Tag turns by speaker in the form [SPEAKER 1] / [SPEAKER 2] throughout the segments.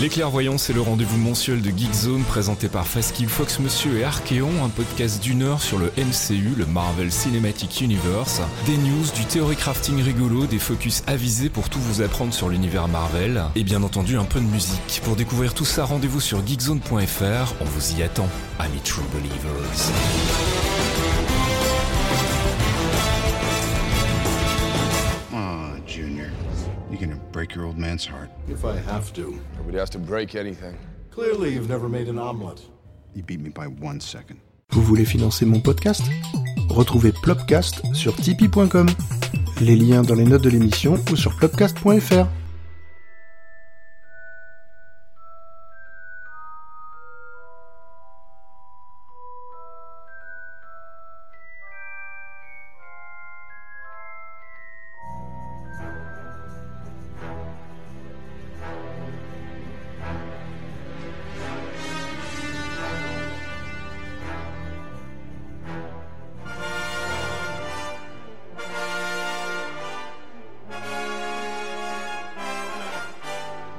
[SPEAKER 1] Les clairvoyants, c'est le rendez-vous mensuel de Geek Zone présenté par Faskill, Fox Monsieur et Archeon, un podcast d'une heure sur le MCU, le Marvel Cinematic Universe, des news, du théorie crafting rigolo, des focus avisés pour tout vous apprendre sur l'univers Marvel, et bien entendu un peu de musique. Pour découvrir tout ça, rendez-vous sur geekzone.fr, on vous y attend, amis True Believers.
[SPEAKER 2] Aw, Ah, Junior, you're gonna break your old man's heart.
[SPEAKER 3] If I have to.
[SPEAKER 4] Nobody has to break anything.
[SPEAKER 3] Clearly, you've never made an omelet.
[SPEAKER 2] You beat me by one second.
[SPEAKER 5] Vous voulez financer mon podcast Retrouvez Plopcast sur tipeee.com. Les liens dans les notes de l'émission ou sur plopcast.fr.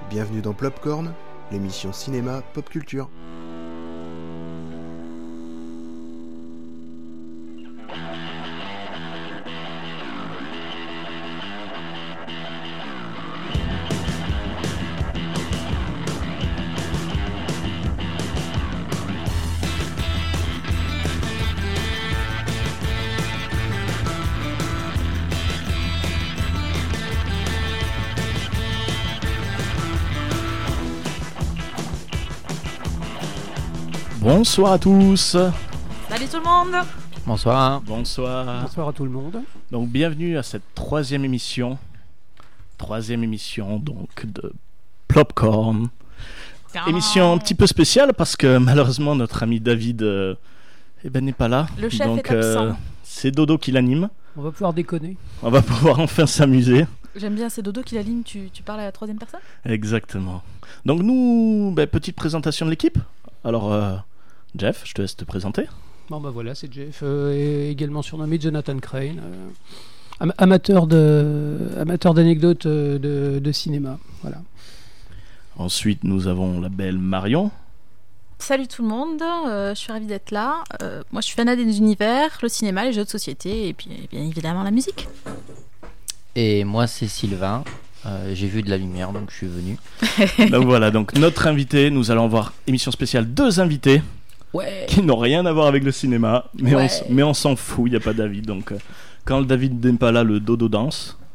[SPEAKER 5] Bienvenue dans Plopcorn, l'émission cinéma pop culture.
[SPEAKER 6] Bonsoir à tous.
[SPEAKER 7] Salut tout le monde
[SPEAKER 6] Bonsoir. Hein, Bonsoir.
[SPEAKER 8] Bonsoir à tout le monde.
[SPEAKER 6] Donc bienvenue à cette troisième émission. Troisième émission donc de Plopcorn.
[SPEAKER 7] Ah.
[SPEAKER 6] Émission un petit peu spéciale parce que malheureusement notre ami David euh, eh ben, n'est pas là.
[SPEAKER 7] Le chef
[SPEAKER 6] donc euh,
[SPEAKER 7] est absent.
[SPEAKER 6] c'est Dodo qui l'anime.
[SPEAKER 8] On va pouvoir déconner.
[SPEAKER 6] On va pouvoir enfin s'amuser.
[SPEAKER 7] J'aime bien, c'est Dodo qui la ligne, tu, tu parles à la troisième personne
[SPEAKER 6] Exactement. Donc nous, ben, petite présentation de l'équipe. Alors euh, Jeff, je te laisse te présenter.
[SPEAKER 8] Bon bah voilà, c'est Jeff, euh, et également surnommé Jonathan Crane, euh, am- amateur de amateur d'anecdotes euh, de, de cinéma. Voilà.
[SPEAKER 6] Ensuite nous avons la belle Marion.
[SPEAKER 7] Salut tout le monde, euh, je suis ravie d'être là. Euh, moi je suis fanat des univers, le cinéma, les jeux de société et puis et bien évidemment la musique.
[SPEAKER 9] Et moi, c'est Sylvain. Euh, j'ai vu de la lumière, donc je suis venu.
[SPEAKER 6] Donc voilà, donc notre invité, nous allons voir émission spéciale deux invités
[SPEAKER 7] Ouais
[SPEAKER 6] qui n'ont rien à voir avec le cinéma, mais, on,
[SPEAKER 7] Ouais.
[SPEAKER 6] s- mais on s'en fout, il n'y a pas David. Donc euh, quand le David n'est pas là, le dodo danse.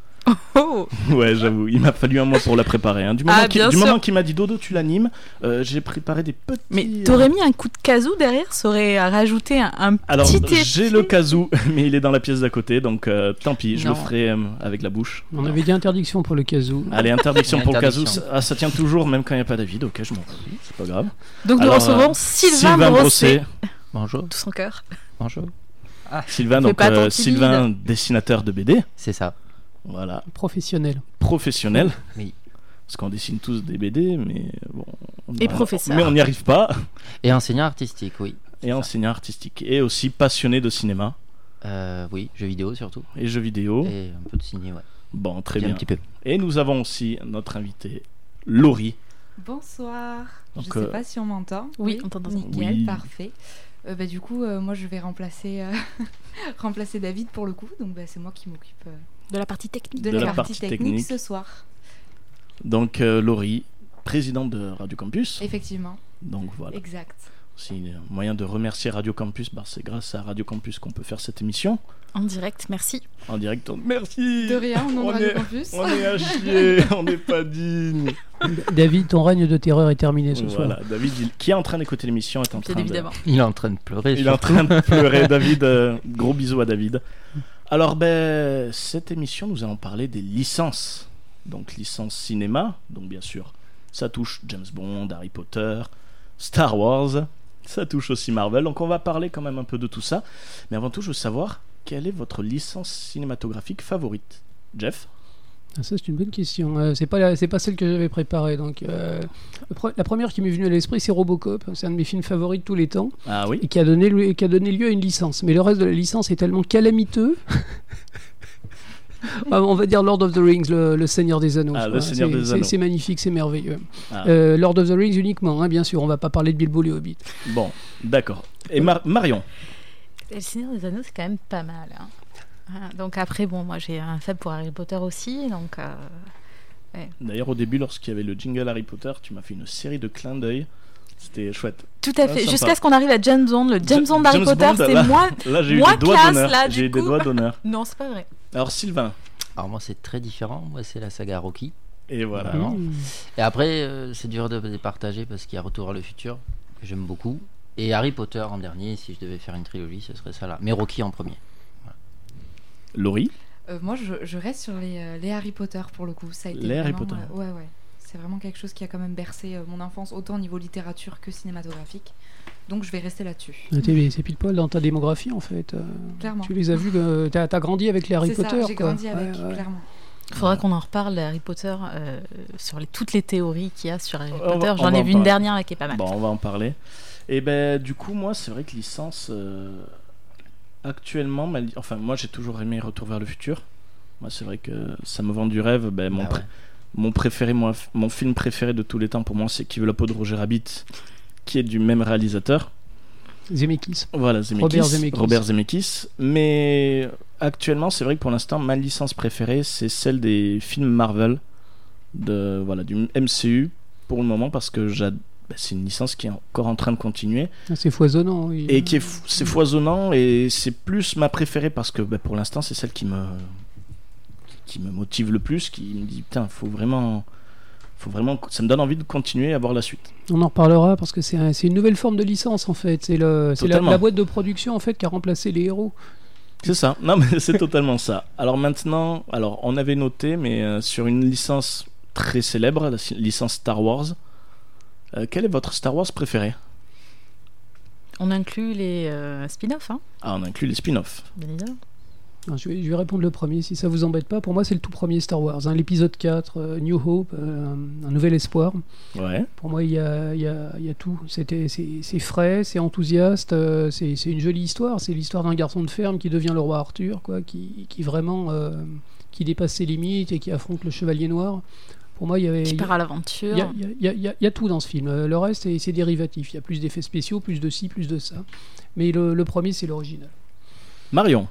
[SPEAKER 7] oh.
[SPEAKER 6] Ouais, j'avoue, il m'a fallu un mois pour la préparer. hein. Du moment
[SPEAKER 7] Ah,
[SPEAKER 6] qu'il
[SPEAKER 7] bien
[SPEAKER 6] du
[SPEAKER 7] sûr.
[SPEAKER 6] moment qu'il m'a dit dodo, tu l'animes, euh, j'ai préparé des petits.
[SPEAKER 7] Mais t'aurais mis un coup de casou derrière, ça aurait rajouté un, un
[SPEAKER 6] euh, Alors
[SPEAKER 7] petit effet.
[SPEAKER 6] j'ai le casou, mais il est dans la pièce d'à côté, donc euh, tant pis, je
[SPEAKER 7] Non.
[SPEAKER 6] le ferai euh, avec la bouche.
[SPEAKER 8] On avait dit interdiction pour le casou.
[SPEAKER 6] Allez, interdiction pour le casou.
[SPEAKER 9] Interdiction.
[SPEAKER 6] Ah, ça tient toujours, même quand il n'y a pas David. Ok, je m'en fous, c'est pas grave.
[SPEAKER 7] Donc nous
[SPEAKER 6] Alors,
[SPEAKER 7] recevons
[SPEAKER 6] euh,
[SPEAKER 7] Sylvain, Brosset.
[SPEAKER 9] Bonjour,
[SPEAKER 7] Tout son cœur.
[SPEAKER 9] bonjour.
[SPEAKER 6] Sylvain,
[SPEAKER 7] Fais
[SPEAKER 6] donc euh,
[SPEAKER 7] pas ton timide.
[SPEAKER 6] Sylvain, dessinateur de BD,
[SPEAKER 9] C'est ça.
[SPEAKER 6] voilà,
[SPEAKER 8] Professionnel.
[SPEAKER 6] professionnel.
[SPEAKER 9] Oui.
[SPEAKER 6] Parce qu'on dessine tous des BD, mais bon. on-
[SPEAKER 7] Et professeur.
[SPEAKER 6] Mais on n'y arrive pas.
[SPEAKER 9] Et enseignant artistique, oui.
[SPEAKER 6] Et enseignant artistique. Et aussi passionné de cinéma
[SPEAKER 9] Euh, oui, jeux vidéo surtout.
[SPEAKER 6] et jeux vidéo.
[SPEAKER 9] Et un peu de ciné, ouais.
[SPEAKER 6] Bon, très
[SPEAKER 9] Et
[SPEAKER 6] bien.
[SPEAKER 9] Un petit peu.
[SPEAKER 6] Et nous avons aussi notre invité, Laurie.
[SPEAKER 10] Bonsoir.
[SPEAKER 6] Donc,
[SPEAKER 10] je sais
[SPEAKER 6] euh,
[SPEAKER 10] pas si on m'entend.
[SPEAKER 7] Oui, on t'entend.
[SPEAKER 10] Nickel,
[SPEAKER 6] Oui.
[SPEAKER 10] parfait. Euh, bah, du coup, euh, moi, je vais remplacer, euh, remplacer David pour le coup. Donc, bah, c'est moi qui m'occupe euh,
[SPEAKER 7] De la partie technique.
[SPEAKER 10] de,
[SPEAKER 6] De
[SPEAKER 10] la,
[SPEAKER 6] la
[SPEAKER 10] partie,
[SPEAKER 6] partie
[SPEAKER 10] technique,
[SPEAKER 6] technique.
[SPEAKER 10] ce soir.
[SPEAKER 6] Donc, euh, Laurie, présidente de Radio Campus.
[SPEAKER 10] Effectivement,
[SPEAKER 6] Donc, voilà.
[SPEAKER 10] exact.
[SPEAKER 6] C'est un moyen de remercier Radio Campus. Bah, c'est grâce à Radio Campus qu'on peut faire cette émission
[SPEAKER 7] En direct, merci.
[SPEAKER 6] en direct. Donc, Merci
[SPEAKER 10] De rien, on en
[SPEAKER 6] on
[SPEAKER 10] aura
[SPEAKER 6] est-
[SPEAKER 10] de plus.
[SPEAKER 6] On est à chier, on n'est pas digne.
[SPEAKER 8] David, ton règne de terreur est terminé ce soir.
[SPEAKER 6] Voilà, David, il- qui est en train d'écouter l'émission, est en train
[SPEAKER 7] Bien
[SPEAKER 6] de,
[SPEAKER 7] évidemment.
[SPEAKER 9] Il est en train de pleurer.
[SPEAKER 6] Il est en
[SPEAKER 9] surtout.
[SPEAKER 6] train de pleurer, David. euh, gros bisous à David. Alors, ben, cette émission, nous allons parler des licences. Donc, licence cinéma. Donc, bien sûr, ça touche James Bond, Harry Potter, Star Wars. Ça touche aussi Marvel. Donc, on va parler quand même un peu de tout ça. Mais avant tout, je veux savoir quelle est votre licence cinématographique favorite Jeff
[SPEAKER 8] Ah, Ça, c'est une bonne question. Euh, c'est pas la- c'est pas celle que j'avais préparée. Donc, euh, le pre- la première qui m'est venue à l'esprit, c'est Robocop. C'est un de mes films favoris de tous les temps
[SPEAKER 6] Ah
[SPEAKER 8] et
[SPEAKER 6] oui
[SPEAKER 8] qui a donné lieu- qui a donné lieu à une licence. Mais le reste de la licence est tellement calamiteux Ah, on va dire Lord of the Rings, le, le Seigneur des Anneaux.
[SPEAKER 6] Ah,
[SPEAKER 8] je
[SPEAKER 6] le
[SPEAKER 8] crois.
[SPEAKER 6] Seigneur
[SPEAKER 8] C'est-
[SPEAKER 6] des
[SPEAKER 8] c'est-
[SPEAKER 6] Anneaux.
[SPEAKER 8] C'est magnifique, c'est merveilleux.
[SPEAKER 6] Ah.
[SPEAKER 8] Euh, Lord of the Rings uniquement, hein, bien sûr. On va pas parler de Bilbo et Hobbit.
[SPEAKER 6] Bon, d'accord. Et Mar- Marion
[SPEAKER 7] Et le Seigneur des Anneaux, c'est quand même pas mal. hein. Voilà. Donc après, bon, moi j'ai un faible pour Harry Potter aussi, donc euh,
[SPEAKER 6] D'ailleurs, au début, lorsqu'il y avait le jingle Harry Potter, tu m'as fait une série de clins d'œil. C'était chouette.
[SPEAKER 7] tout à
[SPEAKER 6] Ah,
[SPEAKER 7] fait.
[SPEAKER 6] sympa.
[SPEAKER 7] Jusqu'à ce qu'on arrive à James Bond, le James
[SPEAKER 6] Ja-
[SPEAKER 7] Bond d'Harry
[SPEAKER 6] James
[SPEAKER 7] Potter,
[SPEAKER 6] Bond, là.
[SPEAKER 7] c'est moi.
[SPEAKER 6] Là, j'ai eu
[SPEAKER 7] Moi,
[SPEAKER 6] des doigts
[SPEAKER 7] classe,
[SPEAKER 6] d'honneur.
[SPEAKER 7] là, du
[SPEAKER 6] J'ai eu des
[SPEAKER 7] coup.
[SPEAKER 6] doigts d'honneur.
[SPEAKER 7] Non, c'est pas vrai.
[SPEAKER 6] Alors, Sylvain,
[SPEAKER 9] Alors moi c'est très différent, moi c'est la saga Rocky.
[SPEAKER 6] et voilà.
[SPEAKER 9] Vraiment. Et après euh, c'est dur de départager parce qu'il y a Retour vers le futur, que j'aime beaucoup. Et Harry Potter en dernier, si je devais faire une trilogie, ce serait ça là. Mais Rocky en premier.
[SPEAKER 6] Laurie
[SPEAKER 10] Euh, moi, je, je reste sur les, euh, les Harry Potter pour le coup. Ça a été
[SPEAKER 6] Les Harry
[SPEAKER 10] vraiment,
[SPEAKER 6] Potter.
[SPEAKER 10] euh, ouais, ouais. C'est vraiment quelque chose qui a quand même bercé euh, mon enfance, autant au niveau littérature que cinématographique. Donc, je vais rester là-dessus.
[SPEAKER 8] Ah, t'es- C'est pile poil dans ta démographie, en fait. euh,
[SPEAKER 10] Clairement.
[SPEAKER 8] Tu les as vus, euh, t'as as grandi avec les Harry
[SPEAKER 10] C'est
[SPEAKER 8] Potter.
[SPEAKER 10] ça, j'ai
[SPEAKER 8] quoi.
[SPEAKER 10] grandi avec,
[SPEAKER 8] Ouais, ouais.
[SPEAKER 10] clairement.
[SPEAKER 7] Il faudra qu'on en reparle de Harry Potter euh, sur les- toutes les théories qu'il y a sur Harry
[SPEAKER 6] On va-
[SPEAKER 7] Potter.
[SPEAKER 6] on
[SPEAKER 7] J'en
[SPEAKER 6] va
[SPEAKER 7] ai
[SPEAKER 6] en
[SPEAKER 7] vu une
[SPEAKER 6] parler.
[SPEAKER 7] dernière là, qui est pas mal.
[SPEAKER 6] Bon, on va en parler. Et ben, du coup, moi, c'est vrai que licence. euh, actuellement, ma li- enfin, moi, j'ai toujours aimé Retour vers le futur. Moi, c'est vrai que ça me vend du rêve. Ben, mon,
[SPEAKER 9] Ah
[SPEAKER 6] pré-
[SPEAKER 9] ouais.
[SPEAKER 6] mon préféré, moi, f- mon film préféré de tous les temps pour moi, c'est Qui veut la peau de Roger Rabbit, qui est du même réalisateur.
[SPEAKER 8] Zemeckis.
[SPEAKER 6] Voilà, Zemeckis,
[SPEAKER 8] Robert Zemeckis.
[SPEAKER 6] Robert Zemeckis. Mais actuellement, c'est vrai que pour l'instant, ma licence préférée, c'est celle des films Marvel, de, voilà, du MCU, pour le moment, parce que j'ad- bah, c'est une licence qui est encore en train de continuer
[SPEAKER 8] Ah, C'est foisonnant. oui.
[SPEAKER 6] et qui est, fou- c'est foisonnant et c'est plus ma préférée parce que bah, pour l'instant c'est celle qui me qui me motive le plus qui me dit putain faut vraiment faut vraiment ça me donne envie de continuer à voir la suite
[SPEAKER 8] On en reparlera parce que c'est un- c'est une nouvelle forme de licence en fait. C'est le- c'est la,
[SPEAKER 6] Totalement.
[SPEAKER 8] la boîte de production en fait qui a remplacé les héros.
[SPEAKER 6] C'est ça, non mais c'est totalement ça. Alors maintenant, alors on avait noté, mais euh, sur une licence très célèbre, la si- licence Star Wars, euh, quel est votre Star Wars préféré
[SPEAKER 7] On inclut les euh, spin-offs, hein,
[SPEAKER 6] Ah, on inclut les spin-offs.
[SPEAKER 7] bien évidemment.
[SPEAKER 8] Alors, je, vais, je vais répondre le premier si ça vous embête pas. Pour moi, c'est le tout premier Star Wars, hein, l'épisode 4, euh, New Hope, euh, un nouvel espoir.
[SPEAKER 6] Ouais.
[SPEAKER 8] Pour moi, il y a, il y a- il y a tout. C'était- C'est c'est frais, c'est enthousiaste, euh, c'est c'est une jolie histoire. C'est l'histoire d'un garçon de ferme qui devient le roi Arthur, quoi, qui, qui vraiment euh, qui dépasse ses limites et qui affronte le Chevalier Noir. Pour moi, il y avait
[SPEAKER 7] Qui
[SPEAKER 8] il y a-
[SPEAKER 7] part à
[SPEAKER 8] Il y a-
[SPEAKER 7] l'aventure.
[SPEAKER 8] il y a- il y, a- il y a- il y a tout dans ce film. Euh, Le reste, c'est c'est dérivatif. Il y a plus d'effets spéciaux, plus de ci, plus de ça. Mais le, le premier, c'est l'original.
[SPEAKER 6] Marion,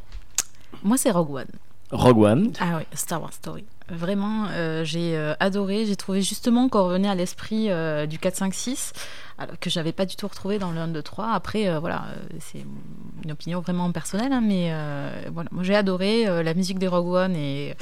[SPEAKER 7] Moi, c'est Rogue One.
[SPEAKER 6] Rogue One.
[SPEAKER 7] Ah oui, Star Wars Story. Vraiment, euh, j'ai euh, adoré. J'ai trouvé justement qu'on revenait à l'esprit euh, du 4-5-6, alors que j'avais pas du tout retrouvé dans le 1-2-3. Après, euh, voilà, euh, c'est une opinion vraiment personnelle, hein, mais euh, voilà, moi j'ai adoré. euh, la musique des Rogue One est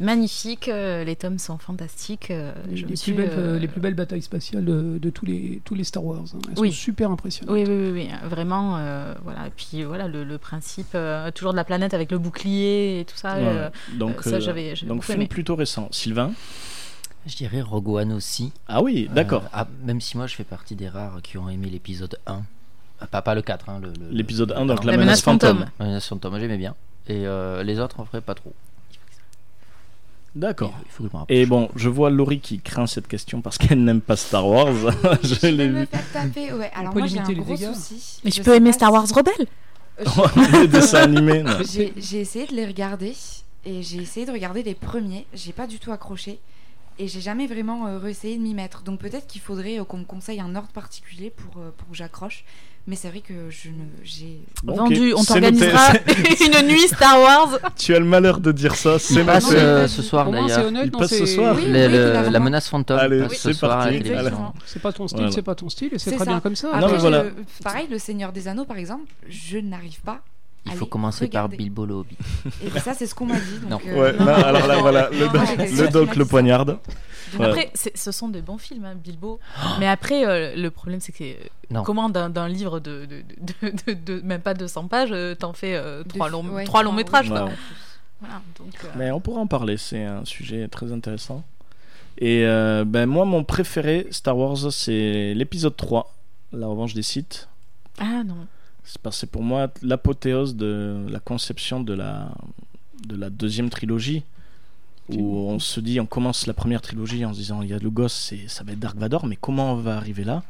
[SPEAKER 7] magnifique. euh, les tomes sont fantastiques. euh,
[SPEAKER 8] Les,
[SPEAKER 7] je me
[SPEAKER 8] les
[SPEAKER 7] suis,
[SPEAKER 8] plus belles,
[SPEAKER 7] euh,
[SPEAKER 8] euh, les plus belles batailles spatiales de, de tous, les, tous les Star Wars. hein. Elles
[SPEAKER 7] Oui.
[SPEAKER 8] sont super impressionnantes.
[SPEAKER 7] Oui, oui, oui, oui, vraiment, euh, voilà. Et puis voilà, le, le principe euh, toujours de la planète avec le bouclier et tout ça.
[SPEAKER 6] Ouais,
[SPEAKER 7] euh,
[SPEAKER 6] donc
[SPEAKER 7] ça,
[SPEAKER 6] euh,
[SPEAKER 7] j'avais- j'avais
[SPEAKER 6] donc
[SPEAKER 7] beaucoup
[SPEAKER 6] film
[SPEAKER 7] aimé.
[SPEAKER 6] plutôt récent. Sylvain.
[SPEAKER 9] Je dirais Rogue One aussi.
[SPEAKER 6] Ah oui, d'accord.
[SPEAKER 9] Euh, ah, même si moi je fais partie des rares qui ont aimé l'épisode 1. Ah, Pas, pas le 4, hein, le- le-
[SPEAKER 6] L'épisode
[SPEAKER 9] le-
[SPEAKER 6] 1, donc
[SPEAKER 9] pardon.
[SPEAKER 6] la,
[SPEAKER 7] La
[SPEAKER 6] menace,
[SPEAKER 7] menace
[SPEAKER 6] fantôme.
[SPEAKER 7] fantôme.
[SPEAKER 9] La menace fantôme, moi, j'aimais bien. Et euh, les autres en feraient pas trop.
[SPEAKER 6] D'accord.
[SPEAKER 9] Il faut que je m'en
[SPEAKER 6] Et
[SPEAKER 9] rapproche.
[SPEAKER 6] bon, je vois Laurie qui craint cette question parce qu'elle n'aime pas Star Wars. je l'ai
[SPEAKER 10] me
[SPEAKER 6] vu.
[SPEAKER 10] faire taper. Ouais, alors
[SPEAKER 8] peut
[SPEAKER 10] moi, j'ai un
[SPEAKER 8] limiter les
[SPEAKER 10] gros
[SPEAKER 8] dégâts.
[SPEAKER 10] souci.
[SPEAKER 7] Mais tu
[SPEAKER 10] Je
[SPEAKER 7] peux
[SPEAKER 10] sais
[SPEAKER 7] aimer
[SPEAKER 10] pas
[SPEAKER 7] Star
[SPEAKER 10] si-
[SPEAKER 7] Wars Rebelle
[SPEAKER 10] Euh,
[SPEAKER 6] les dessins animés. non.
[SPEAKER 10] J'ai j'ai essayé de les regarder et j'ai essayé de regarder les premiers. J'ai pas du tout accroché et j'ai jamais vraiment euh, réessayé de m'y mettre. Donc peut-être qu'il faudrait euh, qu'on me conseille un ordre particulier pour, euh, pour que j'accroche. Mais c'est vrai que je ne j'ai
[SPEAKER 6] Bon, ok,
[SPEAKER 7] Vendu, on
[SPEAKER 6] c'est noté.
[SPEAKER 7] t'organisera une nuit Star Wars.
[SPEAKER 6] Tu as le malheur de dire ça, Ah, c'est
[SPEAKER 9] Il passe
[SPEAKER 6] noté.
[SPEAKER 10] mais
[SPEAKER 9] euh,
[SPEAKER 10] vas-y.
[SPEAKER 9] ce soir
[SPEAKER 8] Pour moi, c'est
[SPEAKER 9] d'ailleurs.
[SPEAKER 8] honnête.
[SPEAKER 6] Il
[SPEAKER 8] non,
[SPEAKER 6] passe ce
[SPEAKER 8] c'est-
[SPEAKER 6] soir.
[SPEAKER 10] Oui,
[SPEAKER 9] Le- le-
[SPEAKER 10] clairement.
[SPEAKER 9] la menace fantôme
[SPEAKER 6] Allez,
[SPEAKER 9] passe ce
[SPEAKER 6] c'est
[SPEAKER 9] soir à la
[SPEAKER 6] parti.
[SPEAKER 9] télévision.
[SPEAKER 10] exactement.
[SPEAKER 8] C'est pas ton style,
[SPEAKER 6] Voilà.
[SPEAKER 8] c'est pas ton style, et c'est
[SPEAKER 10] C'est
[SPEAKER 8] très
[SPEAKER 10] ça.
[SPEAKER 8] bien comme ça.
[SPEAKER 10] Après,
[SPEAKER 6] Ah, Non, mais voilà.
[SPEAKER 10] le- pareil, le Seigneur des Anneaux par exemple, je n'arrive pas.
[SPEAKER 9] Il
[SPEAKER 10] à
[SPEAKER 9] faut
[SPEAKER 10] les
[SPEAKER 9] commencer
[SPEAKER 10] regarder.
[SPEAKER 9] par Bilbo le Hobbit.
[SPEAKER 10] Et ben ça, c'est ce qu'on m'a dit.
[SPEAKER 9] Non.
[SPEAKER 10] Donc, euh,
[SPEAKER 6] Ouais,
[SPEAKER 10] non,
[SPEAKER 6] là,
[SPEAKER 10] non,
[SPEAKER 6] alors là,
[SPEAKER 10] non,
[SPEAKER 6] voilà,
[SPEAKER 10] non,
[SPEAKER 6] le
[SPEAKER 10] non, j'ai
[SPEAKER 6] doc,
[SPEAKER 10] quelqu'un
[SPEAKER 6] le,
[SPEAKER 10] qui m'a
[SPEAKER 6] doc
[SPEAKER 10] dit
[SPEAKER 6] le
[SPEAKER 10] ça.
[SPEAKER 6] poignarde. Ouais.
[SPEAKER 7] Après, c'est- ce sont de bons films, hein, Bilbo. Mais après, euh, le problème, c'est que c'est-
[SPEAKER 9] Non.
[SPEAKER 7] comment d'un d'un livre de, de, de- de- de- de- même pas 200 pages, euh, t'en fais euh,
[SPEAKER 10] De-
[SPEAKER 7] trois longs,
[SPEAKER 10] ouais,
[SPEAKER 7] trois longs
[SPEAKER 10] trois-
[SPEAKER 7] métrages. quoi.
[SPEAKER 6] Ouais.
[SPEAKER 7] Voilà, donc, euh,
[SPEAKER 6] Mais on pourra en parler, c'est un sujet très intéressant. Et euh, ben moi, mon préféré Star Wars, c'est l'épisode 3, La Revanche des Sith.
[SPEAKER 7] Ah non.
[SPEAKER 6] C'est parce que c'est pour moi l'apothéose de la conception de la, de la deuxième trilogie. Où on se dit, on commence la première trilogie en se disant, il y a le gosse, c'est- ça va être Dark Vador, mais comment on va arriver là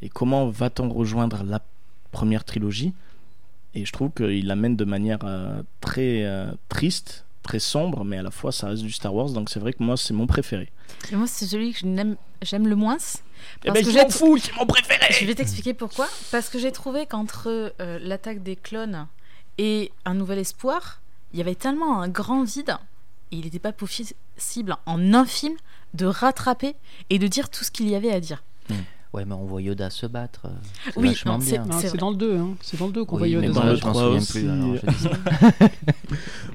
[SPEAKER 6] Et comment va-t-on rejoindre la première trilogie Et je trouve qu'il l'amène de manière euh, très euh, triste, très sombre, mais à la fois ça reste du Star Wars, donc c'est vrai que moi c'est mon préféré.
[SPEAKER 7] Et moi, c'est celui que je n'aime- j'aime le moins.
[SPEAKER 6] Eh
[SPEAKER 7] Parce
[SPEAKER 6] ben
[SPEAKER 7] que
[SPEAKER 6] je
[SPEAKER 7] j'ai
[SPEAKER 6] m'en fous, c'est mon préféré
[SPEAKER 7] Je vais t'expliquer pourquoi. Parce que j'ai trouvé qu'entre euh, l'attaque des clones et Un Nouvel Espoir, il y avait tellement un grand vide. Et il n'était pas possible en un film de rattraper et de dire tout ce qu'il y avait à dire.
[SPEAKER 9] Hmm. Ouais, mais on voit Yoda se battre. euh, c'est
[SPEAKER 7] Oui,
[SPEAKER 9] vachement
[SPEAKER 7] non, c'est-
[SPEAKER 9] bien.
[SPEAKER 8] Non,
[SPEAKER 7] c'est
[SPEAKER 8] C'est
[SPEAKER 7] vrai.
[SPEAKER 8] dans le 2, hein. c'est dans le 2 qu'on
[SPEAKER 9] Oui,
[SPEAKER 8] voit Yoda.
[SPEAKER 9] mais
[SPEAKER 6] dans
[SPEAKER 9] bon,
[SPEAKER 6] le
[SPEAKER 9] je m'en
[SPEAKER 6] trois
[SPEAKER 9] souviens plus. alors,
[SPEAKER 6] aussi.
[SPEAKER 9] je dis ça.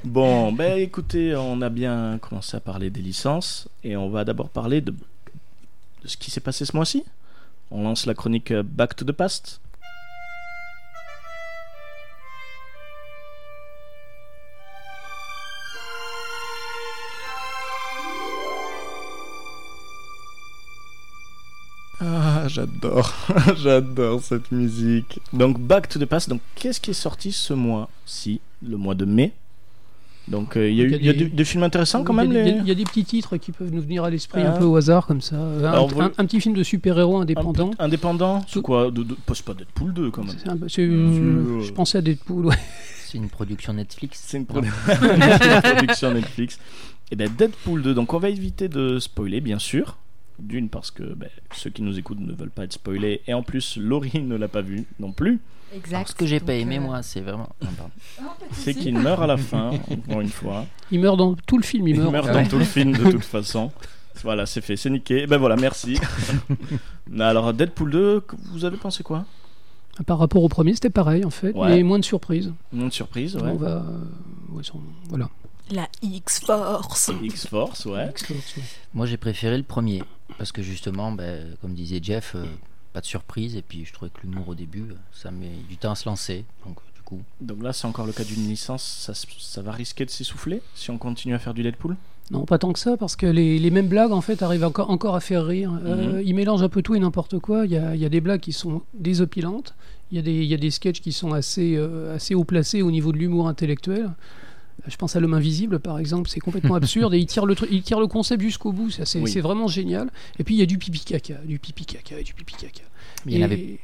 [SPEAKER 6] Bon, ben écoutez, on a bien commencé à parler des licences et on va d'abord parler de, de ce qui s'est passé ce mois-ci. On lance la chronique euh, Back to the Past. Ah, j'adore, j'adore cette musique. Donc Back to the Past, donc qu'est-ce qui est sorti ce mois-ci, le mois de mai Donc euh, il y a eu il y a
[SPEAKER 8] des-
[SPEAKER 6] des, des films intéressants quand
[SPEAKER 8] Oui,
[SPEAKER 6] même.
[SPEAKER 8] Il y, a des-
[SPEAKER 6] les-
[SPEAKER 8] il y a des petits titres qui peuvent nous venir à l'esprit
[SPEAKER 6] Ah.
[SPEAKER 8] un peu au hasard comme ça. Euh, Un,
[SPEAKER 6] Alors, vous-
[SPEAKER 8] un- un petit film de super-héros indépendant.
[SPEAKER 6] Indépendant C'est
[SPEAKER 8] Tout-
[SPEAKER 6] quoi de, de- C'est pas Deadpool 2 quand même.
[SPEAKER 8] C'est un peu- c'est-
[SPEAKER 6] Euh,
[SPEAKER 8] je pensais à Deadpool. Ouais.
[SPEAKER 9] C'est une production Netflix.
[SPEAKER 6] C'est une,
[SPEAKER 9] Non.
[SPEAKER 6] production Netflix. Et ben Deadpool 2, donc on va éviter de spoiler bien sûr. D'une parce que ben, ceux qui nous écoutent ne veulent pas être spoilés. Et en plus, Laurie ne l'a pas vu non plus.
[SPEAKER 10] Exact.
[SPEAKER 9] Alors, ce que j'ai
[SPEAKER 10] Donc,
[SPEAKER 9] pas aimé,
[SPEAKER 10] euh,
[SPEAKER 9] moi, c'est vraiment. Non, pardon.
[SPEAKER 10] non, pas de
[SPEAKER 6] C'est
[SPEAKER 10] souci.
[SPEAKER 6] qu'il meurt à la fin, encore une fois.
[SPEAKER 8] Il meurt dans tout le film. Il
[SPEAKER 6] Il
[SPEAKER 8] meurt.
[SPEAKER 6] meurt
[SPEAKER 9] Ouais.
[SPEAKER 6] dans tout le film de toute façon. Voilà, c'est fait, c'est niqué. Ben voilà, merci. Alors Deadpool 2, vous avez pensé quoi
[SPEAKER 8] Par rapport au premier, c'était pareil en fait,
[SPEAKER 6] Ouais.
[SPEAKER 8] mais moins de surprises.
[SPEAKER 6] Une surprise, ouais.
[SPEAKER 8] On va, euh, ouais, son- voilà.
[SPEAKER 7] La
[SPEAKER 8] bah.
[SPEAKER 7] X-Force.
[SPEAKER 6] X-Force, ouais.
[SPEAKER 9] Moi, j'ai préféré le premier. Parce que justement, ben, comme disait Jeff, euh, pas de surprise. Et puis, je trouvais que l'humour au début, euh, ça met du temps à se lancer. Donc, du coup,
[SPEAKER 6] Donc là, c'est encore le cas d'une licence. Ça, s- ça va risquer de s'essouffler si on continue à faire du Deadpool
[SPEAKER 8] Non, pas tant que ça, parce que les, les mêmes blagues, en fait, arrivent encore, encore à faire rire. Euh,
[SPEAKER 9] Mhm.
[SPEAKER 8] ils mélangent un peu tout et n'importe quoi. Il y a, il y a des blagues qui sont désopilantes. Il y a des, il y a des sketchs qui sont assez, euh, assez haut placés au niveau de l'humour intellectuel. Euh, Je pense à l'homme invisible, par exemple. C'est complètement absurde et il tire le, truc- il tire le concept jusqu'au bout. C'est assez-
[SPEAKER 6] Oui.
[SPEAKER 8] c'est vraiment génial. Et puis, il y a du pipi caca, du pipi caca et du pipi caca.
[SPEAKER 9] il y en avait.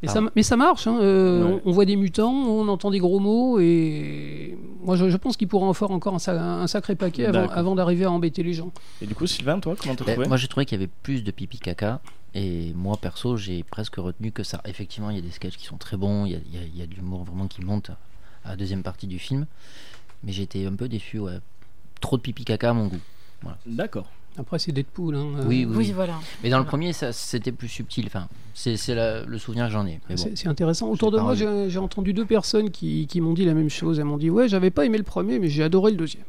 [SPEAKER 8] Mais ça,
[SPEAKER 9] Pardon.
[SPEAKER 8] mais ça marche, hein, euh,
[SPEAKER 6] Ouais.
[SPEAKER 8] on on voit des mutants, on entend des gros mots, et moi je, je pense qu'il pourra en faire encore un, sa- un sacré paquet avant,
[SPEAKER 6] D'accord.
[SPEAKER 8] avant d'arriver à embêter les gens.
[SPEAKER 6] Et du coup, Sylvain, toi, comment t'as
[SPEAKER 9] Ben,
[SPEAKER 6] trouvé
[SPEAKER 9] moi, j'ai trouvé qu'il y avait plus de pipi caca. Et moi, perso, j'ai presque retenu que ça. Effectivement, il y a des sketchs qui sont très bons. Il y a, il y a- il y a de l'humour vraiment qui monte à la deuxième partie du film. Mais j'étais un peu déçu, ouais. Trop de pipi caca à mon goût.
[SPEAKER 6] D'accord.
[SPEAKER 8] Après c'est Deadpool. Hein, euh,
[SPEAKER 9] Oui, oui.
[SPEAKER 7] Oui, voilà.
[SPEAKER 9] Mais dans le
[SPEAKER 7] Voilà.
[SPEAKER 9] premier, ça, c'était plus subtil. Enfin, c'est c'est la- le souvenir que j'en ai. Mais bon.
[SPEAKER 8] C'est c'est intéressant. Autour de
[SPEAKER 9] pas
[SPEAKER 8] moi,
[SPEAKER 9] revu.
[SPEAKER 8] j'ai j'ai entendu deux personnes qui, qui m'ont dit la même chose. Elles m'ont dit Ouais, j'avais pas aimé le premier, mais j'ai adoré le deuxième.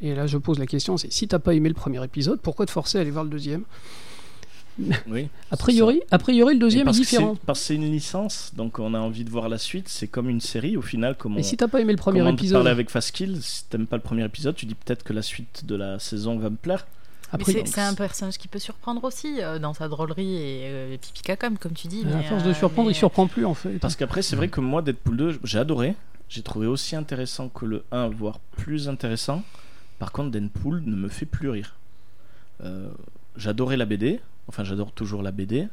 [SPEAKER 8] Et là, je pose la question c'est si t'as pas aimé le premier épisode, pourquoi te forcer à aller voir le deuxième
[SPEAKER 6] Oui.
[SPEAKER 8] A priori, a priori, le deuxième est
[SPEAKER 6] parce que
[SPEAKER 8] différent.
[SPEAKER 6] c'est- Parce que c'est une licence, donc on a envie de voir la suite. C'est comme une série, au final, comme on,
[SPEAKER 8] Et si t'as pas aimé le premier
[SPEAKER 6] comme on
[SPEAKER 8] épisode,
[SPEAKER 6] parlait avec Faskill, si t'aimes pas le premier épisode, tu dis peut-être que la suite de la saison va me plaire.
[SPEAKER 8] a
[SPEAKER 7] Mais
[SPEAKER 8] priori-
[SPEAKER 7] c'est- c'est un personnage qui peut surprendre aussi euh, dans sa drôlerie et euh, pipi caca, comme- comme tu dis.
[SPEAKER 8] à
[SPEAKER 7] mais,
[SPEAKER 8] force
[SPEAKER 7] euh,
[SPEAKER 8] de surprendre,
[SPEAKER 7] mais-
[SPEAKER 8] il surprend plus en fait.
[SPEAKER 6] Parce qu'après, c'est vrai que moi, Deadpool 2, j'ai adoré. J'ai trouvé aussi intéressant que le 1, voire plus intéressant. Par contre, Deadpool ne me fait plus rire. Euh, J'adorais la BD. Enfin, j'adore toujours la BD.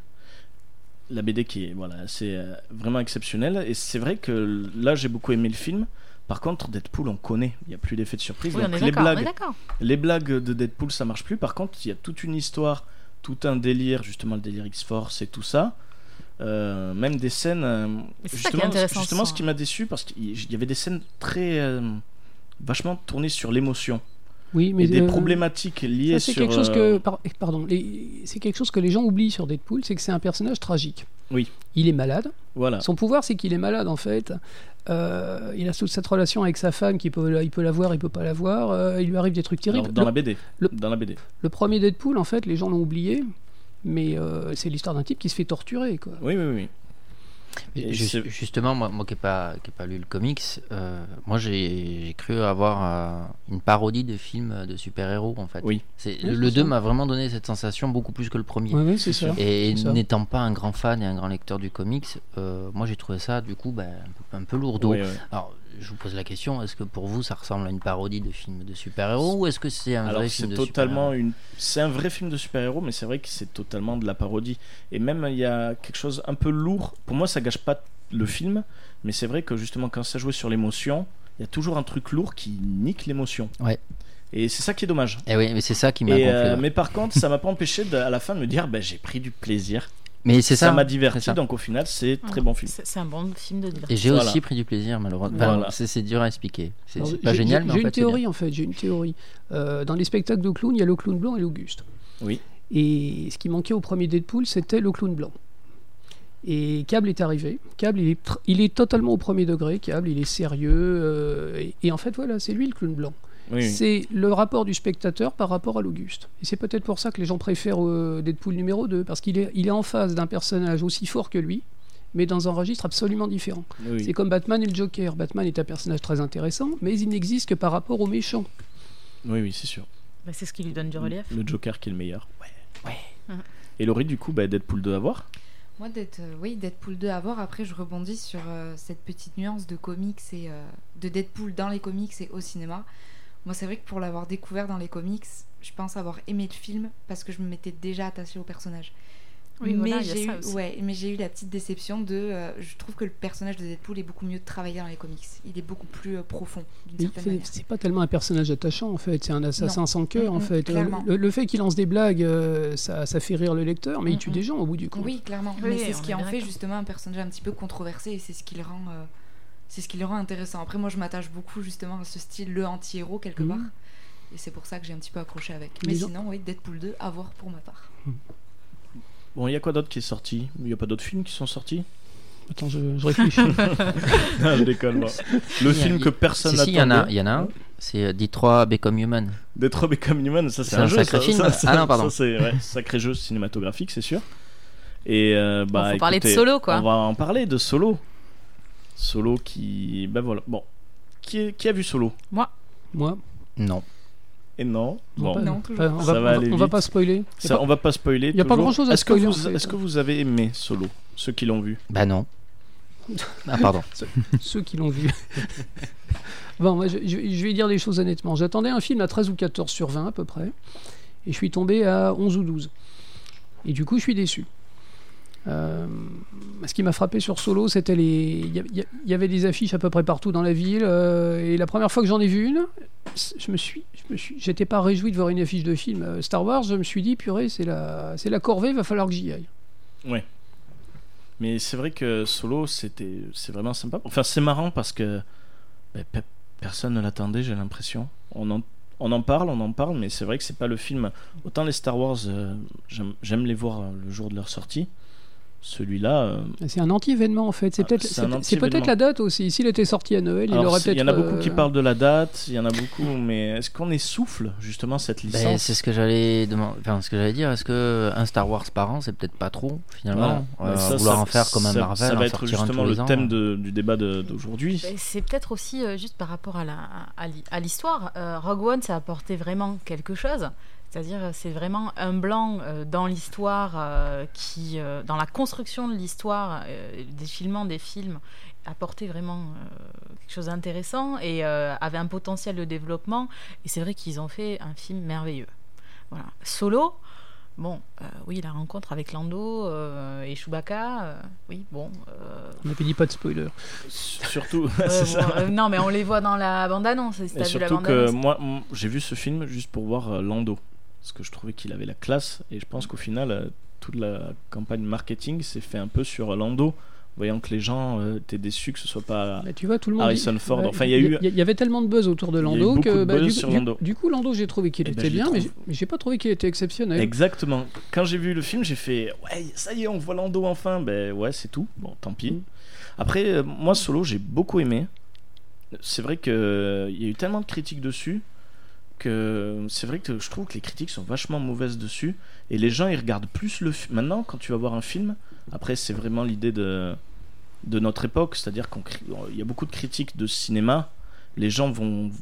[SPEAKER 6] La BD qui est voilà, c'est euh, vraiment exceptionnelle. Et c'est vrai que là, j'ai beaucoup aimé le film. Par contre, Deadpool, on connaît. Il n'y a plus d'effet de surprise.
[SPEAKER 7] Oui, on
[SPEAKER 6] Donc,
[SPEAKER 7] est
[SPEAKER 6] les
[SPEAKER 7] d'accord, on est
[SPEAKER 6] blagues,
[SPEAKER 7] d'accord.
[SPEAKER 6] les blagues de Deadpool, ça marche plus. Par contre, il y a toute une histoire, tout un délire, justement le délire X-Force et tout ça. Euh, même des scènes. euh,
[SPEAKER 7] Mais c'est ça qui est
[SPEAKER 6] justement,
[SPEAKER 7] intéressant,
[SPEAKER 6] justement,
[SPEAKER 7] ça.
[SPEAKER 6] ce qui m'a déçu, parce qu'il y avait des scènes très. euh, vachement tournées sur l'émotion.
[SPEAKER 8] Oui, mais
[SPEAKER 6] Et des
[SPEAKER 8] euh,
[SPEAKER 6] problématiques liées
[SPEAKER 8] Ça, c'est
[SPEAKER 6] sur.
[SPEAKER 8] quelque chose
[SPEAKER 6] euh,
[SPEAKER 8] que par- eh, pardon, les- c'est quelque chose que les gens oublient sur Deadpool, c'est que c'est un personnage tragique.
[SPEAKER 6] Oui. Ah.
[SPEAKER 8] Il est malade.
[SPEAKER 6] Voilà.
[SPEAKER 8] Son pouvoir, c'est qu'il est malade en fait. Euh, il a toute cette relation avec sa femme qui peut, il peut la voir, il peut pas la voir. Euh, il lui arrive des trucs
[SPEAKER 6] Alors,
[SPEAKER 8] terribles.
[SPEAKER 6] dans,
[SPEAKER 8] le,
[SPEAKER 6] la BD,
[SPEAKER 8] le-
[SPEAKER 6] dans la BD.
[SPEAKER 8] le premier Deadpool, en fait, les gens l'ont oublié, mais euh, c'est l'histoire d'un type qui se fait torturer quoi.
[SPEAKER 6] Oui, oui, oui.
[SPEAKER 9] Mais
[SPEAKER 6] Et
[SPEAKER 9] ju-
[SPEAKER 6] c'est-
[SPEAKER 9] justement, moi, moi qui n'ai pas, qui ai pas lu le comics, euh, moi j'ai j'ai cru avoir euh, une parodie de film euh, de super-héros en fait.
[SPEAKER 6] Oui.
[SPEAKER 9] C'est-
[SPEAKER 8] Oui,
[SPEAKER 9] le
[SPEAKER 8] c'est
[SPEAKER 9] 2
[SPEAKER 8] ça.
[SPEAKER 9] m'a vraiment donné cette sensation beaucoup plus que le premier.
[SPEAKER 8] Oui, oui, c'est ça.
[SPEAKER 9] Et
[SPEAKER 8] c'est ça.
[SPEAKER 9] n'étant pas un grand fan et un grand lecteur du comics, euh, moi j'ai trouvé ça du coup ben, un, peu, un peu lourdeau.
[SPEAKER 6] Oui, oui.
[SPEAKER 9] Alors je vous pose la question, est-ce que pour vous ça ressemble à une parodie de film de super-héros ou est-ce que c'est un
[SPEAKER 6] Alors
[SPEAKER 9] vrai
[SPEAKER 6] c'est
[SPEAKER 9] film de
[SPEAKER 6] totalement
[SPEAKER 9] super-héros
[SPEAKER 6] une, c'est un vrai film de super-héros, mais c'est vrai que c'est totalement de la parodie. Et même il y a quelque chose un peu lourd. Pour moi, ça gâche pas le film, mais c'est vrai que justement quand ça jouait sur l'émotion, il il y a toujours un truc lourd qui nique l'émotion.
[SPEAKER 9] Ouais.
[SPEAKER 6] Et c'est ça qui est dommage.
[SPEAKER 9] Et oui, mais c'est ça qui m'a
[SPEAKER 6] Et,
[SPEAKER 9] gonflé.
[SPEAKER 6] euh,
[SPEAKER 9] ouais.
[SPEAKER 6] mais par contre, ça m'a pas empêché de- à la fin de me dire bah, j'ai pris du plaisir.
[SPEAKER 9] Mais c'est ça.
[SPEAKER 6] m'a
[SPEAKER 9] c'est
[SPEAKER 6] diverti,
[SPEAKER 9] ça.
[SPEAKER 6] donc au final, c'est
[SPEAKER 7] Voilà.
[SPEAKER 6] très bon film.
[SPEAKER 7] C'est c'est un bon film de
[SPEAKER 9] Et
[SPEAKER 7] divertissement.
[SPEAKER 9] j'ai
[SPEAKER 6] Voilà.
[SPEAKER 9] aussi pris du plaisir, malheureusement. Enfin,
[SPEAKER 6] Voilà.
[SPEAKER 9] c'est, c'est dur à expliquer. C'est,
[SPEAKER 8] Alors,
[SPEAKER 9] c'est pas
[SPEAKER 8] j'ai-
[SPEAKER 9] génial,
[SPEAKER 8] j'ai-
[SPEAKER 9] mais en
[SPEAKER 8] J'ai
[SPEAKER 9] fait,
[SPEAKER 8] une
[SPEAKER 9] c'est bien.
[SPEAKER 8] théorie en fait, j'ai une théorie. Euh, dans les spectacles de clowns, il y a le clown blanc et l'Auguste.
[SPEAKER 6] Oui.
[SPEAKER 8] Et ce qui manquait au premier Deadpool, c'était le clown blanc. Et Cable est arrivé. Cable, il est, tr- il est totalement au premier degré. Cable, il est sérieux. euh, et, et en fait, voilà, c'est lui le clown blanc.
[SPEAKER 6] Oui, oui.
[SPEAKER 8] C'est le rapport du spectateur par rapport à l'Auguste. Et c'est peut-être pour ça que les gens préfèrent euh, Deadpool numéro 2, parce qu'il est, il est en face d'un personnage aussi fort que lui, mais dans un registre absolument différent.
[SPEAKER 6] Oui.
[SPEAKER 8] C'est comme Batman et le Joker. Batman est un personnage très intéressant, mais il n'existe que par rapport aux méchants.
[SPEAKER 6] Oui, oui, c'est sûr.
[SPEAKER 7] Bah, c'est ce qui lui donne du relief.
[SPEAKER 6] Le Joker qui est le meilleur. Ouais.
[SPEAKER 7] Ouais.
[SPEAKER 6] Et Laurie, du coup, bah, Deadpool 2 à voir.
[SPEAKER 10] Moi, d'être, euh, oui, Deadpool 2 à voir. Après, je rebondis sur euh, cette petite nuance de comics et euh, de Deadpool dans les comics et au cinéma. Moi, c'est vrai que pour l'avoir découvert dans les comics, je pense avoir aimé le film parce que je me m'étais déjà attachée au personnage.
[SPEAKER 7] Oui,
[SPEAKER 10] mais
[SPEAKER 7] voilà, il y a
[SPEAKER 10] j'ai
[SPEAKER 7] ça
[SPEAKER 10] eu,
[SPEAKER 7] aussi.
[SPEAKER 10] ouais, mais j'ai eu la petite déception de. euh, je trouve que le personnage de Deadpool est beaucoup mieux travaillé dans les comics. Il est beaucoup plus euh, profond d'une
[SPEAKER 8] Il-
[SPEAKER 10] certaine
[SPEAKER 8] C'est
[SPEAKER 10] manière.
[SPEAKER 8] c'est pas tellement un personnage attachant, en fait. C'est un assassin sans cœur, en
[SPEAKER 10] Mm, mm,
[SPEAKER 8] fait. Euh,
[SPEAKER 10] clairement.
[SPEAKER 8] Le, le fait qu'il lance des blagues, euh, ça, ça fait rire le lecteur, mais il
[SPEAKER 10] Mm,
[SPEAKER 8] tue
[SPEAKER 10] mm.
[SPEAKER 8] des gens au bout du compte.
[SPEAKER 10] Oui, clairement.
[SPEAKER 7] Oui,
[SPEAKER 10] mais c'est ce
[SPEAKER 7] on
[SPEAKER 10] qui
[SPEAKER 7] est
[SPEAKER 10] en
[SPEAKER 7] bien
[SPEAKER 10] fait
[SPEAKER 7] d'accord.
[SPEAKER 10] justement un personnage un petit peu controversé et c'est ce qui le rend, euh, c'est ce qui le rend intéressant. Après, moi, je m'attache beaucoup justement à ce style le anti-héros quelque
[SPEAKER 8] Mhm.
[SPEAKER 10] part. Et c'est pour ça que j'ai un petit peu accroché avec.
[SPEAKER 8] Les
[SPEAKER 10] Mais
[SPEAKER 8] gens-
[SPEAKER 10] sinon, oui, Deadpool 2, à voir pour ma part.
[SPEAKER 6] Bon, il y a quoi d'autre qui est sorti Il n'y a pas d'autres films qui sont sortis
[SPEAKER 8] Attends, je, je réfléchis.
[SPEAKER 6] Non, je déconne, moi. Le
[SPEAKER 9] Il y a-
[SPEAKER 6] film
[SPEAKER 9] il-
[SPEAKER 6] que personne
[SPEAKER 9] Si, si,
[SPEAKER 6] n'attendait.
[SPEAKER 9] il y en a, il y en a un. C'est euh, Detroit Become Human.
[SPEAKER 6] D'être Become Human, ça c'est
[SPEAKER 9] C'est
[SPEAKER 6] un,
[SPEAKER 9] un
[SPEAKER 6] jeu,
[SPEAKER 9] sacré
[SPEAKER 6] ça,
[SPEAKER 9] film.
[SPEAKER 6] ça, ça-
[SPEAKER 9] Ah non, pardon.
[SPEAKER 6] ça, c'est ouais, sacré jeu cinématographique, c'est sûr. Et euh, bah,
[SPEAKER 7] Bon, faut parler de
[SPEAKER 6] écoutez,
[SPEAKER 7] Solo, quoi.
[SPEAKER 6] On va en parler de Solo. Solo qui, ben voilà, bon, qui, est- qui a vu Solo
[SPEAKER 8] Moi,
[SPEAKER 9] Non.
[SPEAKER 6] Et non, bon,
[SPEAKER 8] pas-
[SPEAKER 10] Non, toujours
[SPEAKER 8] enfin, on,
[SPEAKER 6] pas.
[SPEAKER 8] va,
[SPEAKER 6] Ça va
[SPEAKER 8] on va-
[SPEAKER 6] aller
[SPEAKER 8] on va
[SPEAKER 6] vite.
[SPEAKER 8] pas spoiler. Y a
[SPEAKER 6] ça,
[SPEAKER 8] pas-
[SPEAKER 6] on va pas spoiler.
[SPEAKER 8] y a pas
[SPEAKER 6] toujours.
[SPEAKER 8] grand-chose à
[SPEAKER 6] Est-ce que
[SPEAKER 8] spoiler,
[SPEAKER 6] vous,
[SPEAKER 8] en fait.
[SPEAKER 6] est-ce que vous avez aimé Solo, ceux qui l'ont vu
[SPEAKER 9] Bah non. Ah, pardon.
[SPEAKER 8] ceux qui l'ont vu. bon, moi, je, je- je vais dire des choses honnêtement. J'attendais un film à 13 ou 14 sur 20 à peu près, et je suis tombé à 11 ou 12. Et du coup, je suis déçu. Euh, ce qui m'a frappé sur Solo, c'était les. Il y a- il y, a- il y avait des affiches à peu près partout dans la ville, euh, et la première fois que j'en ai vu une, c- je me suis, je me suis, j'étais pas réjoui de voir une affiche de film euh, Star Wars. Je me suis dit, purée, c'est la, c'est la corvée, va falloir que j'y aille.
[SPEAKER 6] Mais c'est vrai que Solo, c'était, c'est vraiment sympa. Enfin, c'est marrant parce que ben, pe- personne ne l'attendait, j'ai l'impression. On en, on en parle, on en parle, mais c'est vrai que c'est pas le film. Autant les Star Wars, euh, j'aime- j'aime les voir euh, le jour de leur sortie. Celui-là, euh,
[SPEAKER 8] C'est un anti-événement en fait. C'est
[SPEAKER 6] Ah,
[SPEAKER 8] peut-être
[SPEAKER 6] c'est
[SPEAKER 8] c'est
[SPEAKER 6] un
[SPEAKER 8] c'est peut-être
[SPEAKER 6] anti-événement.
[SPEAKER 8] la date aussi. S'il était sorti à Noël, il
[SPEAKER 6] alors,
[SPEAKER 8] aurait
[SPEAKER 6] c'est- il
[SPEAKER 8] peut-être.
[SPEAKER 6] y en a beaucoup qui
[SPEAKER 8] euh,
[SPEAKER 6] parlent de la date, il y en a beaucoup, mais est-ce qu'on essouffle justement cette
[SPEAKER 9] Bah,
[SPEAKER 6] licence
[SPEAKER 9] c'est ce que j'allais demander. Enfin, ce que j'allais dire, est-ce que un Star Wars par an, c'est peut-être pas trop finalement
[SPEAKER 6] Voilà.
[SPEAKER 9] Euh,
[SPEAKER 6] Mais ça,
[SPEAKER 9] Vouloir
[SPEAKER 6] ça-
[SPEAKER 9] en faire comme un
[SPEAKER 6] ça-
[SPEAKER 9] Marvel,
[SPEAKER 6] ça
[SPEAKER 9] en
[SPEAKER 6] va être
[SPEAKER 9] sortir un
[SPEAKER 6] justement
[SPEAKER 9] tous
[SPEAKER 6] le
[SPEAKER 9] les ans,
[SPEAKER 6] thème
[SPEAKER 9] euh.
[SPEAKER 6] de- du débat de- d'aujourd'hui.
[SPEAKER 7] Ben, C'est peut-être aussi euh, juste par rapport à la à l'hi- à l'histoire. Euh, Rogue One, ça a apporté vraiment quelque chose. C'est-à-dire, euh, c'est vraiment un blanc euh, dans l'histoire, euh, qui, euh, dans la construction de l'histoire, euh, des filmants des films, apportait vraiment euh, quelque chose d'intéressant et euh, avait un potentiel de développement. Et c'est vrai qu'ils ont fait un film merveilleux. Voilà. Solo, bon, euh, oui, la rencontre avec Lando euh, et Chewbacca, euh, oui, bon. euh,
[SPEAKER 8] On n'avait dit pas de spoiler.
[SPEAKER 6] Surtout,
[SPEAKER 7] Ouais,
[SPEAKER 6] c'est
[SPEAKER 7] bon,
[SPEAKER 6] ça.
[SPEAKER 7] euh, non, mais on les voit dans la bande-annonce. si
[SPEAKER 6] Et
[SPEAKER 7] t'as vu la
[SPEAKER 6] surtout que
[SPEAKER 7] bande-annonce.
[SPEAKER 6] moi, m- j'ai vu ce film juste pour voir euh, Lando. Parce que je trouvais qu'il avait la classe. Et je pense qu'au final, euh, toute la campagne marketing s'est fait un peu sur euh, Lando. Voyant que les gens euh, étaient déçus que ce soit pas.
[SPEAKER 8] Mais tu vois, tout le monde.
[SPEAKER 6] Ah. Harrison Ford,
[SPEAKER 8] Ouais,
[SPEAKER 6] enfin, il y a eu-
[SPEAKER 8] Il y, avait tellement de buzz autour de
[SPEAKER 6] Il y a eu
[SPEAKER 8] Lando
[SPEAKER 6] beaucoup de
[SPEAKER 8] que. bah,
[SPEAKER 6] buzz
[SPEAKER 8] du,
[SPEAKER 6] sur
[SPEAKER 8] du-
[SPEAKER 6] Lando.
[SPEAKER 8] du coup, Lando, j'ai trouvé qu'il
[SPEAKER 6] Eh ben,
[SPEAKER 8] était
[SPEAKER 6] je
[SPEAKER 8] bien,
[SPEAKER 6] le
[SPEAKER 8] mais j'ai
[SPEAKER 6] trouve-
[SPEAKER 8] mais j'ai pas trouvé qu'il était exceptionnel.
[SPEAKER 6] Exactement. Quand j'ai vu le film, j'ai fait Ouais, ça y est, on voit Lando enfin. Ben ouais, c'est tout. Bon, tant pis.
[SPEAKER 8] Mm.
[SPEAKER 6] Après, euh, moi, solo, j'ai beaucoup aimé. C'est vrai qu'il y a eu tellement de critiques dessus que euh, c'est vrai que je trouve que les critiques sont vachement mauvaises dessus. Et les gens, ils regardent plus le film. Maintenant, quand tu vas voir un film, après, c'est vraiment l'idée de, de notre époque. C'est-à-dire qu'il y a beaucoup de critiques de cinéma. Les gens vont v-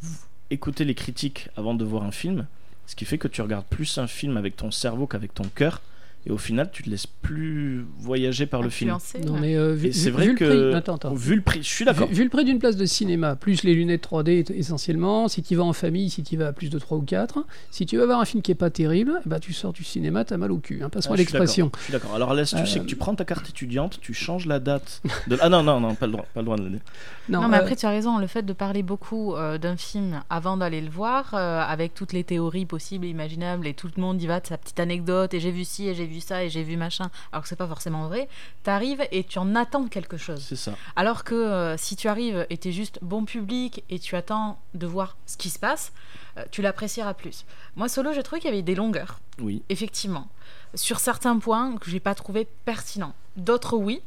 [SPEAKER 6] écouter les critiques avant de voir un film. Ce qui fait que tu regardes plus un film avec ton cerveau qu'avec ton cœur. Et au final, tu te laisses plus voyager par le film.
[SPEAKER 7] Influencé,
[SPEAKER 8] Non,
[SPEAKER 7] ouais.
[SPEAKER 8] mais euh, vu,
[SPEAKER 6] Et c'est
[SPEAKER 8] vu-
[SPEAKER 6] vrai
[SPEAKER 8] vu le
[SPEAKER 6] que
[SPEAKER 8] prix- attends, attends.
[SPEAKER 6] vu le prix, je suis
[SPEAKER 8] Vu,
[SPEAKER 6] d'accord.
[SPEAKER 8] vu le prix d'une place de cinéma, plus les lunettes 3D et- essentiellement, si tu vas en famille, si tu vas à plus de 3 ou 4, si tu vas voir un film qui est pas terrible, eh ben, tu sors du cinéma, t'as mal au cul. Hein, Passe-moi
[SPEAKER 6] Ah, je suis
[SPEAKER 8] l'expression.
[SPEAKER 6] d'accord, Je suis d'accord. Alors l'astuce, c'est que
[SPEAKER 8] Euh.
[SPEAKER 6] tu prends ta carte étudiante, tu changes la date. De... Ah non, non, non, pas le droit, pas le droit de le dire.
[SPEAKER 7] Non, mais
[SPEAKER 8] euh,
[SPEAKER 7] après, tu as raison. Le fait de parler beaucoup euh, d'un film avant d'aller le voir, euh, avec toutes les théories possibles et imaginables, et tout le monde y va de sa petite anecdote, et j'ai vu ci, et j'ai vu ça, et j'ai vu machin, alors que c'est pas forcément vrai, t'arrives et tu en attends quelque chose.
[SPEAKER 6] C'est ça.
[SPEAKER 7] Alors que euh, si tu arrives et t'es juste bon public et tu attends de voir ce qui se passe, euh, tu l'apprécieras plus. Moi, solo, j'ai trouvé qu'il y avait des longueurs
[SPEAKER 6] Oui.
[SPEAKER 7] effectivement. Sur certains points que j'ai pas trouvé pertinents. D'autres, oui.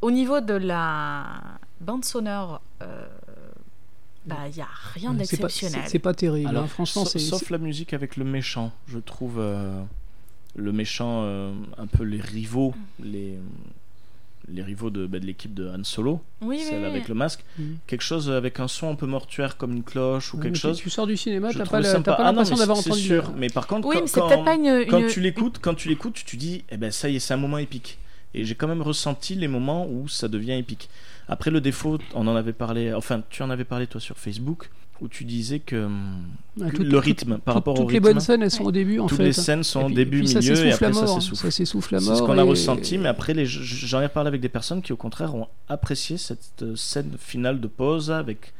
[SPEAKER 7] Au niveau de la bande sonore, euh, bah, il n'y a rien
[SPEAKER 8] c'est pas-
[SPEAKER 7] d'exceptionnel.
[SPEAKER 8] C'est c'est pas terrible. hein, franchement,
[SPEAKER 6] sa-
[SPEAKER 8] c'est.
[SPEAKER 6] sauf
[SPEAKER 8] c'est-
[SPEAKER 6] la musique avec le méchant, je trouve euh, le méchant euh, un peu les rivaux, les les rivaux de, bah, de l'équipe de Han Solo,
[SPEAKER 7] Oui, oui,
[SPEAKER 6] celle
[SPEAKER 7] oui.
[SPEAKER 6] avec le masque,
[SPEAKER 8] Mhm.
[SPEAKER 6] quelque chose avec un son un peu mortuaire comme une cloche ou
[SPEAKER 8] Ouais,
[SPEAKER 6] quelque
[SPEAKER 8] mais
[SPEAKER 6] chose.
[SPEAKER 8] Tu, tu sors du cinéma,
[SPEAKER 6] je
[SPEAKER 8] t'as
[SPEAKER 6] trouve
[SPEAKER 8] pas le-
[SPEAKER 6] sympa.
[SPEAKER 8] t'as pas
[SPEAKER 6] Ah non,
[SPEAKER 8] l'impression
[SPEAKER 6] mais
[SPEAKER 8] d'avoir
[SPEAKER 6] c'est
[SPEAKER 8] entendu. hein.
[SPEAKER 6] sûr, mais par contre
[SPEAKER 7] Oui,
[SPEAKER 6] quand,
[SPEAKER 7] mais c'est
[SPEAKER 6] quand-
[SPEAKER 7] peut-être pas une.
[SPEAKER 6] quand
[SPEAKER 7] une-
[SPEAKER 6] tu l'écoutes, quand tu l'écoutes, tu te dis, eh ben ça y est, c'est un moment épique. Et j'ai quand même ressenti les moments où ça devient épique. Après le défaut, on en avait parlé, enfin tu en avais parlé toi sur Facebook, où tu disais que hum,
[SPEAKER 8] Ah, tout-
[SPEAKER 6] le
[SPEAKER 8] tout-
[SPEAKER 6] rythme par
[SPEAKER 8] tout-
[SPEAKER 6] rapport au
[SPEAKER 8] Toutes les
[SPEAKER 6] rythme,
[SPEAKER 8] bonnes scènes, elles sont au début en
[SPEAKER 6] toutes
[SPEAKER 8] fait. hein.
[SPEAKER 6] les scènes sont
[SPEAKER 8] Et
[SPEAKER 6] au
[SPEAKER 8] puis-
[SPEAKER 6] début,
[SPEAKER 8] puis ça
[SPEAKER 6] milieu et
[SPEAKER 8] s'essouffle à
[SPEAKER 6] après ça
[SPEAKER 8] mort, hein.
[SPEAKER 6] s'essouffle.
[SPEAKER 8] s'essouffle à
[SPEAKER 6] C'est
[SPEAKER 8] mort.
[SPEAKER 6] ce qu'on a
[SPEAKER 8] et-
[SPEAKER 6] ressenti, mais après, les, je- j'en ai parlé avec des personnes qui, au contraire, ont apprécié cette euh, scène finale de pause avec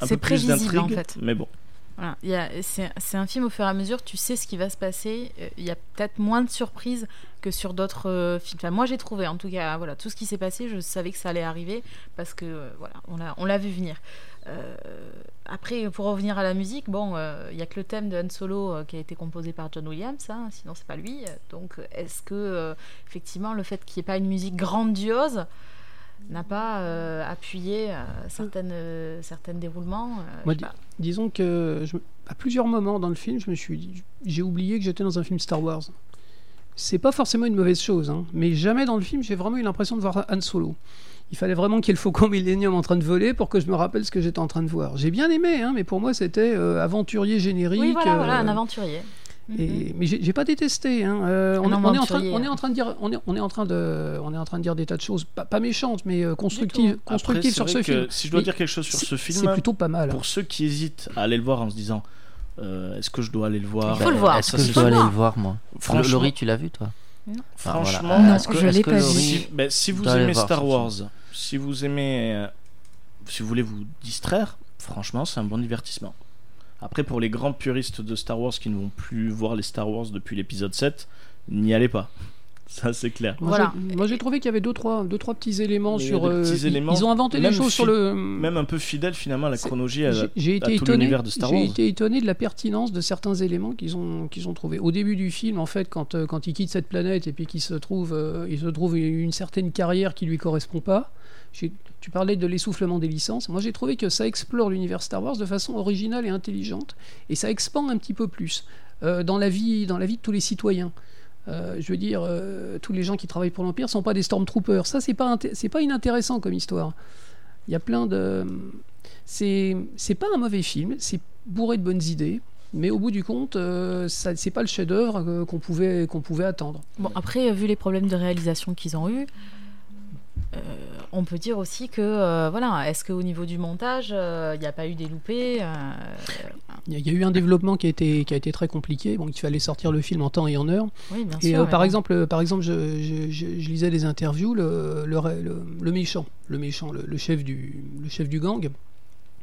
[SPEAKER 6] un
[SPEAKER 7] C'est
[SPEAKER 6] peu plus
[SPEAKER 7] prévisible,
[SPEAKER 6] d'intrigue.
[SPEAKER 7] en fait.
[SPEAKER 6] Mais bon,
[SPEAKER 7] Voilà, il y a- c'est c'est un film au fur et à mesure, tu sais ce qui va se passer. euh, Il y a peut-être moins de surprises que sur d'autres euh, films. Enfin, moi, j'ai trouvé, en tout cas, voilà, tout ce qui s'est passé, je savais que ça allait arriver parce que euh, voilà, on l'a- on l'a vu venir. Euh, après, pour revenir à la musique, bon, euh, il y a que le thème de Han Solo euh, qui a été composé par John Williams, hein, sinon c'est pas lui. Euh, Donc, est-ce que euh, effectivement, le fait qu'il n'y ait pas une musique grandiose n'a pas euh, appuyé euh, certaines, euh, certains déroulements euh,
[SPEAKER 8] Moi,
[SPEAKER 7] je sais pas.
[SPEAKER 8] Disons que je- à plusieurs moments dans le film, je me suis dit- j'ai oublié que j'étais dans un film Star Wars. C'est pas forcément une mauvaise chose, hein, mais jamais dans le film j'ai vraiment eu l'impression de voir Han Solo. Il fallait vraiment qu'il y ait le Faucon Millennium en train de voler pour que je me rappelle ce que j'étais en train de voir. J'ai bien aimé, hein, mais pour moi c'était euh, aventurier générique.
[SPEAKER 7] Oui, voilà, voilà,
[SPEAKER 8] euh,
[SPEAKER 7] un aventurier. Mhm.
[SPEAKER 8] Et, mais j'ai j'ai pas détesté. hein. Euh, on,
[SPEAKER 7] non,
[SPEAKER 8] est-
[SPEAKER 7] mais
[SPEAKER 8] on est en train,
[SPEAKER 7] aventurier,
[SPEAKER 8] on est
[SPEAKER 7] hein.
[SPEAKER 8] en train de dire, on est, on est en train de, on est en train de dire des tas de choses pas, pas méchantes, mais euh, constructives,
[SPEAKER 6] Après,
[SPEAKER 8] constructives
[SPEAKER 6] c'est
[SPEAKER 8] sur ce
[SPEAKER 6] vrai que
[SPEAKER 8] film.
[SPEAKER 6] Si je dois
[SPEAKER 8] Mais
[SPEAKER 6] dire quelque chose sur
[SPEAKER 8] c'est-
[SPEAKER 6] ce
[SPEAKER 8] c'est
[SPEAKER 6] film,
[SPEAKER 8] plutôt pas mal.
[SPEAKER 6] pour ceux qui hésitent à aller le voir en se disant euh, est-ce que je dois aller le voir
[SPEAKER 7] Il faut le voir.
[SPEAKER 9] Est-ce
[SPEAKER 6] Ça,
[SPEAKER 9] que
[SPEAKER 6] c'est
[SPEAKER 9] je dois
[SPEAKER 6] sûr.
[SPEAKER 9] aller le voir, moi
[SPEAKER 6] Franchement-
[SPEAKER 9] Le- Laurie, tu l'as vu, toi Ah, voilà.
[SPEAKER 6] Franchement,
[SPEAKER 10] Non,
[SPEAKER 9] Est-ce que-
[SPEAKER 10] je
[SPEAKER 9] est-ce
[SPEAKER 10] l'ai
[SPEAKER 9] que
[SPEAKER 10] pas vu.
[SPEAKER 9] Laurie-
[SPEAKER 6] si, ben, si vous
[SPEAKER 9] dois aller
[SPEAKER 6] aimez
[SPEAKER 9] voir
[SPEAKER 6] Star
[SPEAKER 9] ce
[SPEAKER 6] Wars, si vous aimez, euh, si vous voulez vous distraire, franchement, c'est un bon divertissement. Après, pour les grands puristes de Star Wars qui ne vont plus voir les Star Wars depuis l'épisode 7, n'y allez pas. Ça, c'est clair.
[SPEAKER 8] Moi,
[SPEAKER 7] Voilà.
[SPEAKER 8] j'ai- Moi, j'ai trouvé qu'il y avait deux trois, deux trois petits éléments
[SPEAKER 6] Mais il y a
[SPEAKER 8] sur.
[SPEAKER 6] des
[SPEAKER 8] euh,
[SPEAKER 6] petits
[SPEAKER 8] ils-
[SPEAKER 6] éléments,
[SPEAKER 8] ils ont inventé des
[SPEAKER 6] même
[SPEAKER 8] choses sur
[SPEAKER 6] fi-
[SPEAKER 8] le.
[SPEAKER 6] Même un peu fidèle, finalement, à la
[SPEAKER 8] C'est-
[SPEAKER 6] chronologie. à la-
[SPEAKER 8] J'ai j'ai été
[SPEAKER 6] tout
[SPEAKER 8] étonné.
[SPEAKER 6] l'univers de Star
[SPEAKER 8] J'ai
[SPEAKER 6] Wars.
[SPEAKER 8] été étonné de la pertinence de certains éléments qu'ils ont qu'ils ont trouvé au début du film. En fait, quand euh, quand il quitte cette planète et puis qu'il se trouve euh, il se trouve une certaine carrière qui lui correspond pas. j'ai- Tu parlais de l'essoufflement des licences. Moi, j'ai trouvé que ça explore l'univers Star Wars de façon originale et intelligente, et ça expand un petit peu plus euh, dans la vie dans la vie de tous les citoyens. Euh, je veux dire, euh, tous les gens qui travaillent pour l'Empire sont pas des stormtroopers. Ça, c'est pas inté- c'est pas inintéressant comme histoire. Il y a plein de c'est c'est pas un mauvais film, c'est bourré de bonnes idées, mais au bout du compte, euh, ça c'est pas le chef-d'œuvre euh, qu'on pouvait qu'on pouvait attendre.
[SPEAKER 7] Bon, après, euh, vu les problèmes de réalisation qu'ils ont eus, euh, on peut dire aussi que, euh, voilà, est-ce qu'au niveau du montage, euh, il n'y a pas eu des loupés euh,
[SPEAKER 8] Il y, a- il y a eu un développement qui a été qui a été très compliqué, bon, il fallait sortir le film en temps et en heure.
[SPEAKER 7] Oui, bien
[SPEAKER 8] Et
[SPEAKER 7] sûr.
[SPEAKER 8] euh,
[SPEAKER 7] mais
[SPEAKER 8] par
[SPEAKER 7] bon.
[SPEAKER 8] exemple, euh, par exemple, je, je- je- je lisais des interviews, le, le, ré- le- le méchant, le méchant, le, le chef du le chef du gang,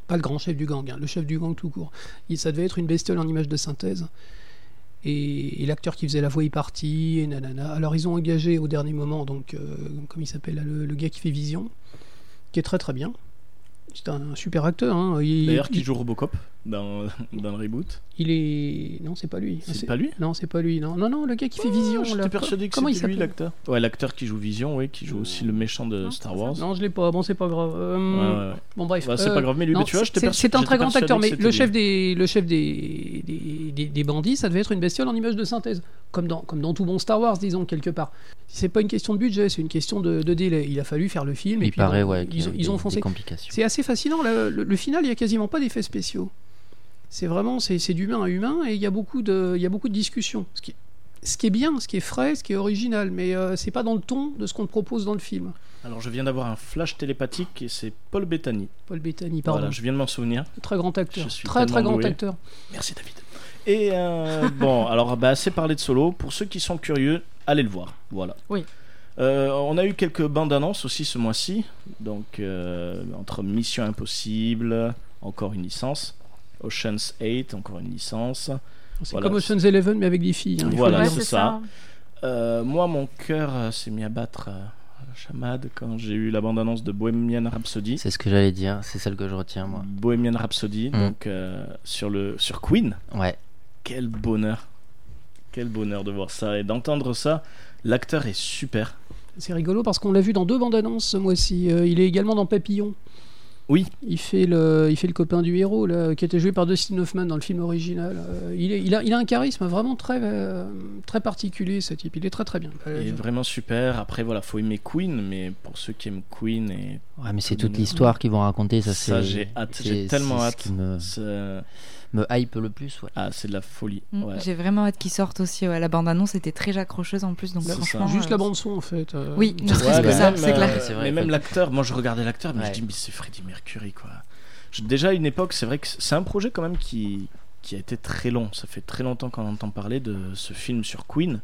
[SPEAKER 8] pas le grand chef du gang, hein, le chef du gang tout court. Il, ça devait être une bestiole en image de synthèse. Et, et l'acteur qui faisait la voix est parti, et nanana. Alors ils ont engagé au dernier moment, donc euh, comme il s'appelle, là, le, le gars qui fait Vision, qui est très très bien. C'est un super acteur. hein. Il,
[SPEAKER 6] D'ailleurs, qui
[SPEAKER 8] il,
[SPEAKER 6] joue Robocop dans, dans le reboot
[SPEAKER 8] il est non, Ah, c'est pas lui.
[SPEAKER 6] C'est pas lui
[SPEAKER 8] Non, c'est pas lui. Non, non, non, le gars
[SPEAKER 7] Oh,
[SPEAKER 8] qui fait Vision.
[SPEAKER 6] Je
[SPEAKER 8] là,
[SPEAKER 6] J'étais persuadé que
[SPEAKER 8] comment il
[SPEAKER 6] c'était lui,
[SPEAKER 8] s'appelle
[SPEAKER 6] l'acteur. Ouais, l'acteur qui joue Vision, oui, qui joue aussi le méchant de
[SPEAKER 7] Non, c'est
[SPEAKER 6] Star
[SPEAKER 7] pas ça.
[SPEAKER 6] Wars.
[SPEAKER 8] Non, je l'ai pas. Bon, c'est pas grave.
[SPEAKER 6] Ouais,
[SPEAKER 8] Euh,
[SPEAKER 6] ouais, ouais.
[SPEAKER 8] Bon, bref.
[SPEAKER 6] Bah, c'est
[SPEAKER 8] euh,
[SPEAKER 6] pas grave, mais lui,
[SPEAKER 8] non,
[SPEAKER 6] mais tu vois, j'étais
[SPEAKER 8] c'est-
[SPEAKER 6] persu-
[SPEAKER 8] c'est un très
[SPEAKER 6] j'étais
[SPEAKER 8] grand
[SPEAKER 6] persuadé
[SPEAKER 8] acteur,
[SPEAKER 6] que
[SPEAKER 8] mais
[SPEAKER 6] c'était
[SPEAKER 8] le
[SPEAKER 6] lui.
[SPEAKER 8] chef, des, le chef des, des, des- des bandits, ça devait être une bestiole en image de synthèse, comme dans, comme dans tout bon Star Wars, disons, quelque part. C'est pas une question de budget, c'est une question de, de délai. Il a fallu faire le film, et
[SPEAKER 9] Il
[SPEAKER 8] puis
[SPEAKER 9] paraît,
[SPEAKER 8] bon,
[SPEAKER 9] ouais, qu'il y
[SPEAKER 8] ils,
[SPEAKER 9] a
[SPEAKER 8] ont-
[SPEAKER 9] eu
[SPEAKER 8] ils
[SPEAKER 9] des-
[SPEAKER 8] ont
[SPEAKER 9] des
[SPEAKER 8] foncé.
[SPEAKER 9] complications.
[SPEAKER 8] C'est assez fascinant, le, le- le final, il n'y a quasiment pas d'effets spéciaux. C'est vraiment, c'est c'est d'humain à humain, et il y a beaucoup de, il y a beaucoup de discussions. Ce qui, ce qui est bien, ce qui est frais, ce qui est original, mais euh, c'est pas dans le ton de ce qu'on te propose dans le film.
[SPEAKER 6] Alors je viens d'avoir un flash télépathique et c'est Paul Bettany.
[SPEAKER 8] Paul Bettany, pardon.
[SPEAKER 6] Voilà, je viens de m'en souvenir.
[SPEAKER 8] Très grand acteur.
[SPEAKER 6] Je suis
[SPEAKER 8] Très très
[SPEAKER 6] tellement
[SPEAKER 8] grand
[SPEAKER 6] doué.
[SPEAKER 8] acteur.
[SPEAKER 6] Merci David. Et euh, bon, alors bah, assez parlé de solo. Pour ceux qui sont curieux, allez le voir. Voilà.
[SPEAKER 7] Oui.
[SPEAKER 6] Euh, on a eu quelques bandes annonces aussi ce mois-ci. Donc euh, entre Mission Impossible, encore une licence. Ocean's 8, encore une licence.
[SPEAKER 8] C'est
[SPEAKER 6] Voilà.
[SPEAKER 8] comme Ocean's Eleven, mais avec des filles. hein, il faut
[SPEAKER 6] Voilà,
[SPEAKER 8] le
[SPEAKER 7] Ouais,
[SPEAKER 8] dire.
[SPEAKER 6] c'est ça. Euh, moi, mon cœur euh, s'est mis à battre euh, à la chamade quand j'ai eu la bande-annonce de Bohemian Rhapsody.
[SPEAKER 9] C'est ce que j'allais dire, c'est celle que je retiens moi.
[SPEAKER 6] Bohemian Rhapsody,
[SPEAKER 9] Mm.
[SPEAKER 6] donc euh, sur, le, sur Queen.
[SPEAKER 9] Ouais,
[SPEAKER 6] Quel bonheur. Quel bonheur de voir ça et d'entendre ça. L'acteur est super.
[SPEAKER 8] C'est rigolo parce qu'on l'a vu dans deux bandes annonces ce mois-ci. Euh, il est également dans Papillon.
[SPEAKER 6] Oui.
[SPEAKER 8] Il fait le, il fait le copain du héros là, qui était joué par Dustin Hoffman dans le film original. Euh, il, est, il, a, il a un charisme vraiment très, euh, très particulier ce type. Il est très très bien.
[SPEAKER 6] Il est vraiment super. Après, voilà, faut aimer Queen, mais pour ceux qui aiment Queen, et
[SPEAKER 9] ouais mais c'est toute l'histoire qu'ils vont raconter, ça c'est.
[SPEAKER 6] Ça, j'ai hâte, j'ai
[SPEAKER 9] c'est-
[SPEAKER 6] tellement
[SPEAKER 9] c'est
[SPEAKER 6] hâte.
[SPEAKER 9] Ce qui me,
[SPEAKER 6] ça-
[SPEAKER 9] me hype le plus, ouais.
[SPEAKER 6] ah, c'est de la folie.
[SPEAKER 10] Mm,
[SPEAKER 6] Ouais.
[SPEAKER 10] J'ai vraiment hâte qu'ils sortent aussi. ouais. La bande-annonce était très accrocheuse en plus, donc
[SPEAKER 6] C'est ça.
[SPEAKER 10] franchement.
[SPEAKER 8] Juste
[SPEAKER 10] euh,
[SPEAKER 8] la bande son en fait. euh,
[SPEAKER 10] Oui, ne
[SPEAKER 9] Ouais, bah,
[SPEAKER 10] serait-ce que
[SPEAKER 9] mais
[SPEAKER 10] ça,
[SPEAKER 6] même,
[SPEAKER 10] c'est
[SPEAKER 6] euh,
[SPEAKER 10] clair.
[SPEAKER 9] C'est vrai,
[SPEAKER 6] mais
[SPEAKER 9] faut
[SPEAKER 6] même
[SPEAKER 9] dire.
[SPEAKER 6] l'acteur, moi je regardais l'acteur, mais
[SPEAKER 9] Ouais.
[SPEAKER 6] je dis, mais c'est Freddie Mercury quoi. Je- déjà, à une époque, c'est vrai que c'est c'est un projet quand même qui, qui a été très long. Ça fait très longtemps qu'on entend parler de ce film sur Queen.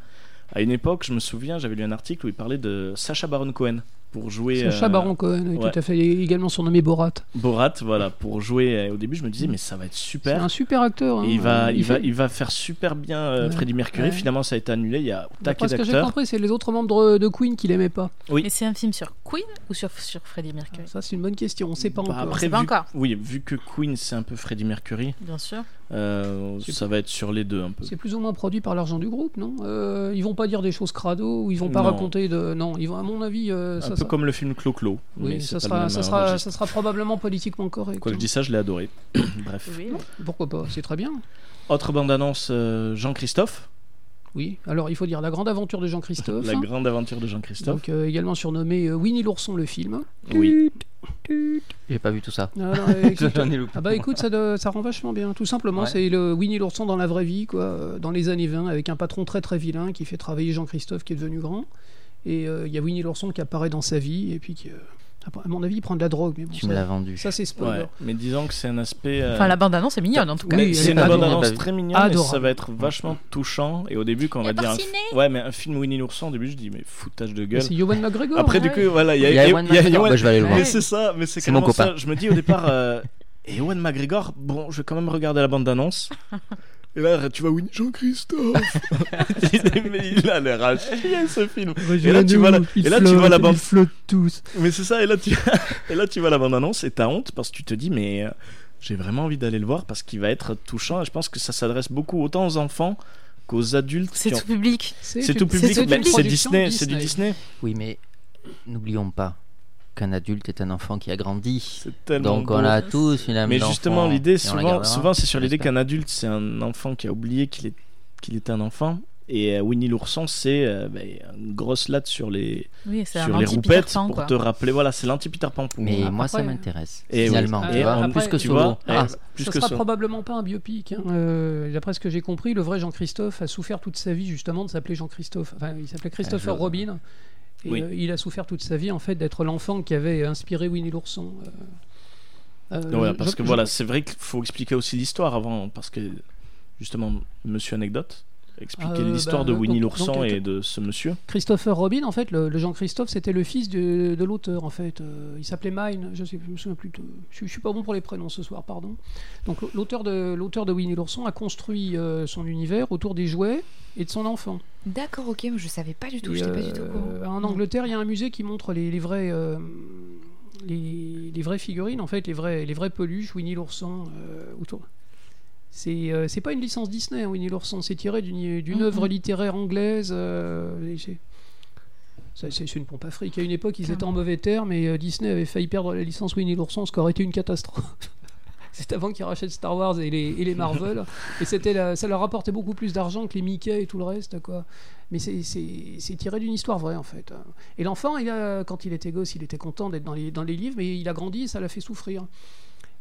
[SPEAKER 6] À une époque, je me souviens, j'avais lu un article où il parlait de Sacha Baron Cohen pour jouer
[SPEAKER 8] Sacha
[SPEAKER 6] euh,
[SPEAKER 8] Baron Cohen, oui,
[SPEAKER 6] ouais.
[SPEAKER 8] tout à fait, il est également surnommé Borat.
[SPEAKER 6] Borat. Voilà, pour jouer. euh, Au début, je me disais, mais ça va être
[SPEAKER 8] C'est
[SPEAKER 6] super.
[SPEAKER 8] un super acteur. hein.
[SPEAKER 6] Et il va, il, va,
[SPEAKER 8] fait-
[SPEAKER 6] il va faire super bien euh,
[SPEAKER 8] Ouais.
[SPEAKER 6] Freddie Mercury.
[SPEAKER 8] Ouais.
[SPEAKER 6] Finalement, ça a été annulé. Il y a taquet
[SPEAKER 8] D'après ce que j'ai
[SPEAKER 6] d'acteurs.
[SPEAKER 8] compris, c'est les autres membres de Queen qu'il aimait pas.
[SPEAKER 6] Oui.
[SPEAKER 7] Et c'est un film sur Queen ou sur, sur Freddie Mercury
[SPEAKER 8] Ça, c'est une bonne question. On sait euh, pas
[SPEAKER 6] Bah,
[SPEAKER 8] encore.
[SPEAKER 6] après,
[SPEAKER 7] pas
[SPEAKER 6] vu-
[SPEAKER 7] encore.
[SPEAKER 6] Oui, vu que Queen, c'est un peu Freddie Mercury.
[SPEAKER 7] Bien sûr.
[SPEAKER 6] Euh, ça va être sur les deux un peu.
[SPEAKER 8] C'est plus ou moins produit par l'argent du groupe, non Euh, Ils vont pas dire des choses crado ou ils vont pas
[SPEAKER 6] Non.
[SPEAKER 8] raconter de. Non, ils vont, à mon avis, euh,
[SPEAKER 6] Un
[SPEAKER 8] ça,
[SPEAKER 6] peu
[SPEAKER 8] ça-
[SPEAKER 6] comme le film Clo-Clo. mais
[SPEAKER 8] Oui,
[SPEAKER 6] c'est pas
[SPEAKER 8] ça sera,
[SPEAKER 6] le
[SPEAKER 8] ça
[SPEAKER 6] même
[SPEAKER 8] sera,
[SPEAKER 6] registre.
[SPEAKER 8] ça sera probablement politiquement correct. hein.
[SPEAKER 6] Quoi que je dis ça, je l'ai adoré. Bref.
[SPEAKER 7] Oui.
[SPEAKER 8] Pourquoi pas C'est très bien.
[SPEAKER 6] Autre bande-annonce, euh, Jean-Christophe.
[SPEAKER 8] Oui. Alors, il faut dire la grande aventure de Jean-Christophe. hein.
[SPEAKER 6] La grande aventure de Jean-Christophe.
[SPEAKER 8] donc euh, également surnommé euh, Winnie l'ourson le film.
[SPEAKER 6] Oui.
[SPEAKER 9] J'ai pas vu tout ça.
[SPEAKER 8] Ah, non, euh, écoute,
[SPEAKER 9] J'en ai loupé.
[SPEAKER 8] ah bah écoute, ça, de- ça rend vachement bien. Tout simplement,
[SPEAKER 9] Ouais.
[SPEAKER 8] c'est le Winnie l'ourson dans la vraie vie, quoi, euh, dans les années 20, avec un patron très très vilain qui fait travailler Jean-Christophe qui est devenu grand. Et euh, il y a Winnie l'ourson qui apparaît dans sa vie et puis qui, euh, à mon avis, il prend de la drogue. Mais bon,
[SPEAKER 9] Tu
[SPEAKER 8] ça-
[SPEAKER 9] me l'as vendu.
[SPEAKER 8] Ça, c'est
[SPEAKER 6] Ouais,
[SPEAKER 8] spoiler.
[SPEAKER 6] Mais disons que c'est un aspect. euh,
[SPEAKER 7] Enfin, la bande-annonce est mignonne en tout cas.
[SPEAKER 8] Oui, elle
[SPEAKER 6] c'est
[SPEAKER 8] est
[SPEAKER 6] une
[SPEAKER 8] pas
[SPEAKER 9] bien, pas
[SPEAKER 6] bande-annonce
[SPEAKER 9] bien.
[SPEAKER 6] très mignonne et ça
[SPEAKER 8] Adorable.
[SPEAKER 6] va être vachement touchant. Et au début, quand on va
[SPEAKER 7] Le
[SPEAKER 6] dire. Un,
[SPEAKER 7] porcinet.
[SPEAKER 6] ouais, mais un film Winnie l'ourson, au début, je dis, mais foutage de gueule.
[SPEAKER 8] C'est Yoann McGregor. hein.
[SPEAKER 6] Après,
[SPEAKER 7] Ah
[SPEAKER 6] du
[SPEAKER 7] oui.
[SPEAKER 6] coup, voilà, il y
[SPEAKER 9] Il
[SPEAKER 6] a,
[SPEAKER 9] y a Ewan
[SPEAKER 6] Ewan-
[SPEAKER 9] McGregor, bah, je vais aller le
[SPEAKER 7] Ouais.
[SPEAKER 9] voir.
[SPEAKER 6] Mais c'est ça, mais c'est
[SPEAKER 9] C'est mon
[SPEAKER 6] carrément ça.
[SPEAKER 9] copain.
[SPEAKER 6] Je me dis au départ, euh, Ewan McGregor, bon, je vais quand même regarder la bande d'annonce. Et là, tu vois Winnie Jean-Christophe. mais il a l'air à chier ce film. Et là, tu vois la, et là, tu vois la bande.
[SPEAKER 8] tous.
[SPEAKER 6] Mais c'est ça, et là, tu... et là, tu vois la bande annonce et t'as honte parce que tu te dis, mais euh, j'ai vraiment envie d'aller le voir parce qu'il va être touchant. Et je pense que ça s'adresse beaucoup autant aux enfants qu'aux adultes.
[SPEAKER 7] C'est
[SPEAKER 6] qui ont-
[SPEAKER 7] tout public.
[SPEAKER 6] C'est tout public,
[SPEAKER 7] c'est une
[SPEAKER 6] mais c'est
[SPEAKER 8] production
[SPEAKER 6] Disney, c'est du Disney.
[SPEAKER 9] Oui, mais n'oublions pas qu'un adulte est un enfant qui a grandi.
[SPEAKER 6] C'est tellement
[SPEAKER 9] Donc on
[SPEAKER 6] beau.
[SPEAKER 7] Euh,
[SPEAKER 9] a tous une âme
[SPEAKER 6] Mais
[SPEAKER 9] d'enfant
[SPEAKER 6] justement, l'idée,
[SPEAKER 9] et on la
[SPEAKER 6] souvent,
[SPEAKER 9] gardera,
[SPEAKER 6] souvent c'est sur l'idée
[SPEAKER 9] j'espère.
[SPEAKER 6] qu'un adulte, c'est un enfant qui a oublié qu'il est, qu'il est un enfant. Et euh, Winnie l'ourson, c'est euh, ben, une grosse latte sur les,
[SPEAKER 7] Oui, c'est
[SPEAKER 6] sur
[SPEAKER 7] un
[SPEAKER 6] les
[SPEAKER 7] anti-Peter
[SPEAKER 6] roupettes
[SPEAKER 7] Pan,
[SPEAKER 6] pour
[SPEAKER 7] quoi.
[SPEAKER 6] te rappeler. Voilà, c'est l'anti-Peter Pan pour
[SPEAKER 9] Mais
[SPEAKER 6] moi.
[SPEAKER 9] moi, ça
[SPEAKER 8] Après-
[SPEAKER 9] m'intéresse.
[SPEAKER 6] Et oui.
[SPEAKER 9] finalement,
[SPEAKER 8] Ah,
[SPEAKER 9] tu vois, en
[SPEAKER 8] après-
[SPEAKER 9] plus que
[SPEAKER 6] tu
[SPEAKER 9] solo.
[SPEAKER 6] vois,
[SPEAKER 9] Ah,
[SPEAKER 6] eh, plus
[SPEAKER 8] Ce
[SPEAKER 6] que
[SPEAKER 8] sera
[SPEAKER 6] ça.
[SPEAKER 8] probablement pas un biopic. hein. Euh, D'après ce que j'ai compris, le vrai Jean-Christophe a souffert toute sa vie justement de s'appeler Jean-Christophe. Enfin, il s'appelait Christopher
[SPEAKER 9] je-
[SPEAKER 8] Robin. Et
[SPEAKER 6] Ah, Oui.
[SPEAKER 8] euh, il a souffert toute sa vie en fait d'être l'enfant qui avait inspiré Winnie l'ourson. Euh, euh,
[SPEAKER 6] Ouais,
[SPEAKER 8] je-
[SPEAKER 6] parce que
[SPEAKER 8] je-
[SPEAKER 6] voilà, c'est vrai qu'il faut expliquer aussi l'histoire avant. Parce que, justement, Monsieur Anecdote, expliquer
[SPEAKER 8] Euh,
[SPEAKER 6] l'histoire
[SPEAKER 8] bah,
[SPEAKER 6] de Winnie
[SPEAKER 8] donc-
[SPEAKER 6] l'ourson
[SPEAKER 8] donc,
[SPEAKER 6] et
[SPEAKER 8] euh,
[SPEAKER 6] de ce monsieur.
[SPEAKER 8] Christopher Robin, en fait, le, le Jean-Christophe, c'était le fils de, de l'auteur, en fait. Euh, il s'appelait Mine, je ne me souviens plus. de- je, ne suis pas bon pour les prénoms ce soir, pardon. Donc l'auteur de, l'auteur de Winnie l'ourson a construit euh, son univers autour des jouets et de son enfant.
[SPEAKER 10] D'accord, ok, mais je savais pas du tout,
[SPEAKER 8] Et,
[SPEAKER 10] j'étais pas du tout au courant.
[SPEAKER 8] euh, En Angleterre, il y a un musée qui montre les, les vrais. euh, les, les vraies figurines, en fait, les vrais, les vrais peluches, Winnie l'ourson, euh, autour. C'est euh, c'est pas une licence Disney, hein, Winnie l'ourson, c'est tiré d'une d'une
[SPEAKER 7] Mhm.
[SPEAKER 8] œuvre littéraire anglaise. euh, et c'est- ça, c'est c'est une pompe à fric. À une époque, ils étaient en mauvais terme et euh, Disney avait failli perdre la licence Winnie l'ourson, ce qui aurait été une catastrophe. C'est avant qu'ils rachètent Star Wars et les, et les Marvel. et c'était la- ça leur rapportait beaucoup plus d'argent que les Mickey et tout le reste. quoi. Mais c'est- c'est c'est tiré d'une histoire vraie, en fait. Et l'enfant, il a- quand il était gosse, il était content d'être dans les, dans les livres, mais il a grandi et ça l'a fait souffrir.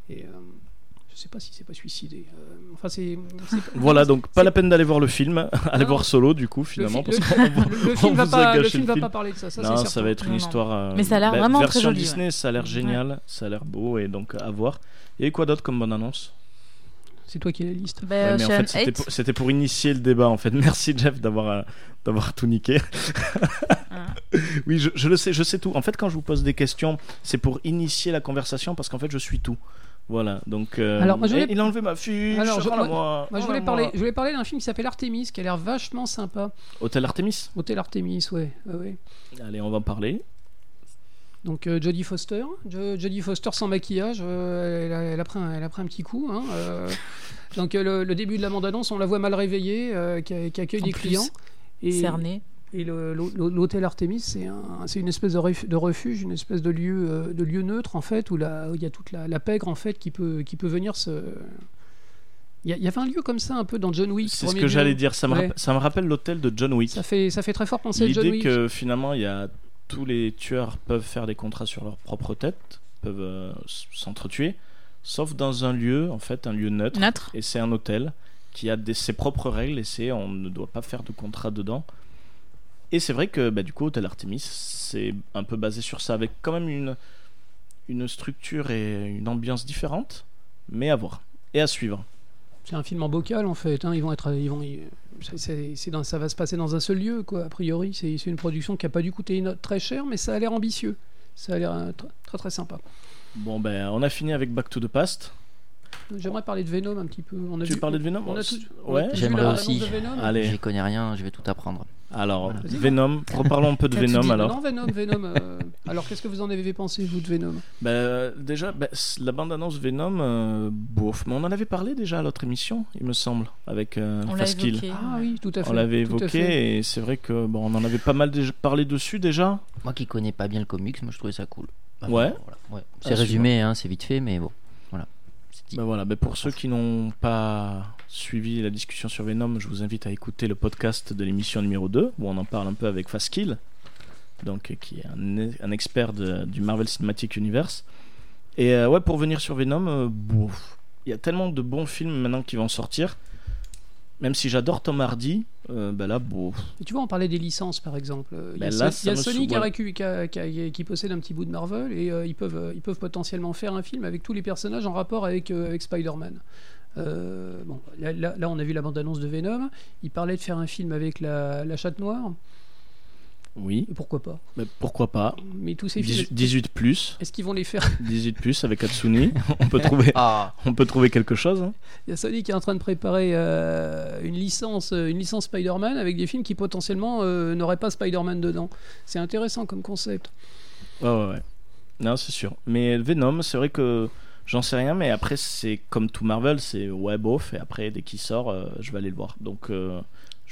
[SPEAKER 8] Et, euh, je sais pas si c'est pas suicidé. Euh, enfin, c'est. c'est pas-
[SPEAKER 6] Voilà, donc pas la peine d'aller voir le film, allez
[SPEAKER 8] Non.
[SPEAKER 6] voir Solo du coup
[SPEAKER 8] Le,
[SPEAKER 6] finalement,
[SPEAKER 8] fi-
[SPEAKER 6] parce
[SPEAKER 8] le-
[SPEAKER 6] qu'on
[SPEAKER 8] le film, va
[SPEAKER 6] vous a
[SPEAKER 8] pas, le
[SPEAKER 6] gâché
[SPEAKER 8] film
[SPEAKER 6] le
[SPEAKER 8] va
[SPEAKER 6] film.
[SPEAKER 8] pas parler de ça. ça
[SPEAKER 6] non,
[SPEAKER 8] c'est
[SPEAKER 6] ça
[SPEAKER 8] certain.
[SPEAKER 6] va être une
[SPEAKER 7] Non, non.
[SPEAKER 6] histoire. euh,
[SPEAKER 7] Mais ça a l'air
[SPEAKER 6] bah,
[SPEAKER 7] vraiment très
[SPEAKER 6] version
[SPEAKER 7] joli, ouais.
[SPEAKER 6] Disney, ça a l'air génial, ça a l'air beau et donc à voir. Il y avait quoi d'autre comme bonne annonce
[SPEAKER 8] C'est toi qui as la liste.
[SPEAKER 6] Ouais,
[SPEAKER 7] Ben,
[SPEAKER 6] mais en
[SPEAKER 7] Ocean
[SPEAKER 6] fait, c'était
[SPEAKER 7] 8.
[SPEAKER 6] pour, c'était pour initier le débat en fait. Merci Jeff d'avoir euh, d'avoir tout niqué.
[SPEAKER 7] Ah.
[SPEAKER 6] oui, je, je le sais, je sais tout. En fait, quand je vous pose des questions, c'est pour initier la conversation parce qu'en fait, je suis tout. Voilà, donc euh,
[SPEAKER 8] Alors, moi, je voulais-
[SPEAKER 6] eh, il a enlevé ma fiche. Oh
[SPEAKER 8] Alors, je-
[SPEAKER 6] voilà,
[SPEAKER 8] moi-
[SPEAKER 6] moi,
[SPEAKER 7] Oh,
[SPEAKER 8] Moi, je
[SPEAKER 6] voilà,
[SPEAKER 8] voulais, parler,
[SPEAKER 6] moi.
[SPEAKER 8] je voulais parler d'un film qui s'appelle Artemis, qui a l'air vachement sympa.
[SPEAKER 6] Hôtel Artemis.
[SPEAKER 8] Hôtel Artemis, ouais. ouais, ouais.
[SPEAKER 6] Allez, on va en parler.
[SPEAKER 8] Donc euh, Jodie Foster, Jo- Jodie Foster sans maquillage, euh, elle, a, elle a pris un, elle a pris un petit coup. hein, euh, donc euh, le, le début de la bande-annonce, on la voit mal réveillée, euh, qui, a- qui accueille
[SPEAKER 7] En
[SPEAKER 8] des
[SPEAKER 7] plus,
[SPEAKER 8] clients. Et,
[SPEAKER 7] Cerné.
[SPEAKER 8] et le- l'hô- l'hôtel Artemis, c'est un- c'est une espèce de, ref- de refuge, une espèce de lieu, euh, de lieu neutre en fait, où la- où il y a toute la, la pègre en fait qui peut, qui peut venir se. Il y, a- il y avait un lieu comme ça un peu dans John Wick.
[SPEAKER 6] C'est ce
[SPEAKER 8] premier
[SPEAKER 6] que
[SPEAKER 8] lieu.
[SPEAKER 6] j'allais dire. Ça me,
[SPEAKER 8] Ouais.
[SPEAKER 6] rappelle- ça me rappelle l'hôtel de John Wick.
[SPEAKER 8] Ça fait, ça fait très fort penser à John
[SPEAKER 6] L'idée
[SPEAKER 8] Wick.
[SPEAKER 6] que finalement, il y a tous les tueurs peuvent faire des contrats sur leur propre tête, peuvent euh, s- s'entretuer, sauf dans un lieu, en fait, un lieu neutre.
[SPEAKER 7] Neutre.
[SPEAKER 6] Et c'est un hôtel qui a des- ses propres règles et c'est on ne doit pas faire de contrat dedans. Et c'est vrai que bah, du coup, Hôtel Artemis, c'est un peu basé sur ça, avec quand même une, une structure et une ambiance différente, mais à voir et à suivre.
[SPEAKER 8] C'est un film en bocal en fait. hein, Ils vont être, ils vont, ils- c'est- c'est- c'est dans- ça va se passer dans un seul lieu quoi. A priori, c'est c'est une production qui a pas dû coûter une- très cher, mais ça a l'air ambitieux. Ça a l'air euh, tr- très très sympa.
[SPEAKER 6] Bon, ben on a fini avec Back to the Past.
[SPEAKER 8] J'aimerais parler de Venom un petit peu. On a
[SPEAKER 6] Tu
[SPEAKER 8] vu-
[SPEAKER 6] parlais de Venom
[SPEAKER 8] on a
[SPEAKER 6] c-
[SPEAKER 8] tous- on a
[SPEAKER 6] Ouais.
[SPEAKER 8] tous vu
[SPEAKER 9] J'aimerais
[SPEAKER 8] la bande-annonce
[SPEAKER 9] aussi.
[SPEAKER 8] de Venom.
[SPEAKER 6] Allez,
[SPEAKER 9] J'y connais rien, je vais tout apprendre.
[SPEAKER 6] alors
[SPEAKER 8] Vas-y.
[SPEAKER 6] Venom, reparlons un peu de
[SPEAKER 8] T'as- tu
[SPEAKER 6] Venom
[SPEAKER 8] dis,
[SPEAKER 6] Ah, alors.
[SPEAKER 8] Non, Venom, Venom. euh, alors qu'est-ce que vous en avez pensé vous de Venom
[SPEAKER 6] Bah, déjà, bah, c- la bande-annonce Venom, euh, bof. Mais on en avait parlé déjà à l'autre émission, il me semble, avec euh,
[SPEAKER 7] On l'a
[SPEAKER 6] Faskill.
[SPEAKER 7] évoqué.
[SPEAKER 8] Ah oui, tout à fait.
[SPEAKER 6] On l'avait
[SPEAKER 8] tout à fait.
[SPEAKER 6] évoqué et c'est vrai que bon, on en avait pas mal déjà parlé dessus déjà.
[SPEAKER 9] Moi qui connais pas bien le comics, moi je trouvais ça cool. Bah,
[SPEAKER 6] Ouais.
[SPEAKER 9] voilà, ouais.
[SPEAKER 6] Ah,
[SPEAKER 9] C'est résumé, hein, c'est vite fait, mais bon. Voilà. C'est dit.
[SPEAKER 6] Bah voilà, bah pour ceux qui n'ont pas suivi la discussion sur Venom, je vous invite à écouter le podcast de l'émission numéro 2 où on en parle un peu avec Faskill, donc euh, qui est un, un expert de- du Marvel Cinematic Universe. Et euh, ouais, pour venir sur Venom, euh, bouf, il y a tellement de bons films maintenant qui vont sortir. Même si j'adore Tom Hardy, euh, bah là, bof.
[SPEAKER 8] Et tu vois, on parlait des licences par exemple. Euh, Il y a,
[SPEAKER 6] Ben là,
[SPEAKER 8] Sony- il y a
[SPEAKER 6] ça me
[SPEAKER 8] Sony qui, a
[SPEAKER 6] sou-
[SPEAKER 8] récu- qui a- qui a- qui possède un petit bout de Marvel et euh, ils, peuvent, euh, ils peuvent potentiellement faire un film avec tous les personnages en rapport avec, euh, avec Spider-Man. Euh, bon, là, là- là, on a vu la bande-annonce de Venom. Il parlait de faire un film avec la, la chatte noire.
[SPEAKER 6] Oui,
[SPEAKER 8] Et pourquoi pas
[SPEAKER 6] bah pourquoi pas.
[SPEAKER 8] Mais tous ces films,
[SPEAKER 6] 18 18 plus,
[SPEAKER 8] est-ce qu'ils vont les faire
[SPEAKER 6] 18 plus avec Hatsune, on peut trouver,
[SPEAKER 9] Ah,
[SPEAKER 6] on peut trouver quelque chose. hein.
[SPEAKER 8] Il y a Sony qui est en train de préparer euh, une licence, euh, une licence Spider-Man avec des films qui potentiellement euh, n'auraient pas Spider-Man dedans. C'est intéressant comme concept.
[SPEAKER 6] Ouais, ouais, ouais. Non, c'est sûr. Mais Venom, c'est vrai que j'en sais rien, mais après, c'est comme tout Marvel, c'est ouais, bof, et après, dès qu'il sort, euh, je vais aller le voir. Donc, euh,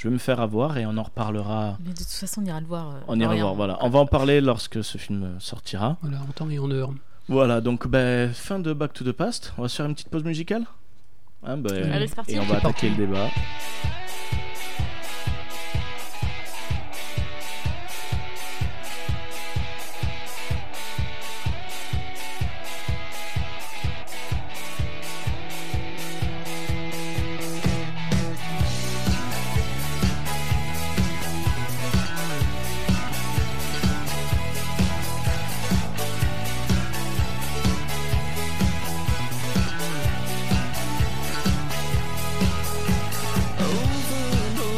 [SPEAKER 6] je vais me faire avoir et on en reparlera.
[SPEAKER 7] Mais de toute façon, on ira le voir. euh,
[SPEAKER 6] On ira
[SPEAKER 7] Dorian.
[SPEAKER 6] voir, voilà. On va en parler lorsque ce film sortira.
[SPEAKER 8] Voilà, en temps et en heure.
[SPEAKER 6] Voilà, donc ben, fin de Back to the Past. On va se faire une petite pause musicale. Hein, ben,
[SPEAKER 7] Allez, c'est parti.
[SPEAKER 6] Et on va
[SPEAKER 7] C'est
[SPEAKER 6] attaquer le débat.
[SPEAKER 4] Over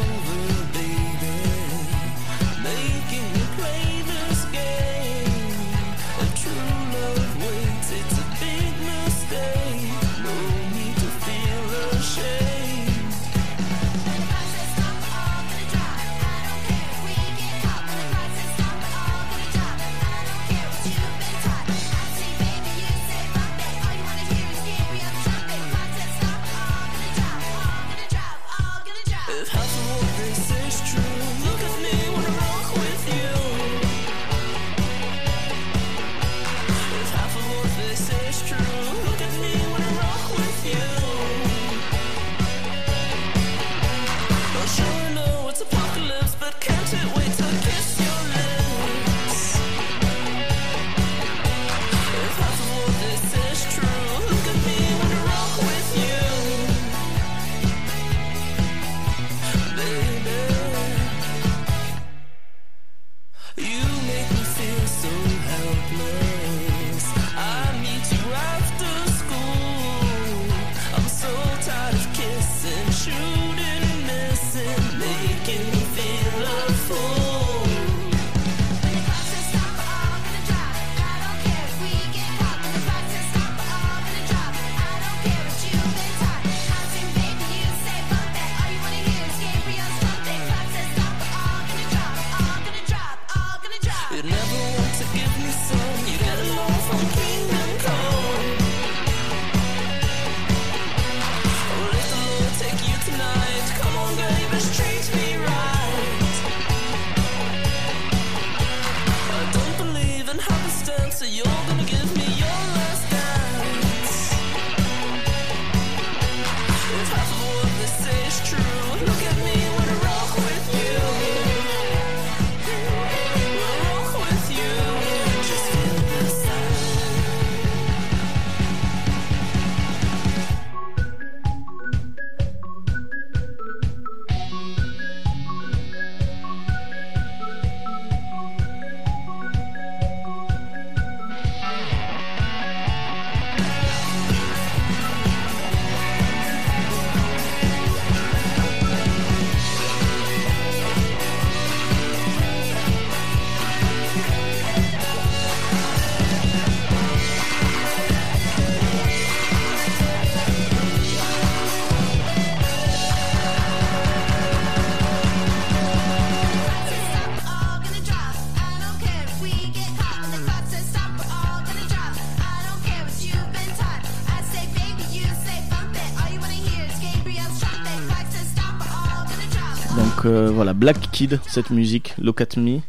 [SPEAKER 4] and over
[SPEAKER 6] Donc euh, voilà, Black Kid, cette musique, Look at Me,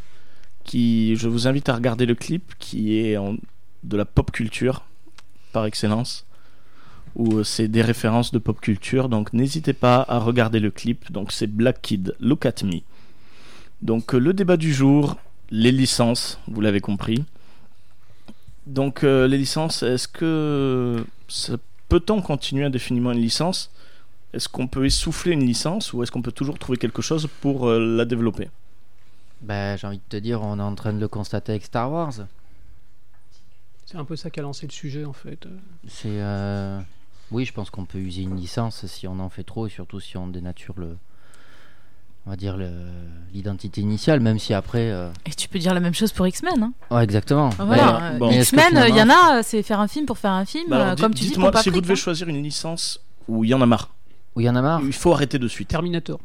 [SPEAKER 6] qui, je vous invite à regarder le clip, qui est en- de la pop culture par excellence, où euh, c'est des références de pop culture. Donc n'hésitez pas à regarder le clip. Donc c'est Black Kid, Look at Me. Donc euh, le débat du jour, les licences, vous l'avez compris. Donc euh, les licences, est-ce que ça- peut-on continuer indéfiniment une licence Est-ce qu'on peut essouffler une licence ou est-ce qu'on peut toujours trouver quelque chose pour euh, la développer
[SPEAKER 9] Bah, j'ai envie de te dire, on est en train de le constater avec Star Wars.
[SPEAKER 8] C'est un peu ça qui a lancé le sujet en fait.
[SPEAKER 9] C'est. euh, Oui, je pense qu'on peut user une licence si on en fait trop et surtout si on dénature le. On va dire le- l'identité initiale, même si après. euh,
[SPEAKER 7] Et tu peux dire la même chose pour X-Men. hein.
[SPEAKER 9] Ouais, exactement.
[SPEAKER 7] Voilà.
[SPEAKER 9] Mais-
[SPEAKER 7] euh,
[SPEAKER 6] bon.
[SPEAKER 9] mais est-ce que
[SPEAKER 7] X-Men, il y en
[SPEAKER 9] finalement-
[SPEAKER 7] a, euh, c'est faire un film pour faire un film,
[SPEAKER 6] Bah alors,
[SPEAKER 7] euh,
[SPEAKER 6] di-
[SPEAKER 7] comme tu dis,
[SPEAKER 6] Dites-moi
[SPEAKER 7] pour pas
[SPEAKER 6] si vous
[SPEAKER 7] fric,
[SPEAKER 6] devez
[SPEAKER 7] hein.
[SPEAKER 6] choisir une licence où il y en a marre.
[SPEAKER 9] Où il y en a marre
[SPEAKER 6] Il faut arrêter de suite.
[SPEAKER 8] Terminator.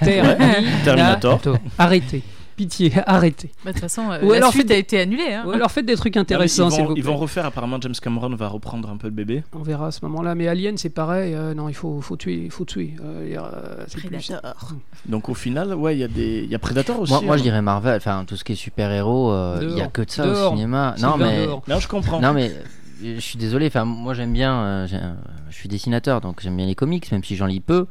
[SPEAKER 6] Terminator.
[SPEAKER 7] Ah,
[SPEAKER 8] Arrêtez. Pitié, arrêtez.
[SPEAKER 7] Bah, De toute façon, euh,
[SPEAKER 8] Ou
[SPEAKER 7] la
[SPEAKER 8] alors
[SPEAKER 7] suite
[SPEAKER 8] faites-
[SPEAKER 7] a été annulée. hein.
[SPEAKER 8] Ou alors faites des trucs
[SPEAKER 6] Ah, mais ils,
[SPEAKER 8] intéressants, s'il
[SPEAKER 6] vont,
[SPEAKER 8] vous
[SPEAKER 6] ils
[SPEAKER 8] plaît.
[SPEAKER 6] vont refaire, apparemment James Cameron va reprendre un peu le bébé.
[SPEAKER 8] On verra à ce moment-là. Mais Alien, c'est pareil. euh, non, il faut, faut tuer, il faut tuer. Euh, il y a- c'est plus-
[SPEAKER 7] Predator.
[SPEAKER 6] Donc au final, ouais, il y a des, il y a Predator aussi.
[SPEAKER 9] Moi, moi, je
[SPEAKER 6] hein.
[SPEAKER 9] dirais Marvel, enfin tout ce qui est super-héros, euh, il y a
[SPEAKER 8] Dehors.
[SPEAKER 9] que de ça
[SPEAKER 8] Dehors.
[SPEAKER 9] au cinéma.
[SPEAKER 8] c'est
[SPEAKER 9] Non
[SPEAKER 8] bien
[SPEAKER 9] mais,
[SPEAKER 8] dehors.
[SPEAKER 6] Non, je comprends.
[SPEAKER 9] non mais, euh, je suis désolé. Enfin, moi j'aime bien, euh, j'ai- euh, je suis dessinateur, donc j'aime bien les comics, même si j'en lis peu.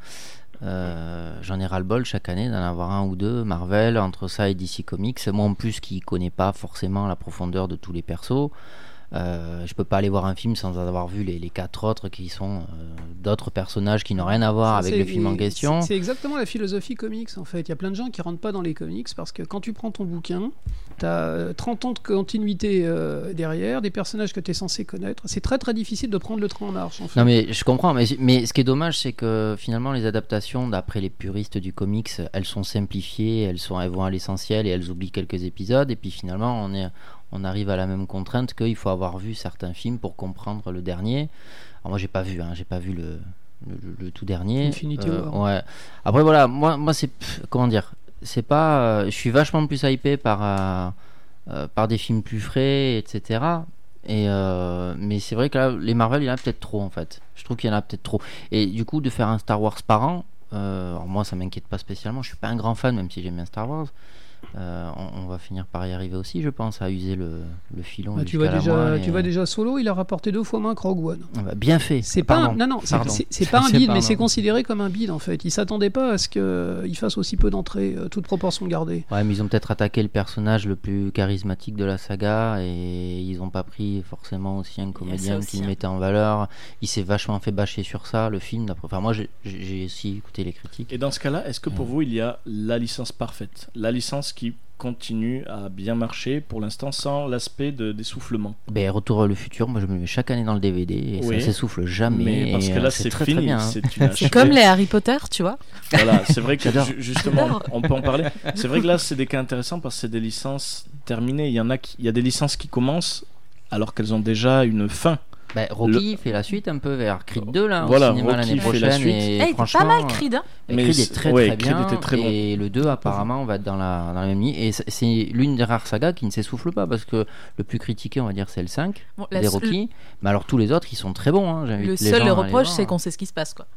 [SPEAKER 9] Euh, j'en ai ras-le-bol chaque année d'en avoir un ou deux. Marvel, entre ça et DC Comics, moi en plus qui connais pas forcément la profondeur de tous les persos. Euh, je peux pas aller voir un film sans avoir vu les, les quatre autres qui sont euh, d'autres personnages qui n'ont rien à voir avec
[SPEAKER 8] C'est-
[SPEAKER 9] le film en
[SPEAKER 8] c'est-
[SPEAKER 9] question.
[SPEAKER 8] C'est exactement la philosophie comics en fait. Il y a plein de gens qui rentrent pas dans les comics parce que quand tu prends ton bouquin, tu as 30 ans de continuité euh, derrière, des personnages que tu es censé connaître. C'est très très difficile de prendre le train en marche en fait.
[SPEAKER 9] Non mais je comprends, mais, mais ce qui est dommage c'est que finalement les adaptations, d'après les puristes du comics, elles sont simplifiées, elles, sont, elles vont à l'essentiel et elles oublient quelques épisodes et puis finalement on, est, on arrive à la même contrainte qu'il faut avoir vu certains films pour comprendre le dernier. Alors moi j'ai pas vu, hein, j'ai pas vu le, le, le- le tout dernier.
[SPEAKER 8] Infinity War.
[SPEAKER 9] ouais. Après voilà, moi, moi c'est... pff, Comment dire C'est pas... euh, je suis vachement plus hypé par... euh, euh, par des films plus frais, etc. Et euh, mais c'est vrai que là, les Marvel, il y en a peut-être trop en fait. Je trouve qu'il y en a peut-être trop. Et du coup, de faire un Star Wars par an, euh, alors moi, ça m'inquiète pas spécialement. Je suis pas un grand fan, même si j'aime bien Star Wars. Euh, on, on va finir par y arriver aussi, je pense, à user le, le filon.
[SPEAKER 8] Bah, tu
[SPEAKER 9] jusqu'à
[SPEAKER 8] vois
[SPEAKER 9] la
[SPEAKER 8] déjà,
[SPEAKER 9] moelle
[SPEAKER 8] tu
[SPEAKER 9] et-
[SPEAKER 8] vois déjà Solo, il a rapporté deux fois moins que Rogue One.
[SPEAKER 9] Ah bah, bien fait.
[SPEAKER 8] C'est pas
[SPEAKER 9] Pardon.
[SPEAKER 8] un, non non c'est-
[SPEAKER 9] Pardon.
[SPEAKER 8] c'est c'est pas un
[SPEAKER 9] C'est
[SPEAKER 8] bid
[SPEAKER 9] pas
[SPEAKER 8] mais
[SPEAKER 9] un-
[SPEAKER 8] c'est considéré comme un bid en fait. Ils s'attendaient pas à ce qu'il fasse aussi peu d'entrées, euh, toute proportion gardée.
[SPEAKER 9] Ouais, mais ils ont peut-être attaqué le personnage le plus charismatique de la saga et ils ont pas pris forcément aussi un comédien
[SPEAKER 7] aussi,
[SPEAKER 9] qui le
[SPEAKER 7] hein.
[SPEAKER 9] mettait en valeur. Il s'est vachement fait bâcher sur ça, le film. d'après- Enfin, moi, j'ai- j'ai j'ai aussi écouté les critiques.
[SPEAKER 6] Et dans ce cas-là, est-ce que pour
[SPEAKER 9] Ouais.
[SPEAKER 6] vous, il y a la licence parfaite La licence qui continue à bien marcher pour l'instant sans l'aspect de d'essoufflement
[SPEAKER 9] Ben, Retour à le futur, moi, je me mets chaque année dans le DVD et
[SPEAKER 6] Oui.
[SPEAKER 9] ça s'essouffle jamais.
[SPEAKER 6] Mais parce
[SPEAKER 9] et,
[SPEAKER 6] que
[SPEAKER 9] euh,
[SPEAKER 6] là, c'est
[SPEAKER 9] très,
[SPEAKER 6] fini.
[SPEAKER 9] très bien. hein.
[SPEAKER 6] c'est une
[SPEAKER 7] C'est
[SPEAKER 6] acheté.
[SPEAKER 7] comme les Harry Potter, tu vois.
[SPEAKER 6] Voilà, c'est vrai que
[SPEAKER 9] J'adore.
[SPEAKER 6] ju- justement,
[SPEAKER 7] J'adore.
[SPEAKER 6] on peut en parler. C'est vrai que là, c'est des cas intéressants parce que c'est des licences terminées. Il y en a, qui- il y a des licences qui commencent alors qu'elles ont déjà une fin.
[SPEAKER 9] Ben, Rocky fait la suite un peu vers Creed 2 là,
[SPEAKER 6] Voilà,
[SPEAKER 9] au cinéma
[SPEAKER 6] Rocky
[SPEAKER 9] l'année
[SPEAKER 6] fait la
[SPEAKER 9] prochaine.
[SPEAKER 6] suite.
[SPEAKER 9] Et
[SPEAKER 7] Eh, il était
[SPEAKER 9] franchement,
[SPEAKER 7] pas mal Creed. hein.
[SPEAKER 9] Et
[SPEAKER 6] Mais
[SPEAKER 9] Creed
[SPEAKER 6] c'est-
[SPEAKER 9] est très
[SPEAKER 6] ouais,
[SPEAKER 9] très
[SPEAKER 6] Creed
[SPEAKER 9] bien.
[SPEAKER 6] était très bon.
[SPEAKER 9] Et le 2, apparemment, on va être dans la, dans la même ligne. Et c'est- c'est l'une des rares sagas qui ne s'essouffle pas parce que le plus critiqué, on va dire, c'est le 5,
[SPEAKER 7] Bon, la-
[SPEAKER 9] les Rocky. Mais alors tous les autres, ils sont très bons. Hein.
[SPEAKER 7] le-
[SPEAKER 9] J'invite
[SPEAKER 7] le
[SPEAKER 9] les
[SPEAKER 7] seul
[SPEAKER 9] gens à aller
[SPEAKER 7] reproche,
[SPEAKER 9] voir.
[SPEAKER 7] c'est qu'on sait ce qui se passe, quoi.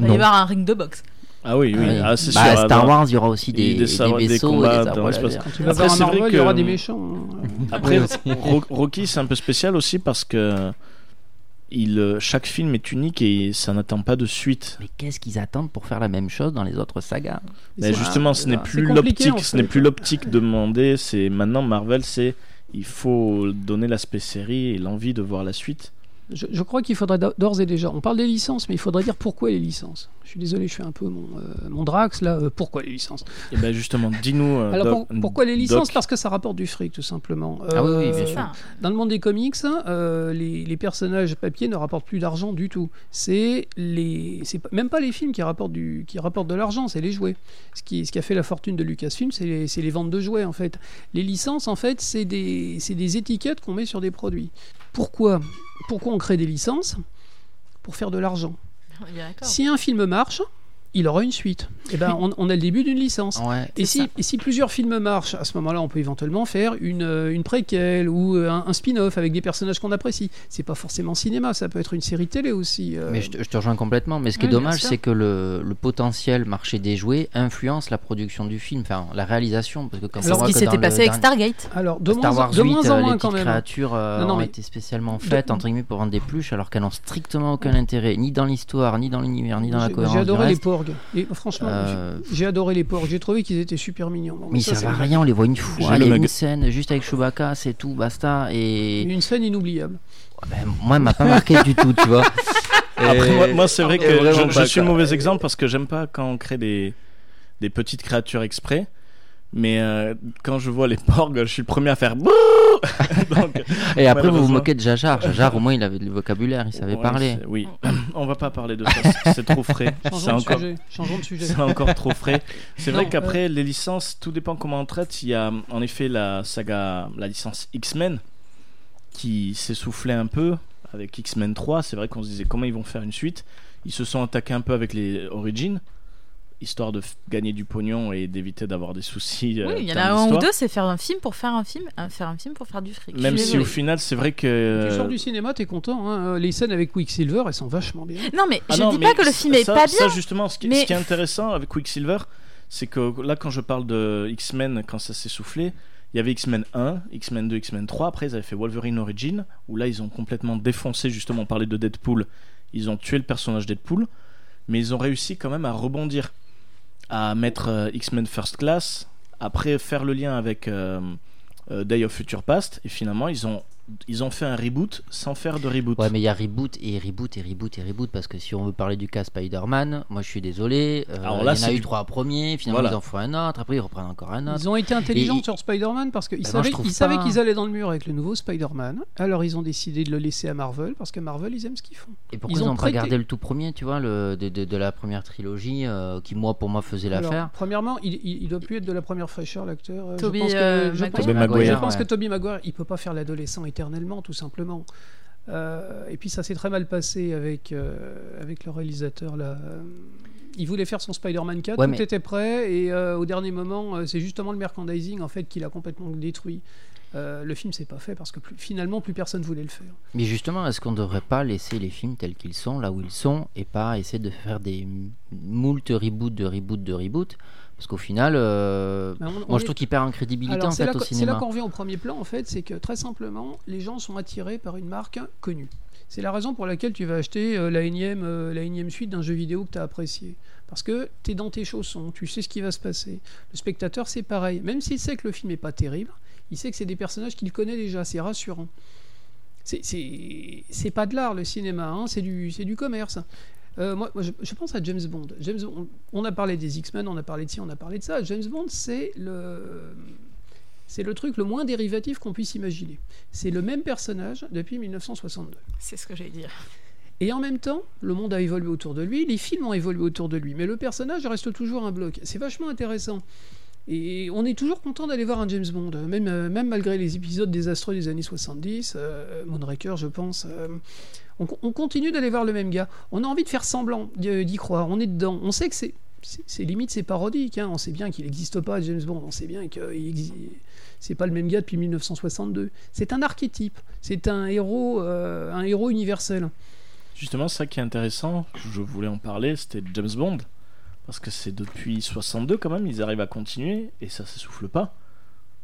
[SPEAKER 7] Il va y
[SPEAKER 9] Non.
[SPEAKER 7] avoir un ring de boxe.
[SPEAKER 6] Ah oui, oui,
[SPEAKER 9] Ouais.
[SPEAKER 6] ah, c'est
[SPEAKER 9] Bah,
[SPEAKER 6] sûr.
[SPEAKER 9] Star
[SPEAKER 6] ah,
[SPEAKER 9] Wars, il y aura aussi
[SPEAKER 6] Et
[SPEAKER 9] des,
[SPEAKER 6] des
[SPEAKER 9] des
[SPEAKER 6] sabres- des
[SPEAKER 9] vaisseaux,
[SPEAKER 6] combats
[SPEAKER 9] des
[SPEAKER 6] dans
[SPEAKER 9] sabres
[SPEAKER 6] l'espace.
[SPEAKER 9] laser.
[SPEAKER 8] Quand tu vas
[SPEAKER 6] Après,
[SPEAKER 8] voir un
[SPEAKER 6] c'est vrai
[SPEAKER 8] Marvel, il y aura
[SPEAKER 6] que- euh,
[SPEAKER 8] des méchants. hein.
[SPEAKER 6] Après,
[SPEAKER 9] Oui, aussi.
[SPEAKER 6] Ro- Rocky, c'est un peu spécial aussi parce que il, euh, chaque film est unique et ça n'attend pas de suite.
[SPEAKER 9] Mais qu'est-ce qu'ils attendent pour faire la même chose dans les autres sagas
[SPEAKER 6] Mais
[SPEAKER 8] C'est-
[SPEAKER 6] justement, ce n'est
[SPEAKER 8] c'est
[SPEAKER 6] plus
[SPEAKER 8] compliqué,
[SPEAKER 6] l'optique,
[SPEAKER 8] en
[SPEAKER 6] ce n'est
[SPEAKER 8] fait.
[SPEAKER 6] plus l'optique demandée. C'est maintenant Marvel, c'est il faut donner l'aspect série et l'envie de voir la suite.
[SPEAKER 8] Je, je crois qu'il faudrait d'o- d'ores et déjà. On parle des licences, mais il faudrait dire pourquoi les licences. Je suis désolé, je fais un peu mon, euh, mon Drax là. euh, pourquoi les licences
[SPEAKER 6] Et ben justement, dis-nous. euh,
[SPEAKER 8] Alors
[SPEAKER 6] Doc-
[SPEAKER 8] pour- pourquoi les licences
[SPEAKER 6] Doc,
[SPEAKER 8] Parce que ça rapporte du fric, tout simplement.
[SPEAKER 9] Ah oui, oui,
[SPEAKER 8] Euh,
[SPEAKER 9] bien
[SPEAKER 7] C'est
[SPEAKER 9] sûr.
[SPEAKER 7] ça.
[SPEAKER 8] Dans le monde des comics, euh, les, les personnages papier ne rapportent plus d'argent du tout. C'est les, c'est pas- même pas les films qui rapportent du, qui rapportent de l'argent, c'est les jouets. Ce qui, ce qui a fait la fortune de Lucasfilm, c'est les, c'est les ventes de jouets en fait. Les licences en fait, c'est des, c'est des étiquettes qu'on met sur des produits. Pourquoi, pourquoi on crée des licences Pour faire de l'argent.
[SPEAKER 7] On est bien d'accord.
[SPEAKER 8] Si un film marche, il aura une suite. Et ben, on, on a le début d'une licence.
[SPEAKER 9] Ouais.
[SPEAKER 10] C'est
[SPEAKER 8] Et si,
[SPEAKER 10] ça.
[SPEAKER 8] et si plusieurs films marchent, à ce moment-là, on peut éventuellement faire une, euh, une préquelle ou euh, un, un spin-off avec des personnages qu'on apprécie. C'est pas forcément cinéma, ça peut être une série télé aussi. euh.
[SPEAKER 9] Mais je te, je te rejoins complètement. Mais ce qui
[SPEAKER 8] ouais,
[SPEAKER 9] est
[SPEAKER 8] bien
[SPEAKER 9] dommage,
[SPEAKER 8] sûr.
[SPEAKER 9] c'est que le, le potentiel marché des jouets influence la production du film, enfin la réalisation. Parce que quand on
[SPEAKER 7] C'est ce
[SPEAKER 9] voit
[SPEAKER 7] qui
[SPEAKER 9] que
[SPEAKER 7] s'était
[SPEAKER 9] dans
[SPEAKER 7] passé
[SPEAKER 9] le,
[SPEAKER 7] avec
[SPEAKER 9] dans-
[SPEAKER 7] Stargate.
[SPEAKER 8] Alors, de,
[SPEAKER 9] Star
[SPEAKER 8] moins,
[SPEAKER 9] Wars
[SPEAKER 8] de
[SPEAKER 9] 8,
[SPEAKER 8] moins
[SPEAKER 9] euh,
[SPEAKER 8] en
[SPEAKER 9] les
[SPEAKER 8] moins quand
[SPEAKER 9] petites
[SPEAKER 8] même. hein.
[SPEAKER 9] créatures euh,
[SPEAKER 8] Non, non,
[SPEAKER 9] ont
[SPEAKER 8] mais-
[SPEAKER 9] été spécialement faites entre guillemets pour vendre des peluches alors qu'elles n'ont strictement aucun intérêt ni dans l'histoire ni dans l'univers ni dans la
[SPEAKER 8] J'ai-
[SPEAKER 9] cohérence
[SPEAKER 8] J'ai
[SPEAKER 9] du
[SPEAKER 8] adoré les
[SPEAKER 9] reste.
[SPEAKER 8] porgs. Et franchement,
[SPEAKER 9] Euh,
[SPEAKER 8] j'ai j'ai adoré les porgs. J'ai trouvé qu'ils étaient super mignons. Bon,
[SPEAKER 9] mais ils
[SPEAKER 8] ça,
[SPEAKER 9] servent à
[SPEAKER 8] c'est-
[SPEAKER 9] rien, on les voit une
[SPEAKER 6] J'ai
[SPEAKER 9] fois, il
[SPEAKER 6] le
[SPEAKER 9] y a
[SPEAKER 6] mag-
[SPEAKER 9] une scène juste avec Chewbacca, c'est tout, basta. Et
[SPEAKER 8] Une scène inoubliable.
[SPEAKER 9] ben, moi, elle m'a pas marqué du tout, tu vois.
[SPEAKER 6] Après,
[SPEAKER 9] Et-
[SPEAKER 6] moi, moi, c'est vrai
[SPEAKER 9] et
[SPEAKER 6] que
[SPEAKER 9] Ah, vraiment
[SPEAKER 6] je, je
[SPEAKER 9] pas,
[SPEAKER 6] suis le
[SPEAKER 9] quoi.
[SPEAKER 6] mauvais exemple parce que j'aime pas quand on crée des, des petites créatures exprès. Mais euh, quand je vois les porgs, je suis le premier à faire brrr. Donc,
[SPEAKER 9] Et après, vous vous
[SPEAKER 6] Malheureusement.
[SPEAKER 9] moquez de Jajar. Jajar, au moins, il avait le vocabulaire, il savait
[SPEAKER 6] ouais,
[SPEAKER 9] parler.
[SPEAKER 6] c'est- Oui, on va pas parler de ça, c'est- c'est trop frais. C'est
[SPEAKER 8] Changeons de,
[SPEAKER 6] encore,
[SPEAKER 8] sujet. Changeons de sujet.
[SPEAKER 6] c'est encore trop frais. C'est
[SPEAKER 8] Non,
[SPEAKER 6] vrai qu'après, les licences, tout dépend comment on traite. Il y a en effet la saga, la licence X-Men qui s'essoufflait un peu avec X-Men 3. C'est vrai qu'on se disait comment ils vont faire une suite. Ils se sont attaqués un peu avec les Origins, histoire de f- gagner du pognon et d'éviter d'avoir des soucis. euh,
[SPEAKER 7] Oui, il y en
[SPEAKER 6] dans
[SPEAKER 7] a un ou
[SPEAKER 6] l'histoire.
[SPEAKER 7] deux, c'est faire un film pour faire un film, un- faire un film pour faire du fric.
[SPEAKER 6] Même
[SPEAKER 7] Je suis
[SPEAKER 6] si au
[SPEAKER 7] désolée.
[SPEAKER 6] final, c'est vrai
[SPEAKER 8] Tu
[SPEAKER 9] euh,
[SPEAKER 8] sors
[SPEAKER 6] que.
[SPEAKER 8] du cinéma, t'es content. hein. Les scènes avec Quicksilver, elles sont vachement bien.
[SPEAKER 7] Non, mais
[SPEAKER 6] Ah
[SPEAKER 7] je
[SPEAKER 6] non,
[SPEAKER 7] dis
[SPEAKER 6] mais
[SPEAKER 7] pas que le film est
[SPEAKER 6] ça-
[SPEAKER 7] pas
[SPEAKER 6] ça,
[SPEAKER 7] bien.
[SPEAKER 6] justement, ce qui,
[SPEAKER 7] mais-
[SPEAKER 6] ce qui est intéressant avec Quicksilver, c'est que là, quand je parle de X-Men, quand ça s'est soufflé, il y avait X-Men 1, X-Men 2, X-Men 3. Après, ils avaient fait Wolverine Origin, où là, ils ont complètement défoncé, justement, on parlait de Deadpool. Ils ont tué le personnage Deadpool, mais ils ont réussi quand même à rebondir, à mettre euh, X-Men First Class, après faire le lien avec euh, euh, Day of Future Past, et finalement, ils ont, ils ont fait un reboot sans faire de reboot.
[SPEAKER 9] Ouais, mais il y a reboot et reboot et reboot et reboot parce que si on veut parler du cas Spider-Man, moi je suis désolé. euh,
[SPEAKER 6] Alors là,
[SPEAKER 9] il y en
[SPEAKER 6] c'est
[SPEAKER 9] a eu
[SPEAKER 6] du-
[SPEAKER 9] trois premiers, finalement
[SPEAKER 6] Voilà.
[SPEAKER 9] ils en font un autre, après ils reprennent encore un autre.
[SPEAKER 8] Ils ont été intelligents
[SPEAKER 9] Et-
[SPEAKER 8] sur Spider-Man parce qu'ils
[SPEAKER 9] Bah non,
[SPEAKER 8] savaient
[SPEAKER 9] je trouve
[SPEAKER 8] ils savaient
[SPEAKER 9] pas.
[SPEAKER 8] qu'ils allaient dans le mur avec le nouveau Spider-Man. Alors ils ont décidé de le laisser à Marvel parce que Marvel, ils aiment ce qu'ils font.
[SPEAKER 9] Et pourquoi
[SPEAKER 8] ils
[SPEAKER 9] ils
[SPEAKER 8] ont
[SPEAKER 9] n'ont pas
[SPEAKER 8] prêté-
[SPEAKER 9] gardé le tout premier, tu vois, le, de, de- de la première trilogie euh, qui, moi, pour moi, faisait
[SPEAKER 8] Alors,
[SPEAKER 9] l'affaire
[SPEAKER 8] premièrement, il, il, il doit plus être de la première fraîcheur, l'acteur. Euh,
[SPEAKER 7] Toby,
[SPEAKER 8] je pense que,
[SPEAKER 7] euh,
[SPEAKER 8] je
[SPEAKER 7] Maguire.
[SPEAKER 8] pense-
[SPEAKER 6] Tobey Maguire,
[SPEAKER 8] je pense
[SPEAKER 9] ouais.
[SPEAKER 8] que Toby Maguire, il peut pas faire l'adolescent éternellement, tout simplement. Euh, et puis ça s'est très mal passé avec, euh, avec le réalisateur. Là. Euh, Il voulait faire son Spider-Man 4,
[SPEAKER 9] Ouais,
[SPEAKER 8] tout
[SPEAKER 9] mais-
[SPEAKER 8] était prêt, et euh, au dernier moment, euh, c'est justement le merchandising en fait qui l'a complètement détruit. Euh, le film s'est pas fait parce que plus- finalement plus personne voulait le faire.
[SPEAKER 9] Mais justement, est-ce qu'on ne devrait pas laisser les films tels qu'ils sont, là où ils sont, et pas essayer de faire des m- moult reboots de reboots de reboots Parce qu'au final, euh,
[SPEAKER 8] Mais on- on
[SPEAKER 9] moi
[SPEAKER 8] est-
[SPEAKER 9] je trouve qu'il perd en crédibilité
[SPEAKER 8] Alors,
[SPEAKER 9] en
[SPEAKER 8] c'est
[SPEAKER 9] fait
[SPEAKER 8] là
[SPEAKER 9] au
[SPEAKER 8] qu'- c'est là
[SPEAKER 9] cinéma.
[SPEAKER 8] qu'on revient au premier plan, en fait, c'est que très simplement, les gens sont attirés par une marque connue. C'est la raison pour laquelle tu vas acheter euh, la, énième, euh, la énième suite d'un jeu vidéo que tu as apprécié. Parce que tu es dans tes chaussons, tu sais ce qui va se passer. Le spectateur, c'est pareil. Même s'il sait que le film est pas terrible, il sait que c'est des personnages qu'il connaît déjà, c'est rassurant. C'est- C'est c'est pas de l'art le cinéma, hein, c'est du, c'est du commerce. Euh, moi, moi, je, je pense à James Bond. James, on, on a parlé des X-Men, on a parlé de ci, on a parlé de ça. James Bond, c'est le, c'est le truc le moins dérivatif qu'on puisse imaginer. C'est le même personnage depuis 1962.
[SPEAKER 7] C'est ce que j'allais dire.
[SPEAKER 8] Et en même temps, le monde a évolué autour de lui, les films ont évolué autour de lui, mais le personnage reste toujours un bloc. C'est vachement intéressant. Et on est toujours content d'aller voir un James Bond, même, euh, même malgré les épisodes désastreux des années 70, euh, Moonraker, je pense. euh, on, co- on continue d'aller voir le même gars. On a envie de faire semblant d'y d'y croire, on est dedans. On sait que c'est. C'est c'est limite, c'est parodique. hein. On sait bien qu'il n'existe pas, James Bond. On sait bien que euh, c'est pas le même gars depuis 1962. C'est un archétype. C'est un héros, euh, un héros universel.
[SPEAKER 6] Justement, ça qui est intéressant, je voulais en parler, c'était James Bond. Parce que c'est depuis 62 quand même, ils arrivent à continuer et ça s'essouffle pas.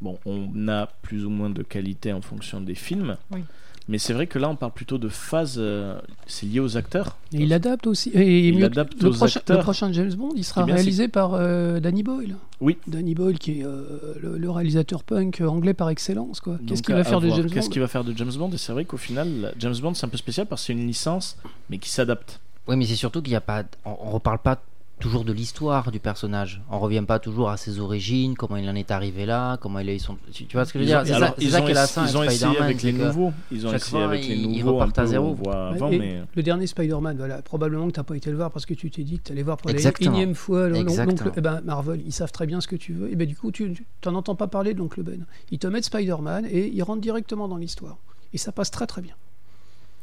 [SPEAKER 6] Bon, on a plus ou moins de qualité en fonction des films.
[SPEAKER 7] Oui.
[SPEAKER 6] Mais c'est vrai que là, on parle plutôt de phase. euh, c'est lié aux acteurs.
[SPEAKER 8] Et il adapte aussi. Et
[SPEAKER 6] Il
[SPEAKER 8] mieux-
[SPEAKER 6] adapte
[SPEAKER 8] le,
[SPEAKER 6] aux
[SPEAKER 8] prochain,
[SPEAKER 6] acteurs.
[SPEAKER 8] le prochain James Bond, il sera
[SPEAKER 6] Eh bien,
[SPEAKER 8] réalisé par euh, Danny Boyle.
[SPEAKER 6] Oui.
[SPEAKER 8] Danny Boyle, qui est euh, le, le réalisateur punk euh, anglais par excellence. quoi. Qu'est-ce
[SPEAKER 6] Donc,
[SPEAKER 8] qu'il
[SPEAKER 6] à-
[SPEAKER 8] va
[SPEAKER 6] à
[SPEAKER 8] faire de
[SPEAKER 6] voir.
[SPEAKER 8] James
[SPEAKER 6] Qu'est-ce
[SPEAKER 8] Bond
[SPEAKER 6] qu'il va faire de James Bond Et c'est vrai qu'au final, la- James Bond, c'est un peu spécial parce que c'est une licence, mais qui s'adapte.
[SPEAKER 9] Oui, mais c'est surtout qu'il n'y a pas. On, on reparle pas toujours de l'histoire du personnage. On revient pas toujours à ses origines, comment il en est arrivé là, comment il a eu son. Tu tu vois ce que je veux
[SPEAKER 6] Ils ont-
[SPEAKER 9] dire C'est ça,
[SPEAKER 6] alors,
[SPEAKER 9] c'est
[SPEAKER 6] ils
[SPEAKER 9] ça
[SPEAKER 6] ont
[SPEAKER 9] qui est la
[SPEAKER 6] essa-
[SPEAKER 9] fin
[SPEAKER 6] Ils ont essayé avec les
[SPEAKER 9] nouveaux
[SPEAKER 6] nouveaux. Ils ont
[SPEAKER 9] chaque
[SPEAKER 6] essayé
[SPEAKER 9] fois,
[SPEAKER 6] avec les
[SPEAKER 9] ils- ils
[SPEAKER 6] nouveaux. un
[SPEAKER 9] repartent à
[SPEAKER 6] peu,
[SPEAKER 9] zéro.
[SPEAKER 6] on voit
[SPEAKER 8] Ouais,
[SPEAKER 6] avant,
[SPEAKER 8] et
[SPEAKER 6] mais. euh.
[SPEAKER 8] Le dernier Spider-Man, voilà, probablement que tu n'as pas été le voir parce que tu t'es dit que tu allais voir pour la
[SPEAKER 9] Exactement.
[SPEAKER 8] énième fois. le- l'oncle-
[SPEAKER 9] Exactement.
[SPEAKER 8] eh ben, Marvel, ils savent très bien ce que tu veux. Et ben, du coup, tu n'en entends pas parler de l'oncle Ben. Ils te mettent Spider-Man et ils rentrent directement dans l'histoire. Et ça passe très très bien.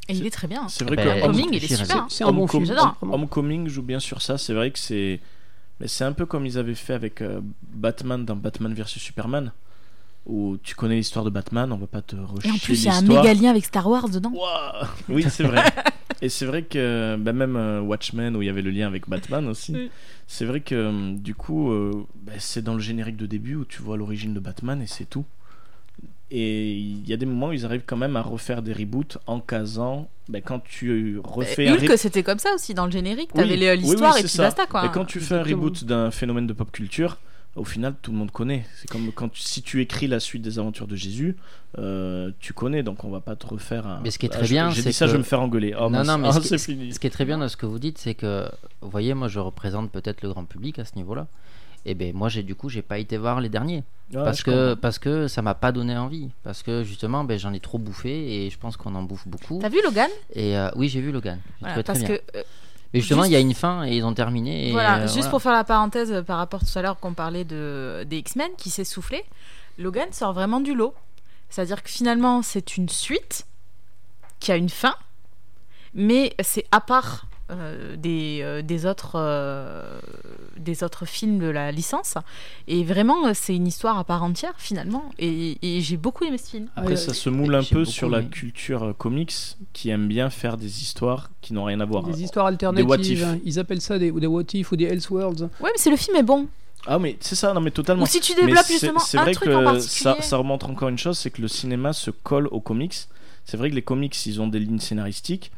[SPEAKER 7] Et il est très bien.
[SPEAKER 6] C'est vrai
[SPEAKER 9] Bah,
[SPEAKER 6] que
[SPEAKER 7] Homecoming,
[SPEAKER 9] Home-
[SPEAKER 7] il est super. hein.
[SPEAKER 8] C'est un bon
[SPEAKER 6] Homecoming,
[SPEAKER 8] film.
[SPEAKER 7] j'adore.
[SPEAKER 8] vraiment.
[SPEAKER 6] Homecoming joue bien sur ça. C'est vrai que c'est. Mais c'est un peu comme ils avaient fait avec euh, Batman dans Batman vs Superman, où tu connais l'histoire de Batman, on va pas te rechier
[SPEAKER 7] Et en plus, il y a un
[SPEAKER 6] l'histoire.
[SPEAKER 7] méga lien avec Star Wars dedans.
[SPEAKER 6] Ouah Oui, c'est vrai. Et c'est vrai que bah, même euh, Watchmen, où il y avait le lien avec Batman aussi,
[SPEAKER 7] Oui.
[SPEAKER 6] c'est vrai que euh, du coup, euh, bah, c'est dans le générique de début où tu vois l'origine de Batman et c'est tout. Et il y a des moments où ils arrivent quand même à refaire des reboots en casant. bah, quand tu refais un
[SPEAKER 7] Hulk, c'était comme ça aussi dans le générique. T'avais
[SPEAKER 6] Oui,
[SPEAKER 7] les-
[SPEAKER 6] oui,
[SPEAKER 7] l'histoire
[SPEAKER 6] oui,
[SPEAKER 7] et
[SPEAKER 6] c'est
[SPEAKER 7] puis
[SPEAKER 6] ça.
[SPEAKER 7] basta quoi.
[SPEAKER 6] Et quand tu fais un
[SPEAKER 8] Exactement.
[SPEAKER 6] reboot d'un phénomène de pop culture, au final, tout le monde connaît. C'est comme quand tu- si tu écris la suite des aventures de Jésus, euh, tu connais, donc on va pas te refaire un.
[SPEAKER 9] Mais ce qui est
[SPEAKER 6] Ah,
[SPEAKER 9] très
[SPEAKER 6] je-
[SPEAKER 9] bien,
[SPEAKER 6] j'ai
[SPEAKER 9] c'est
[SPEAKER 6] dit ça, je
[SPEAKER 9] que-
[SPEAKER 6] vais me faire engueuler. Oh,
[SPEAKER 9] Non,
[SPEAKER 6] mince.
[SPEAKER 9] non, mais
[SPEAKER 6] Ah,
[SPEAKER 9] ce qui-
[SPEAKER 6] c'est fini.
[SPEAKER 9] Ce qui est très bien dans ce que vous dites, c'est que, vous voyez, moi je représente peut-être le grand public à ce niveau-là. Et ben moi, j'ai du coup, j'ai pas été voir les derniers.
[SPEAKER 6] Ah,
[SPEAKER 9] parce,
[SPEAKER 6] je
[SPEAKER 9] que,
[SPEAKER 6] comprends.
[SPEAKER 9] parce que ça m'a pas donné envie. Parce que justement, ben, j'en ai trop bouffé et je pense qu'on en bouffe beaucoup.
[SPEAKER 7] T'as vu Logan
[SPEAKER 9] Et euh, oui, j'ai vu Logan. J'ai
[SPEAKER 7] Voilà,
[SPEAKER 9] trouvé très
[SPEAKER 7] Parce
[SPEAKER 9] bien.
[SPEAKER 7] que euh,
[SPEAKER 9] Mais justement, il
[SPEAKER 7] juste-
[SPEAKER 9] y a une fin et ils ont terminé. et,
[SPEAKER 7] voilà,
[SPEAKER 9] euh,
[SPEAKER 7] juste
[SPEAKER 9] voilà.
[SPEAKER 7] pour faire la parenthèse euh, par rapport tout à l'heure qu'on parlait de, des X-Men qui s'est soufflé, Logan sort vraiment du lot. C'est-à-dire que finalement, c'est une suite qui a une fin, mais c'est à part euh, des, euh, des, autres, euh, des autres films de la licence. Et vraiment, euh, c'est une histoire à part entière finalement. Et, et j'ai beaucoup aimé ce film.
[SPEAKER 6] Après,
[SPEAKER 8] Ouais,
[SPEAKER 6] ça se moule un
[SPEAKER 9] J'ai
[SPEAKER 6] peu
[SPEAKER 9] beaucoup
[SPEAKER 6] sur la
[SPEAKER 9] aimé.
[SPEAKER 6] culture euh, comics qui aime bien faire des histoires qui n'ont rien à voir. euh,
[SPEAKER 8] Des histoires
[SPEAKER 6] what if.
[SPEAKER 8] alternatives. hein. Ils appellent ça des, ou des what if ou des Elseworlds.
[SPEAKER 7] Ouais, mais c'est le film est bon.
[SPEAKER 6] Ah, mais c'est ça, non, mais totalement.
[SPEAKER 7] Ou si tu
[SPEAKER 6] Mais
[SPEAKER 7] développes
[SPEAKER 6] c'est-
[SPEAKER 7] justement
[SPEAKER 6] c'est
[SPEAKER 7] un
[SPEAKER 6] vrai
[SPEAKER 7] truc
[SPEAKER 6] que
[SPEAKER 7] en particulier.
[SPEAKER 6] ça, ça remontre encore une chose, c'est que le cinéma se colle aux comics. C'est vrai que les comics, ils ont des lignes scénaristiques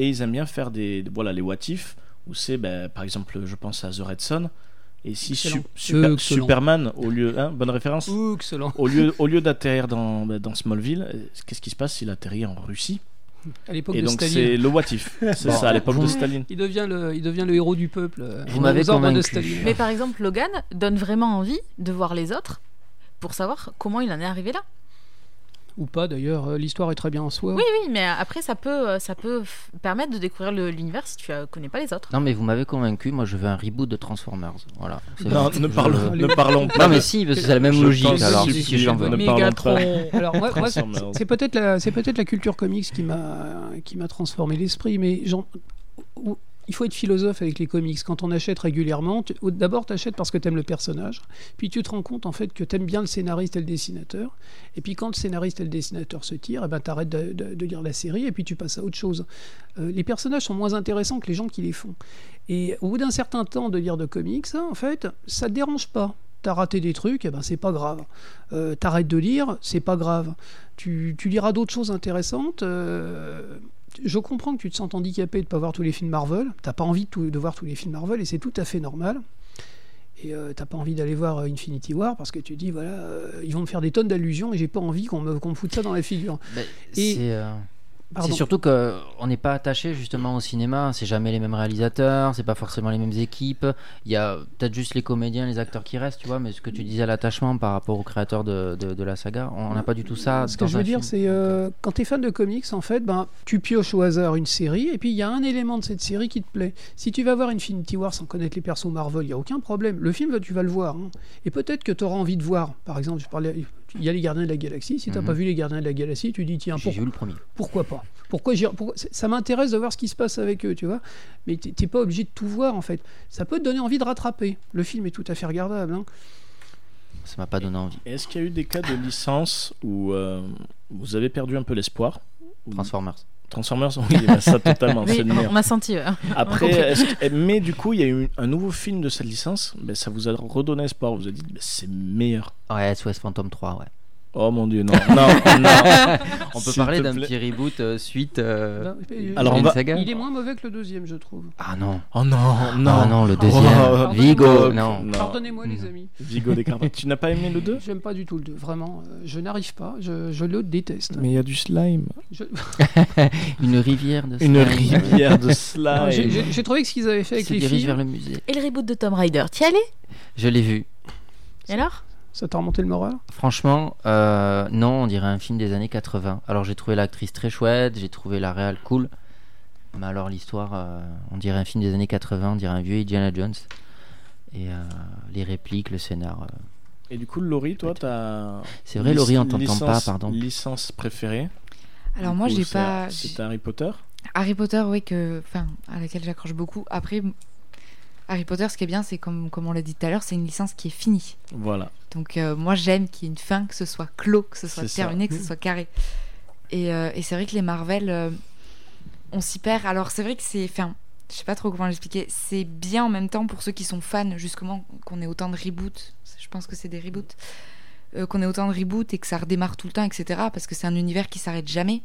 [SPEAKER 6] et ils aiment bien faire des voilà les what if où c'est ben, par exemple, je pense à The Red Son et si
[SPEAKER 8] Excellent.
[SPEAKER 6] Su- Super-
[SPEAKER 8] Excellent.
[SPEAKER 6] Superman au lieu hein, bonne référence
[SPEAKER 8] Ouh, excellent.
[SPEAKER 6] au lieu au lieu d'atterrir dans ben, dans Smallville, euh, qu'est-ce qui se passe s'il atterrit en Russie
[SPEAKER 8] À l'époque
[SPEAKER 6] Et
[SPEAKER 8] de
[SPEAKER 6] donc
[SPEAKER 8] Staline.
[SPEAKER 6] c'est le what if. C'est
[SPEAKER 9] Bon.
[SPEAKER 6] ça à l'époque de
[SPEAKER 9] Vous-
[SPEAKER 6] Staline.
[SPEAKER 8] Il devient, le, il devient le héros du peuple. euh,
[SPEAKER 9] Vous
[SPEAKER 8] aux
[SPEAKER 9] m'avez
[SPEAKER 8] ordres de
[SPEAKER 9] convaincu.
[SPEAKER 8] Staline.
[SPEAKER 7] Mais par exemple, Logan donne vraiment envie de voir les autres pour savoir comment il en est arrivé là.
[SPEAKER 8] Ou pas d'ailleurs, euh, l'histoire est très bien en soi.
[SPEAKER 7] Oui, oui, mais après, ça peut, euh, ça peut f- permettre de découvrir le- l'univers si tu euh, connais pas les autres.
[SPEAKER 9] Non, mais vous m'avez convaincu. Moi, je veux un reboot de Transformers. Voilà. C'est
[SPEAKER 6] Non,
[SPEAKER 9] bon.
[SPEAKER 6] ne
[SPEAKER 9] Je-
[SPEAKER 6] parlons ne parlons
[SPEAKER 9] Non,
[SPEAKER 6] pas.
[SPEAKER 9] mais si, parce que c'est la même
[SPEAKER 6] Je
[SPEAKER 9] logique.
[SPEAKER 6] pense
[SPEAKER 9] Alors,
[SPEAKER 6] que
[SPEAKER 9] si
[SPEAKER 6] c'est-
[SPEAKER 9] j'en veux.
[SPEAKER 6] ne
[SPEAKER 7] Mégatron.
[SPEAKER 6] parlons pas.
[SPEAKER 8] Alors moi, moi, c'est
[SPEAKER 6] Transformers.
[SPEAKER 8] c'est peut-être la, c'est peut-être la culture comics qui m'a, qui m'a transformé l'esprit. Mais j'en- ou- il faut être philosophe avec les comics. Quand on achète régulièrement, tu- ou d'abord t'achètes parce que t'aimes le personnage, puis tu te rends compte en fait que t'aimes bien le scénariste et le dessinateur. Et puis quand le scénariste et le dessinateur se tirent, eh ben t'arrêtes de, de- de lire la série et puis tu passes à autre chose. Euh, les personnages sont moins intéressants que les gens qui les font. Et au bout d'un certain temps de lire de comics, hein, en fait, ça te dérange pas. T'as raté des trucs, eh ben c'est pas grave. Euh, T'arrêtes de lire, c'est pas grave. Tu, tu liras d'autres choses intéressantes. euh, je comprends que tu te sens handicapé de ne pas voir tous les films Marvel. T'as pas envie de, tout- de voir tous les films Marvel et c'est tout à fait normal. Et euh, t'as pas envie d'aller voir euh, Infinity War parce que tu dis voilà euh, ils vont me faire des tonnes d'allusions et j'ai pas envie qu'on me, qu'on me foute ça dans la figure.
[SPEAKER 9] Ben,
[SPEAKER 8] Et-
[SPEAKER 9] c'est, euh,
[SPEAKER 8] Pardon.
[SPEAKER 9] C'est surtout qu'on n'est pas attaché justement au cinéma, c'est jamais les mêmes réalisateurs, c'est pas forcément les mêmes équipes, il y a peut-être juste les comédiens, les acteurs qui restent, tu vois, mais ce que tu disais, l'attachement par rapport au créateur de, de, de la saga, on n'a pas du tout ça.
[SPEAKER 8] Ce
[SPEAKER 9] dans
[SPEAKER 8] que je
[SPEAKER 9] un
[SPEAKER 8] veux dire,
[SPEAKER 9] film.
[SPEAKER 8] c'est euh, quand tu es fan de comics, en fait, ben, tu pioches au hasard une série, et puis il y a un élément de cette série qui te plaît. Si tu vas voir Infinity War sans connaître les persos Marvel, il n'y a aucun problème. Le film, tu vas le voir. hein. Et peut-être que tu auras envie de voir. Par exemple, je parlais, il y a les Gardiens de la Galaxie. Si tu n'as
[SPEAKER 9] Mhm.
[SPEAKER 8] pas vu les Gardiens de la Galaxie, tu dis, tiens,
[SPEAKER 9] J'ai
[SPEAKER 8] pour-
[SPEAKER 9] vu le premier.
[SPEAKER 8] pourquoi pas pourquoi, j'irai- pourquoi- ça- Ça m'intéresse de voir ce qui se passe avec eux, tu vois. Mais t'es t'es pas obligé de tout voir, en fait. Ça peut te donner envie de rattraper. Le film est tout à fait regardable. hein.
[SPEAKER 9] Ça m'a pas donné envie.
[SPEAKER 6] Est-ce qu'il y a eu des cas de licence où euh, vous avez perdu un peu l'espoir Ou-
[SPEAKER 9] Transformers.
[SPEAKER 6] Transformers, oui, bah, ça totalement,
[SPEAKER 7] Oui,
[SPEAKER 6] c'est le meilleur.
[SPEAKER 7] on a senti. ouais.
[SPEAKER 6] Après,
[SPEAKER 7] on a
[SPEAKER 6] est-ce que- eh, mais du coup, il y a eu un nouveau film de cette licence, ben, ça vous a redonné espoir, vous avez dit, ben, c'est meilleur.
[SPEAKER 9] Ouais, SOS Phantom 3, ouais.
[SPEAKER 6] Oh mon dieu, non, non, non.
[SPEAKER 9] On peut
[SPEAKER 6] S'il
[SPEAKER 9] parler
[SPEAKER 6] te
[SPEAKER 9] d'un
[SPEAKER 6] plaît.
[SPEAKER 9] petit reboot euh, suite.
[SPEAKER 8] Bah,
[SPEAKER 9] euh,
[SPEAKER 8] euh,
[SPEAKER 6] Alors, on
[SPEAKER 9] d'une
[SPEAKER 6] va-
[SPEAKER 9] saga.
[SPEAKER 8] Il est moins mauvais que le deuxième, je trouve.
[SPEAKER 9] Ah non,
[SPEAKER 6] Oh non, non.
[SPEAKER 9] Ah non, le deuxième.
[SPEAKER 6] Oh,
[SPEAKER 9] Vigo,
[SPEAKER 6] oh,
[SPEAKER 9] non.
[SPEAKER 8] Pardonnez-moi, les
[SPEAKER 9] Mm.
[SPEAKER 8] amis.
[SPEAKER 6] Vigo Descartes. Tu n'as pas aimé le 2
[SPEAKER 8] J'aime pas du tout le 2, vraiment. euh, Je n'arrive pas, je, je le déteste.
[SPEAKER 6] Mais il y a du slime.
[SPEAKER 8] Je-
[SPEAKER 9] Une rivière de
[SPEAKER 6] Une
[SPEAKER 9] slime.
[SPEAKER 6] rivière de
[SPEAKER 8] Non, ah, J'ai
[SPEAKER 6] slime.
[SPEAKER 8] j'ai- j'ai trouvé que ce qu'ils avaient fait avec
[SPEAKER 9] se
[SPEAKER 8] les
[SPEAKER 9] dirige
[SPEAKER 8] filles,
[SPEAKER 9] vers le musée.
[SPEAKER 7] Et le reboot de Tomb Raider, t'y allais
[SPEAKER 9] Je l'ai vu.
[SPEAKER 7] Et alors
[SPEAKER 8] ça t'a remonté le moral
[SPEAKER 9] Franchement, euh, non, on dirait un film des années 80. Alors j'ai trouvé l'actrice très chouette, j'ai trouvé la réal cool. Mais alors l'histoire, euh, on dirait un film des années 80, on dirait un vieux Indiana Jones. Et euh, les répliques, le scénar. euh.
[SPEAKER 6] Et du coup, Laurie, toi, t'as.
[SPEAKER 9] C'est vrai, Laurie, on t'entend pas,
[SPEAKER 6] licence-
[SPEAKER 9] pardon.
[SPEAKER 6] Licence préférée
[SPEAKER 10] Alors
[SPEAKER 6] Du
[SPEAKER 10] moi,
[SPEAKER 6] coup,
[SPEAKER 10] j'ai
[SPEAKER 6] c'est-
[SPEAKER 10] pas. j'ai-
[SPEAKER 6] C'est Harry Potter
[SPEAKER 10] Harry Potter, oui, que, enfin, à laquelle j'accroche beaucoup. Après, m- Harry Potter, ce qui est bien, c'est comme, comme on l'a dit tout à l'heure, c'est une licence qui est finie.
[SPEAKER 6] Voilà.
[SPEAKER 10] Donc euh, moi, j'aime qu'il y ait une fin, que ce soit clos, que ce soit
[SPEAKER 6] C'est ça. Mm.
[SPEAKER 10] terminé, que ce soit carré. Et, euh, et c'est vrai que les Marvel, euh, on s'y perd. Alors c'est vrai que c'est, enfin, je sais pas trop comment l'expliquer. C'est bien en même temps pour ceux qui sont fans, justement, qu'on ait autant de reboots. Je pense que c'est des reboots. Euh, qu'on ait autant de reboots et que ça redémarre tout le temps, etc. Parce que c'est un univers qui s'arrête jamais.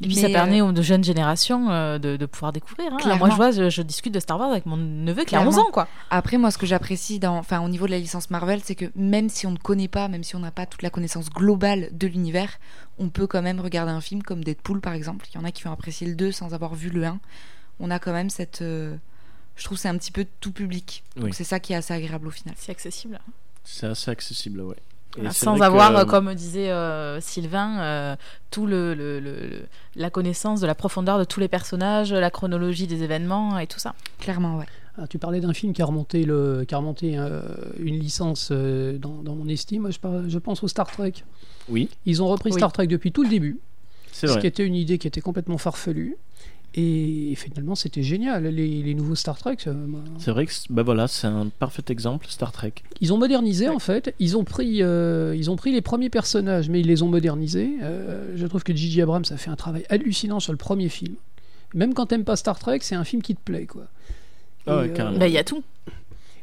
[SPEAKER 7] Et puis ça
[SPEAKER 10] Mais, euh,
[SPEAKER 7] permet aux de jeunes générations euh, de, de pouvoir découvrir. hein.
[SPEAKER 10] Clairement.
[SPEAKER 7] Moi, je vois, je, je discute de Star Wars avec mon neveu qui a 11
[SPEAKER 10] Clairement.
[SPEAKER 7] ans, quoi.
[SPEAKER 10] Après, moi, ce que j'apprécie dans, enfin, au niveau de la licence Marvel, c'est que même si on ne connaît pas, même si on n'a pas toute la connaissance globale de l'univers, on peut quand même regarder un film comme Deadpool, par exemple. Il y en a qui ont apprécié le 2 sans avoir vu le 1. On a quand même cette. euh, Je trouve que c'est un petit peu tout public.
[SPEAKER 6] Oui.
[SPEAKER 10] Donc c'est ça qui est assez agréable au final.
[SPEAKER 7] C'est accessible.
[SPEAKER 6] C'est assez accessible, ouais. Et
[SPEAKER 7] Ah,
[SPEAKER 6] c'est
[SPEAKER 7] Sans
[SPEAKER 6] vrai que,
[SPEAKER 7] avoir, euh,
[SPEAKER 6] euh,
[SPEAKER 7] comme disait euh, Sylvain, euh, tout le, le- le- le- la connaissance de la profondeur de tous les personnages, la chronologie des événements et tout ça.
[SPEAKER 10] Clairement, ouais.
[SPEAKER 8] Ah, tu parlais d'un film qui a remonté, le, qui a remonté euh, une licence euh, dans, dans mon estime. Moi, Je, par- je pense au Star Trek.
[SPEAKER 6] Oui,
[SPEAKER 8] Ils ont repris
[SPEAKER 7] Oui.
[SPEAKER 8] Star Trek depuis tout le début,
[SPEAKER 6] c'est
[SPEAKER 8] ce qui
[SPEAKER 6] vrai.
[SPEAKER 8] était une idée qui était complètement farfelue. Et finalement, c'était génial. Les, les nouveaux Star Trek, euh, moi,
[SPEAKER 6] C'est vrai que c'est- bah voilà, c'est un parfait exemple, Star Trek.
[SPEAKER 8] Ils ont modernisé en fait, ils ont, pris, euh, ils ont pris les premiers personnages, mais ils les ont modernisés. Euh, je trouve que Gigi Abrams a fait un travail hallucinant sur le premier film. Même quand t'aimes pas Star Trek, c'est un film qui te plaît quoi.
[SPEAKER 6] Ah ouais,
[SPEAKER 8] Et, euh,
[SPEAKER 6] carrément.
[SPEAKER 7] Bah, Il y a tout.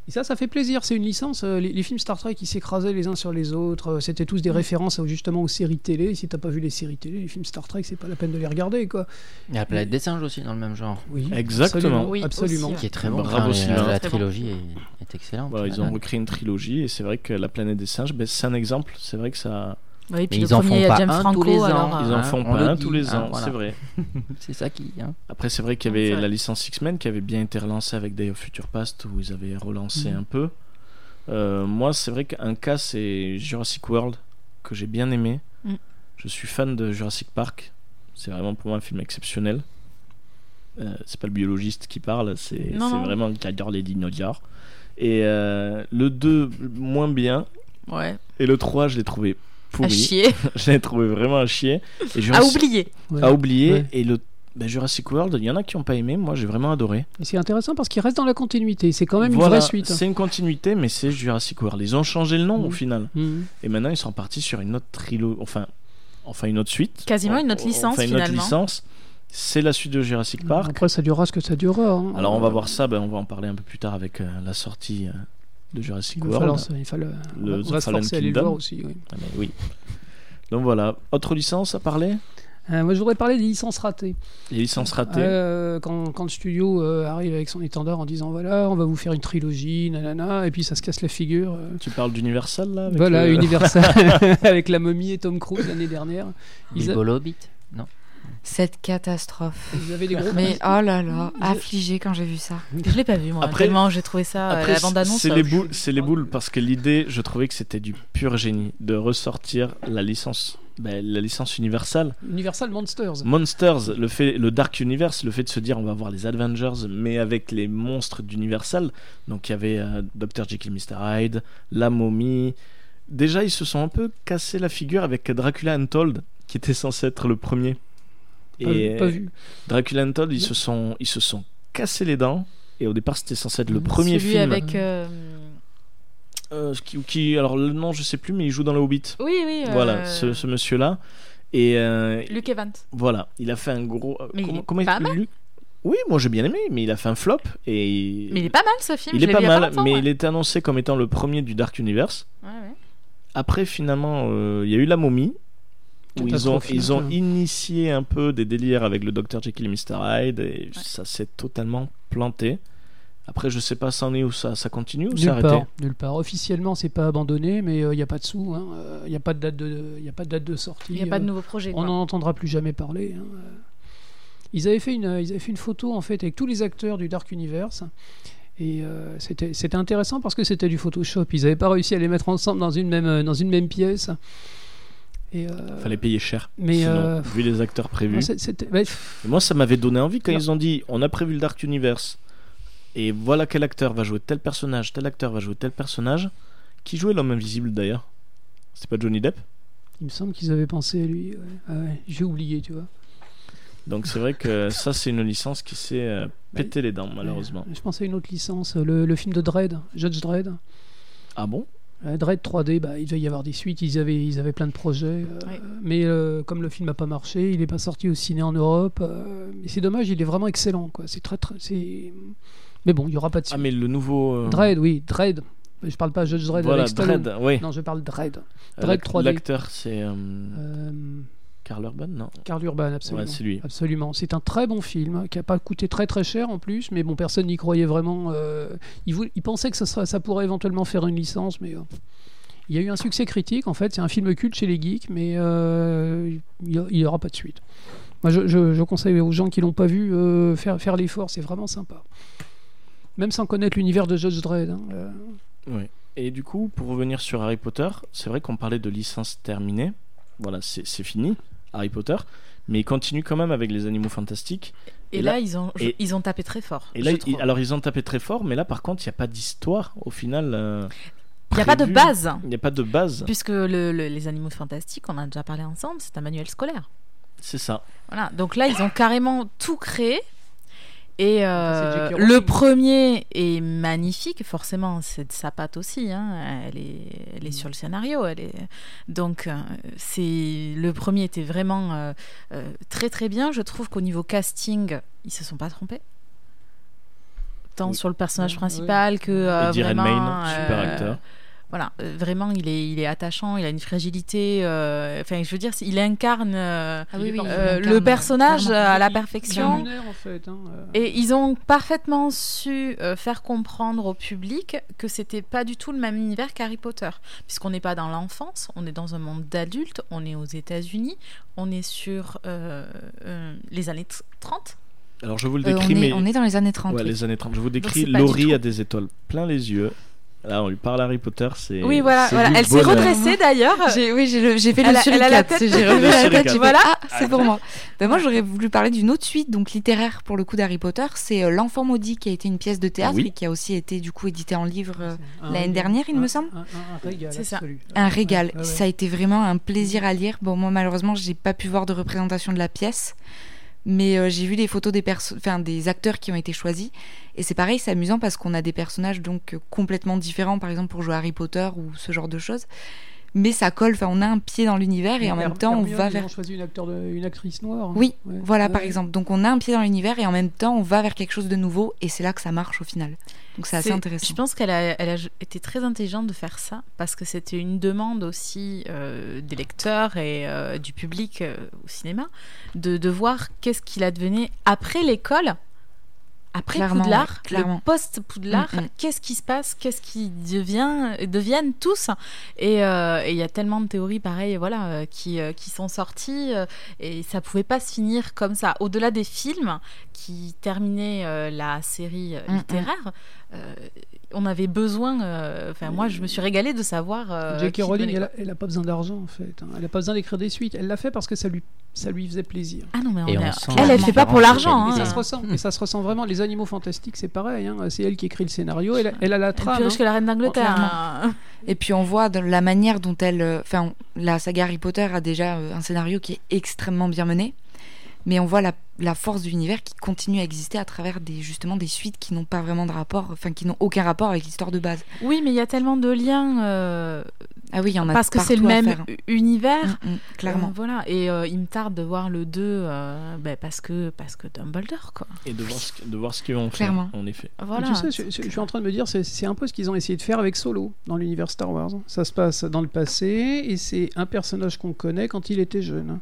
[SPEAKER 8] et ça, ça fait plaisir. C'est une licence. euh, Les, les films Star Trek, ils s'écrasaient les uns sur les autres. euh, C'était tous
[SPEAKER 7] Mm.
[SPEAKER 8] des références euh, justement aux séries télé. Et si t'as pas vu les séries télé, les films Star Trek, c'est pas la peine de les regarder quoi.
[SPEAKER 9] Il y a la planète des singes aussi dans le même genre.
[SPEAKER 8] Oui,
[SPEAKER 6] Exactement.
[SPEAKER 7] Oui,
[SPEAKER 8] absolument.
[SPEAKER 7] aussi, ouais.
[SPEAKER 9] Qui est très bon. hein,
[SPEAKER 6] Bravo,
[SPEAKER 7] euh,
[SPEAKER 9] la-
[SPEAKER 6] Sylvain.
[SPEAKER 9] La
[SPEAKER 7] Très bon.
[SPEAKER 9] trilogie est, est excellente.
[SPEAKER 6] Voilà, ils
[SPEAKER 9] Ah,
[SPEAKER 6] ont recréé une trilogie et c'est vrai que La planète des singes, ben, c'est un exemple. C'est vrai que ça.
[SPEAKER 7] Oui, puis
[SPEAKER 9] Mais
[SPEAKER 7] le
[SPEAKER 9] ils en
[SPEAKER 7] premier,
[SPEAKER 9] font
[SPEAKER 7] il y a
[SPEAKER 9] pas
[SPEAKER 7] James
[SPEAKER 9] un tous
[SPEAKER 7] Franco.
[SPEAKER 9] les ans.
[SPEAKER 7] alors,
[SPEAKER 6] Ils
[SPEAKER 7] euh,
[SPEAKER 6] en
[SPEAKER 9] hein,
[SPEAKER 6] font
[SPEAKER 9] on
[SPEAKER 6] pas
[SPEAKER 9] le
[SPEAKER 6] un
[SPEAKER 9] dit,
[SPEAKER 6] tous les
[SPEAKER 9] hein,
[SPEAKER 6] ans,
[SPEAKER 9] voilà.
[SPEAKER 6] c'est vrai.
[SPEAKER 9] C'est ça qui. hein.
[SPEAKER 6] Après, c'est vrai qu'il y
[SPEAKER 7] Ouais,
[SPEAKER 6] avait
[SPEAKER 7] c'est vrai.
[SPEAKER 6] la licence X-Men qui avait bien été relancée avec Day of Future Past où ils avaient relancé
[SPEAKER 8] Mhm.
[SPEAKER 6] un peu. Euh, moi, c'est vrai qu'un cas, c'est Jurassic World que j'ai bien aimé.
[SPEAKER 7] Mhm.
[SPEAKER 6] Je suis fan de Jurassic Park. C'est vraiment pour moi un film exceptionnel. Euh, c'est pas le biologiste qui parle, c'est
[SPEAKER 7] Non,
[SPEAKER 6] c'est
[SPEAKER 7] non.
[SPEAKER 6] vraiment qui adore les dinosaures. Et euh, le 2, moins bien.
[SPEAKER 7] ouais,
[SPEAKER 6] Et le 3, je l'ai trouvé
[SPEAKER 7] à
[SPEAKER 6] pourri.
[SPEAKER 7] chier, Ah,
[SPEAKER 6] je l'ai trouvé vraiment à chier. Et
[SPEAKER 7] à
[SPEAKER 6] Jurassic-
[SPEAKER 7] oublier.
[SPEAKER 8] Ouais.
[SPEAKER 6] à oublier.
[SPEAKER 8] Ouais.
[SPEAKER 6] Et le ben, Jurassic World, il y en a qui n'ont pas aimé. Moi, j'ai vraiment adoré.
[SPEAKER 8] Et c'est intéressant parce qu'ils restent dans la continuité. C'est quand même
[SPEAKER 6] Voilà,
[SPEAKER 8] une vraie suite. hein.
[SPEAKER 6] C'est une continuité, mais c'est Jurassic World. Ils ont changé le nom au
[SPEAKER 8] Mhm.
[SPEAKER 6] final.
[SPEAKER 8] Mhm.
[SPEAKER 6] Et maintenant, ils sont partis sur une autre trilo... enfin, enfin une autre suite.
[SPEAKER 7] Quasiment une autre licence,
[SPEAKER 6] Enfin, une
[SPEAKER 7] finalement.
[SPEAKER 6] autre licence. C'est la suite de
[SPEAKER 8] Mm.
[SPEAKER 6] Jurassic Park.
[SPEAKER 8] Après, ça durera ce que ça durera. hein.
[SPEAKER 6] Alors, on va voir ça. ben, on va en parler un peu plus tard avec euh, la sortie euh, de Jurassic
[SPEAKER 8] Il va
[SPEAKER 6] World.
[SPEAKER 8] falloir, ça- il fallait-
[SPEAKER 6] Le
[SPEAKER 8] on
[SPEAKER 6] The
[SPEAKER 8] va se
[SPEAKER 6] Fallen
[SPEAKER 8] forcer à aller le
[SPEAKER 6] Kingdom.
[SPEAKER 8] voir aussi. oui.
[SPEAKER 6] Ah, mais oui. Donc voilà. Autre licence à parler.
[SPEAKER 8] Euh, moi, je voudrais parler des licences ratées.
[SPEAKER 6] Les licences ratées.
[SPEAKER 8] Euh, quand, quand le studio euh, arrive avec son étendard en disant voilà, on va vous faire une trilogie, nanana, et puis ça se casse la figure. euh.
[SPEAKER 6] Tu parles d'Universal là avec
[SPEAKER 8] voilà,
[SPEAKER 6] le-
[SPEAKER 8] Universal avec la momie et Tom Cruise l'année dernière. Ils a-
[SPEAKER 9] Bigolo Hobbit Non.
[SPEAKER 10] Cette catastrophe.
[SPEAKER 8] Ils avaient des gros.
[SPEAKER 10] Mais oh là là, affligée quand j'ai vu ça.
[SPEAKER 7] Je l'ai pas vu, moi.
[SPEAKER 6] Après-
[SPEAKER 7] tellement j'ai trouvé ça, euh,
[SPEAKER 6] Après,
[SPEAKER 7] la bande-annonce.
[SPEAKER 6] C'est
[SPEAKER 7] euh,
[SPEAKER 6] les
[SPEAKER 7] je-
[SPEAKER 6] boules, c'est les boules parce que l'idée, je trouvais que c'était du pur génie de ressortir la licence, ben, la licence universelle.
[SPEAKER 8] Universal Monsters.
[SPEAKER 6] Monsters, le fait, le Dark Universe, le fait de se dire on va voir les Avengers mais avec les monstres d'Universal. Donc il y avait euh, Dr Jekyll, Mr Hyde, la momie. Déjà ils se sont un peu cassé la figure avec Dracula Untold qui était censé être le premier.
[SPEAKER 8] Pas, vu- pas vu.
[SPEAKER 6] Dracula Untold, ils
[SPEAKER 8] Non.
[SPEAKER 6] se sont, ils se sont cassés les dents. Et au départ, c'était censé être le premier
[SPEAKER 7] Celui
[SPEAKER 6] film.
[SPEAKER 7] avec. euh,
[SPEAKER 6] Euh, ce qui, qui- alors le nom, je sais plus, mais il joue dans le Hobbit.
[SPEAKER 7] Oui, oui. euh,
[SPEAKER 6] Voilà, ce, ce monsieur-là. Et euh,
[SPEAKER 7] Luke Evans.
[SPEAKER 6] voilà, il a fait un gros. euh,
[SPEAKER 7] Mais il
[SPEAKER 6] comment-
[SPEAKER 7] est
[SPEAKER 6] comment
[SPEAKER 7] pas
[SPEAKER 6] il-
[SPEAKER 7] mal.
[SPEAKER 6] Luke- Oui, moi j'ai bien aimé, mais il a fait un flop. Et
[SPEAKER 7] Mais il est pas mal ce film.
[SPEAKER 6] il
[SPEAKER 7] je
[SPEAKER 6] est
[SPEAKER 7] l'ai
[SPEAKER 6] pas
[SPEAKER 7] vu il y a
[SPEAKER 6] mal,
[SPEAKER 7] longtemps,
[SPEAKER 6] mais
[SPEAKER 7] ouais.
[SPEAKER 6] il était annoncé comme étant le premier du Dark Universe.
[SPEAKER 7] Ouais, ouais.
[SPEAKER 6] Après, finalement, euh, il y a eu la momie. Où ils ont,
[SPEAKER 8] Catastrophique,
[SPEAKER 6] ils ont
[SPEAKER 8] hein.
[SPEAKER 6] initié un peu des délires avec le Dr Jekyll et Mr Hyde et ça s'est totalement planté. Après, je sais pas, ça en est où ça, ça continue ou
[SPEAKER 8] Nulle
[SPEAKER 6] c'est arrêté
[SPEAKER 8] part, nulle part. Officiellement, c'est pas abandonné, mais il n'y a pas de sous, hein. Euh, il n'y a pas de date de, il y a pas de date de sortie.
[SPEAKER 7] Il n'y a pas de
[SPEAKER 8] euh,
[SPEAKER 7] nouveau projet.
[SPEAKER 8] On
[SPEAKER 7] quoi.
[SPEAKER 8] n'en entendra plus jamais parler. hein. Euh, Ils avaient fait une, euh, ils avaient fait une photo en fait avec tous les acteurs du Dark Universe. Et euh, c'était c'était intéressant parce que c'était du Photoshop. Ils n'avaient pas réussi à les mettre ensemble dans une même, euh, dans une même pièce. Et, euh,
[SPEAKER 6] Fallait payer cher.
[SPEAKER 8] Mais,
[SPEAKER 6] sinon,
[SPEAKER 8] euh,
[SPEAKER 6] vu les acteurs prévus.
[SPEAKER 8] non, c'est- c'était- bah, pff,
[SPEAKER 6] Et moi, ça m'avait donné envie quand
[SPEAKER 8] Non.
[SPEAKER 6] ils ont dit on a prévu le Dark Universe et voilà quel acteur va jouer tel personnage, tel acteur va jouer tel personnage. Qui jouait l'homme invisible d'ailleurs C'était pas Johnny Depp
[SPEAKER 8] Il me semble qu'ils avaient pensé à lui. ouais. Ah ouais, J'ai oublié, tu vois.
[SPEAKER 6] Donc c'est vrai que ça, c'est une licence qui s'est euh, pété les dents, malheureusement.
[SPEAKER 8] Je pensais à une autre licence, le, le film de Dredd, Judge Dredd.
[SPEAKER 6] Ah bon
[SPEAKER 8] Euh, Dread 3D, bah, il devait y avoir des suites, ils avaient, ils avaient plein de projets. euh,
[SPEAKER 7] Ouais.
[SPEAKER 8] Mais euh, comme le film n'a pas marché, il n'est pas sorti au ciné en Europe. euh, mais c'est dommage, il est vraiment excellent. Quoi. C'est très, très, c'est... Mais bon, il n'y aura pas de
[SPEAKER 6] Ah,
[SPEAKER 8] suite.
[SPEAKER 6] mais le nouveau. euh,
[SPEAKER 8] Dread, oui, Dread. Mais Je parle pas Judge Dread
[SPEAKER 6] Voilà,
[SPEAKER 8] avec Stallone.
[SPEAKER 6] Dread, oui.
[SPEAKER 8] Non, je parle Dread.
[SPEAKER 6] Euh,
[SPEAKER 8] Dread
[SPEAKER 6] l'ac-
[SPEAKER 8] 3D.
[SPEAKER 6] L'acteur, c'est. euh,
[SPEAKER 8] Euh,
[SPEAKER 6] Karl Urban, non
[SPEAKER 8] Carl Urban, absolument.
[SPEAKER 6] Ouais, c'est lui.
[SPEAKER 8] Absolument. C'est un très bon film qui n'a pas coûté très très cher en plus, mais bon, personne n'y croyait vraiment. euh, ils, voulaient- ils pensaient que ça, sera- ça pourrait éventuellement faire une licence, mais euh, il y a eu un succès critique en fait. C'est un film culte chez les geeks, mais euh, il n'y aura pas de suite. Moi, je, je- je conseille aux gens qui l'ont pas vu euh, faire, faire l'effort, c'est vraiment sympa. Même sans connaître l'univers de Judge Dredd. hein, euh,
[SPEAKER 6] Oui. Et du coup, pour revenir sur Harry Potter, c'est vrai qu'on parlait de licence terminée. Voilà, c'est c'est fini, Harry Potter. Mais il continue quand même avec les animaux fantastiques.
[SPEAKER 7] Et,
[SPEAKER 6] Et
[SPEAKER 7] là,
[SPEAKER 6] là-
[SPEAKER 7] ils, ont,
[SPEAKER 6] et-
[SPEAKER 7] ils ont tapé très fort.
[SPEAKER 6] Et là,
[SPEAKER 7] je
[SPEAKER 6] ils-
[SPEAKER 7] trouve.
[SPEAKER 6] alors ils ont tapé très fort, mais là, par contre, il n'y a pas d'histoire au final. euh,
[SPEAKER 7] il n'y a pas de
[SPEAKER 6] prévue.
[SPEAKER 7] base,
[SPEAKER 6] Il n'y a pas de base.
[SPEAKER 7] puisque le- le- les animaux fantastiques, on en a déjà parlé ensemble, c'est un manuel scolaire.
[SPEAKER 6] C'est ça.
[SPEAKER 7] Voilà, donc là, ils ont carrément tout créé. Et euh,
[SPEAKER 8] C'est J.K. Rowling.
[SPEAKER 7] le premier est magnifique, forcément, c'est de sa patte aussi. hein, Elle est, elle est
[SPEAKER 8] Mm.
[SPEAKER 7] sur le scénario. Elle est... Donc, euh, c'est le premier était vraiment euh, euh, très très bien. Je trouve qu'au niveau casting, ils se sont pas trompés. Tant
[SPEAKER 6] Oui.
[SPEAKER 7] sur le personnage
[SPEAKER 8] Oui.
[SPEAKER 7] principal que euh,
[SPEAKER 6] Eddie
[SPEAKER 7] vraiment,
[SPEAKER 6] Redmayne,
[SPEAKER 7] euh,
[SPEAKER 6] super acteur.
[SPEAKER 7] voilà, euh, vraiment, il est, il est attachant, il a une fragilité. euh, Enfin, je veux dire, il incarne euh,
[SPEAKER 10] Ah oui, oui,
[SPEAKER 7] euh,
[SPEAKER 10] il
[SPEAKER 7] le
[SPEAKER 10] incarne
[SPEAKER 7] personnage
[SPEAKER 10] clairement.
[SPEAKER 7] à la
[SPEAKER 8] c'est
[SPEAKER 7] perfection.
[SPEAKER 8] un lunaire, en fait, hein, euh.
[SPEAKER 7] Et ils ont parfaitement su euh, faire comprendre au public que c'était pas du tout le même univers qu'Harry Potter, puisqu'on n'est pas dans l'enfance, on est dans un monde d'adultes, on est aux États-Unis, on est sur euh, euh, les années t- 30.
[SPEAKER 6] Alors je vous le
[SPEAKER 10] Euh, on,
[SPEAKER 6] décris, mais
[SPEAKER 10] est, on est dans les années 30.
[SPEAKER 6] Ouais,
[SPEAKER 10] oui.
[SPEAKER 6] les années 30. Je vous décris
[SPEAKER 7] c'est pas du
[SPEAKER 6] Laurie
[SPEAKER 7] tout.
[SPEAKER 6] a des étoiles plein les yeux. Là, on lui parle Harry Potter, c'est.
[SPEAKER 7] oui, voilà,
[SPEAKER 6] c'est
[SPEAKER 7] voilà.
[SPEAKER 6] du
[SPEAKER 7] elle s'est
[SPEAKER 6] bonheur.
[SPEAKER 7] redressée d'ailleurs.
[SPEAKER 10] J'ai oui, j'ai le- j'ai fait
[SPEAKER 7] Ah. Elle
[SPEAKER 10] le
[SPEAKER 7] a- elle a la
[SPEAKER 10] suricate.
[SPEAKER 7] tête-
[SPEAKER 10] J'ai relevé la
[SPEAKER 6] suricate.
[SPEAKER 10] tête. j'ai fait,
[SPEAKER 7] Voilà.
[SPEAKER 10] Ah, c'est pour moi. Ben moi, j'aurais voulu parler d'une autre suite, donc littéraire pour le coup d'Harry Potter. C'est euh, L'Enfant maudit qui a été une pièce de théâtre
[SPEAKER 6] Oui.
[SPEAKER 10] et qui a aussi été du coup éditée en livre euh,
[SPEAKER 8] Un
[SPEAKER 10] l'année
[SPEAKER 8] régal.
[SPEAKER 10] dernière, il
[SPEAKER 8] Un-
[SPEAKER 10] me semble.
[SPEAKER 8] un- un- un régal
[SPEAKER 7] C'est ça.
[SPEAKER 8] absolu.
[SPEAKER 10] un régal.
[SPEAKER 8] Ouais, ouais, ouais.
[SPEAKER 10] Ça a été vraiment un plaisir à lire. Bon, moi, malheureusement, j'ai pas pu voir de représentation de la pièce, mais euh, j'ai vu les photos des perso- enfin, des acteurs qui ont été choisis. Et c'est pareil, c'est amusant parce qu'on a des personnages donc euh, complètement différents, par exemple pour jouer à Harry Potter ou ce genre de choses. Mais ça colle. Enfin, on a un pied dans l'univers et en
[SPEAKER 8] Herm-
[SPEAKER 10] même temps, on
[SPEAKER 8] Hermione,
[SPEAKER 10] va
[SPEAKER 8] ils
[SPEAKER 10] vers
[SPEAKER 8] ont choisi une, acteur de- une actrice noire.
[SPEAKER 10] Oui,
[SPEAKER 8] Ouais.
[SPEAKER 10] voilà,
[SPEAKER 8] Ouais.
[SPEAKER 10] par exemple. Donc on a un pied dans l'univers et en même temps on va vers quelque chose de nouveau et c'est là que ça marche au final. Donc c'est assez
[SPEAKER 7] C'est-
[SPEAKER 10] intéressant.
[SPEAKER 7] Je pense qu'elle a, elle a été très intelligente de faire ça parce que c'était une demande aussi euh, des lecteurs et euh, du public euh, au cinéma de, de voir qu'est-ce qu'il advenait après l'école, après
[SPEAKER 10] Clairement, ouais,
[SPEAKER 7] Poudlard,
[SPEAKER 10] clairement.
[SPEAKER 7] le post-Poudlard,
[SPEAKER 10] Mm, mm.
[SPEAKER 7] qu'est-ce qui se passe, qu'est-ce qui devient, deviennent tous. Et euh, et il y a tellement de théories pareilles voilà, euh, qui, euh, qui sont sorties euh, et ça pouvait pas se finir comme ça. Au-delà des films qui terminaient euh, la série euh,
[SPEAKER 10] Mm, mm.
[SPEAKER 7] littéraire, euh, on avait besoin. euh, Enfin, moi, je me suis régalée de savoir. euh,
[SPEAKER 8] J.K.
[SPEAKER 7] qui
[SPEAKER 8] Rowling,
[SPEAKER 7] donnait
[SPEAKER 8] elle
[SPEAKER 7] quoi.
[SPEAKER 8] a, elle a pas besoin d'argent en fait. hein. Elle a pas besoin d'écrire des suites. Elle l'a fait parce que ça lui, ça lui faisait plaisir.
[SPEAKER 7] Ah non, mais on
[SPEAKER 9] Et on
[SPEAKER 7] est-
[SPEAKER 9] sent
[SPEAKER 7] elle,
[SPEAKER 9] la
[SPEAKER 7] elle fait pas pour
[SPEAKER 9] différence de
[SPEAKER 10] Ah,
[SPEAKER 7] l'argent.
[SPEAKER 8] Et
[SPEAKER 7] hein.
[SPEAKER 9] qualité.
[SPEAKER 8] ça se ressent. Et ça se ressent vraiment. Les Animaux Fantastiques, c'est pareil. hein. C'est elle qui écrit le scénario. Elle, a- elle a la
[SPEAKER 7] Elle est
[SPEAKER 8] trame.
[SPEAKER 7] plus riche
[SPEAKER 8] hein.
[SPEAKER 7] que la reine d'Angleterre. hein.
[SPEAKER 10] Et puis on voit dans la manière dont elle. euh, Enfin, on- la saga Harry Potter a déjà euh, un scénario qui est extrêmement bien mené, mais on voit la, la force de l'univers qui continue à exister à travers des, justement des suites qui n'ont pas vraiment de rapport, enfin qui n'ont aucun rapport avec l'histoire de base.
[SPEAKER 7] Oui, mais il y a tellement de liens euh,
[SPEAKER 10] Ah oui, il y en a
[SPEAKER 7] parce que c'est le
[SPEAKER 10] partout à
[SPEAKER 7] même
[SPEAKER 10] faire, hein.
[SPEAKER 7] univers.
[SPEAKER 10] Mm, mm,
[SPEAKER 7] Euh,
[SPEAKER 10] clairement.
[SPEAKER 7] voilà, et euh, il me tarde de voir le 2 euh, ben, parce, que, parce que Dumbledore, quoi.
[SPEAKER 6] Et de voir ce, que- de voir ce qu'ils vont faire.
[SPEAKER 10] Clairement.
[SPEAKER 6] En effet.
[SPEAKER 7] Voilà.
[SPEAKER 8] Tu sais, je, je- je suis en train de me dire, c'est- c'est un peu ce qu'ils ont essayé de faire avec Solo dans l'univers Star Wars. hein. Ça se passe dans le passé et c'est un personnage qu'on connaît quand il était jeune. hein.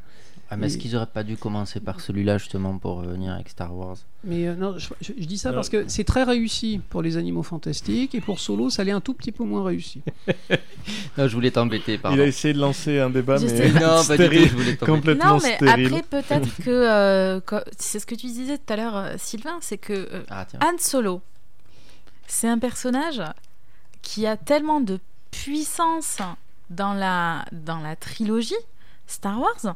[SPEAKER 9] Ah, mais est-ce qu'ils auraient pas dû commencer par celui-là justement pour revenir avec Star Wars
[SPEAKER 8] Mais euh, non, je, je- je dis ça
[SPEAKER 6] Non.
[SPEAKER 8] parce que c'est très réussi pour les Animaux Fantastiques et pour Solo, ça l'est un tout petit peu moins réussi.
[SPEAKER 9] Non, je voulais t'embêter, pardon.
[SPEAKER 6] Il a essayé de lancer un débat,
[SPEAKER 7] Je
[SPEAKER 6] mais
[SPEAKER 7] sais.
[SPEAKER 9] Non, pas du tout,
[SPEAKER 6] stérile.
[SPEAKER 9] je voulais t'embêter.
[SPEAKER 6] complètement
[SPEAKER 7] non, mais
[SPEAKER 6] stérile.
[SPEAKER 7] après, peut-être que. euh, co- c'est ce que tu disais tout à l'heure, euh, Sylvain, c'est que euh,
[SPEAKER 9] Ah, tiens.
[SPEAKER 7] Han Solo, c'est un personnage qui a tellement de puissance dans la, dans la trilogie Star Wars.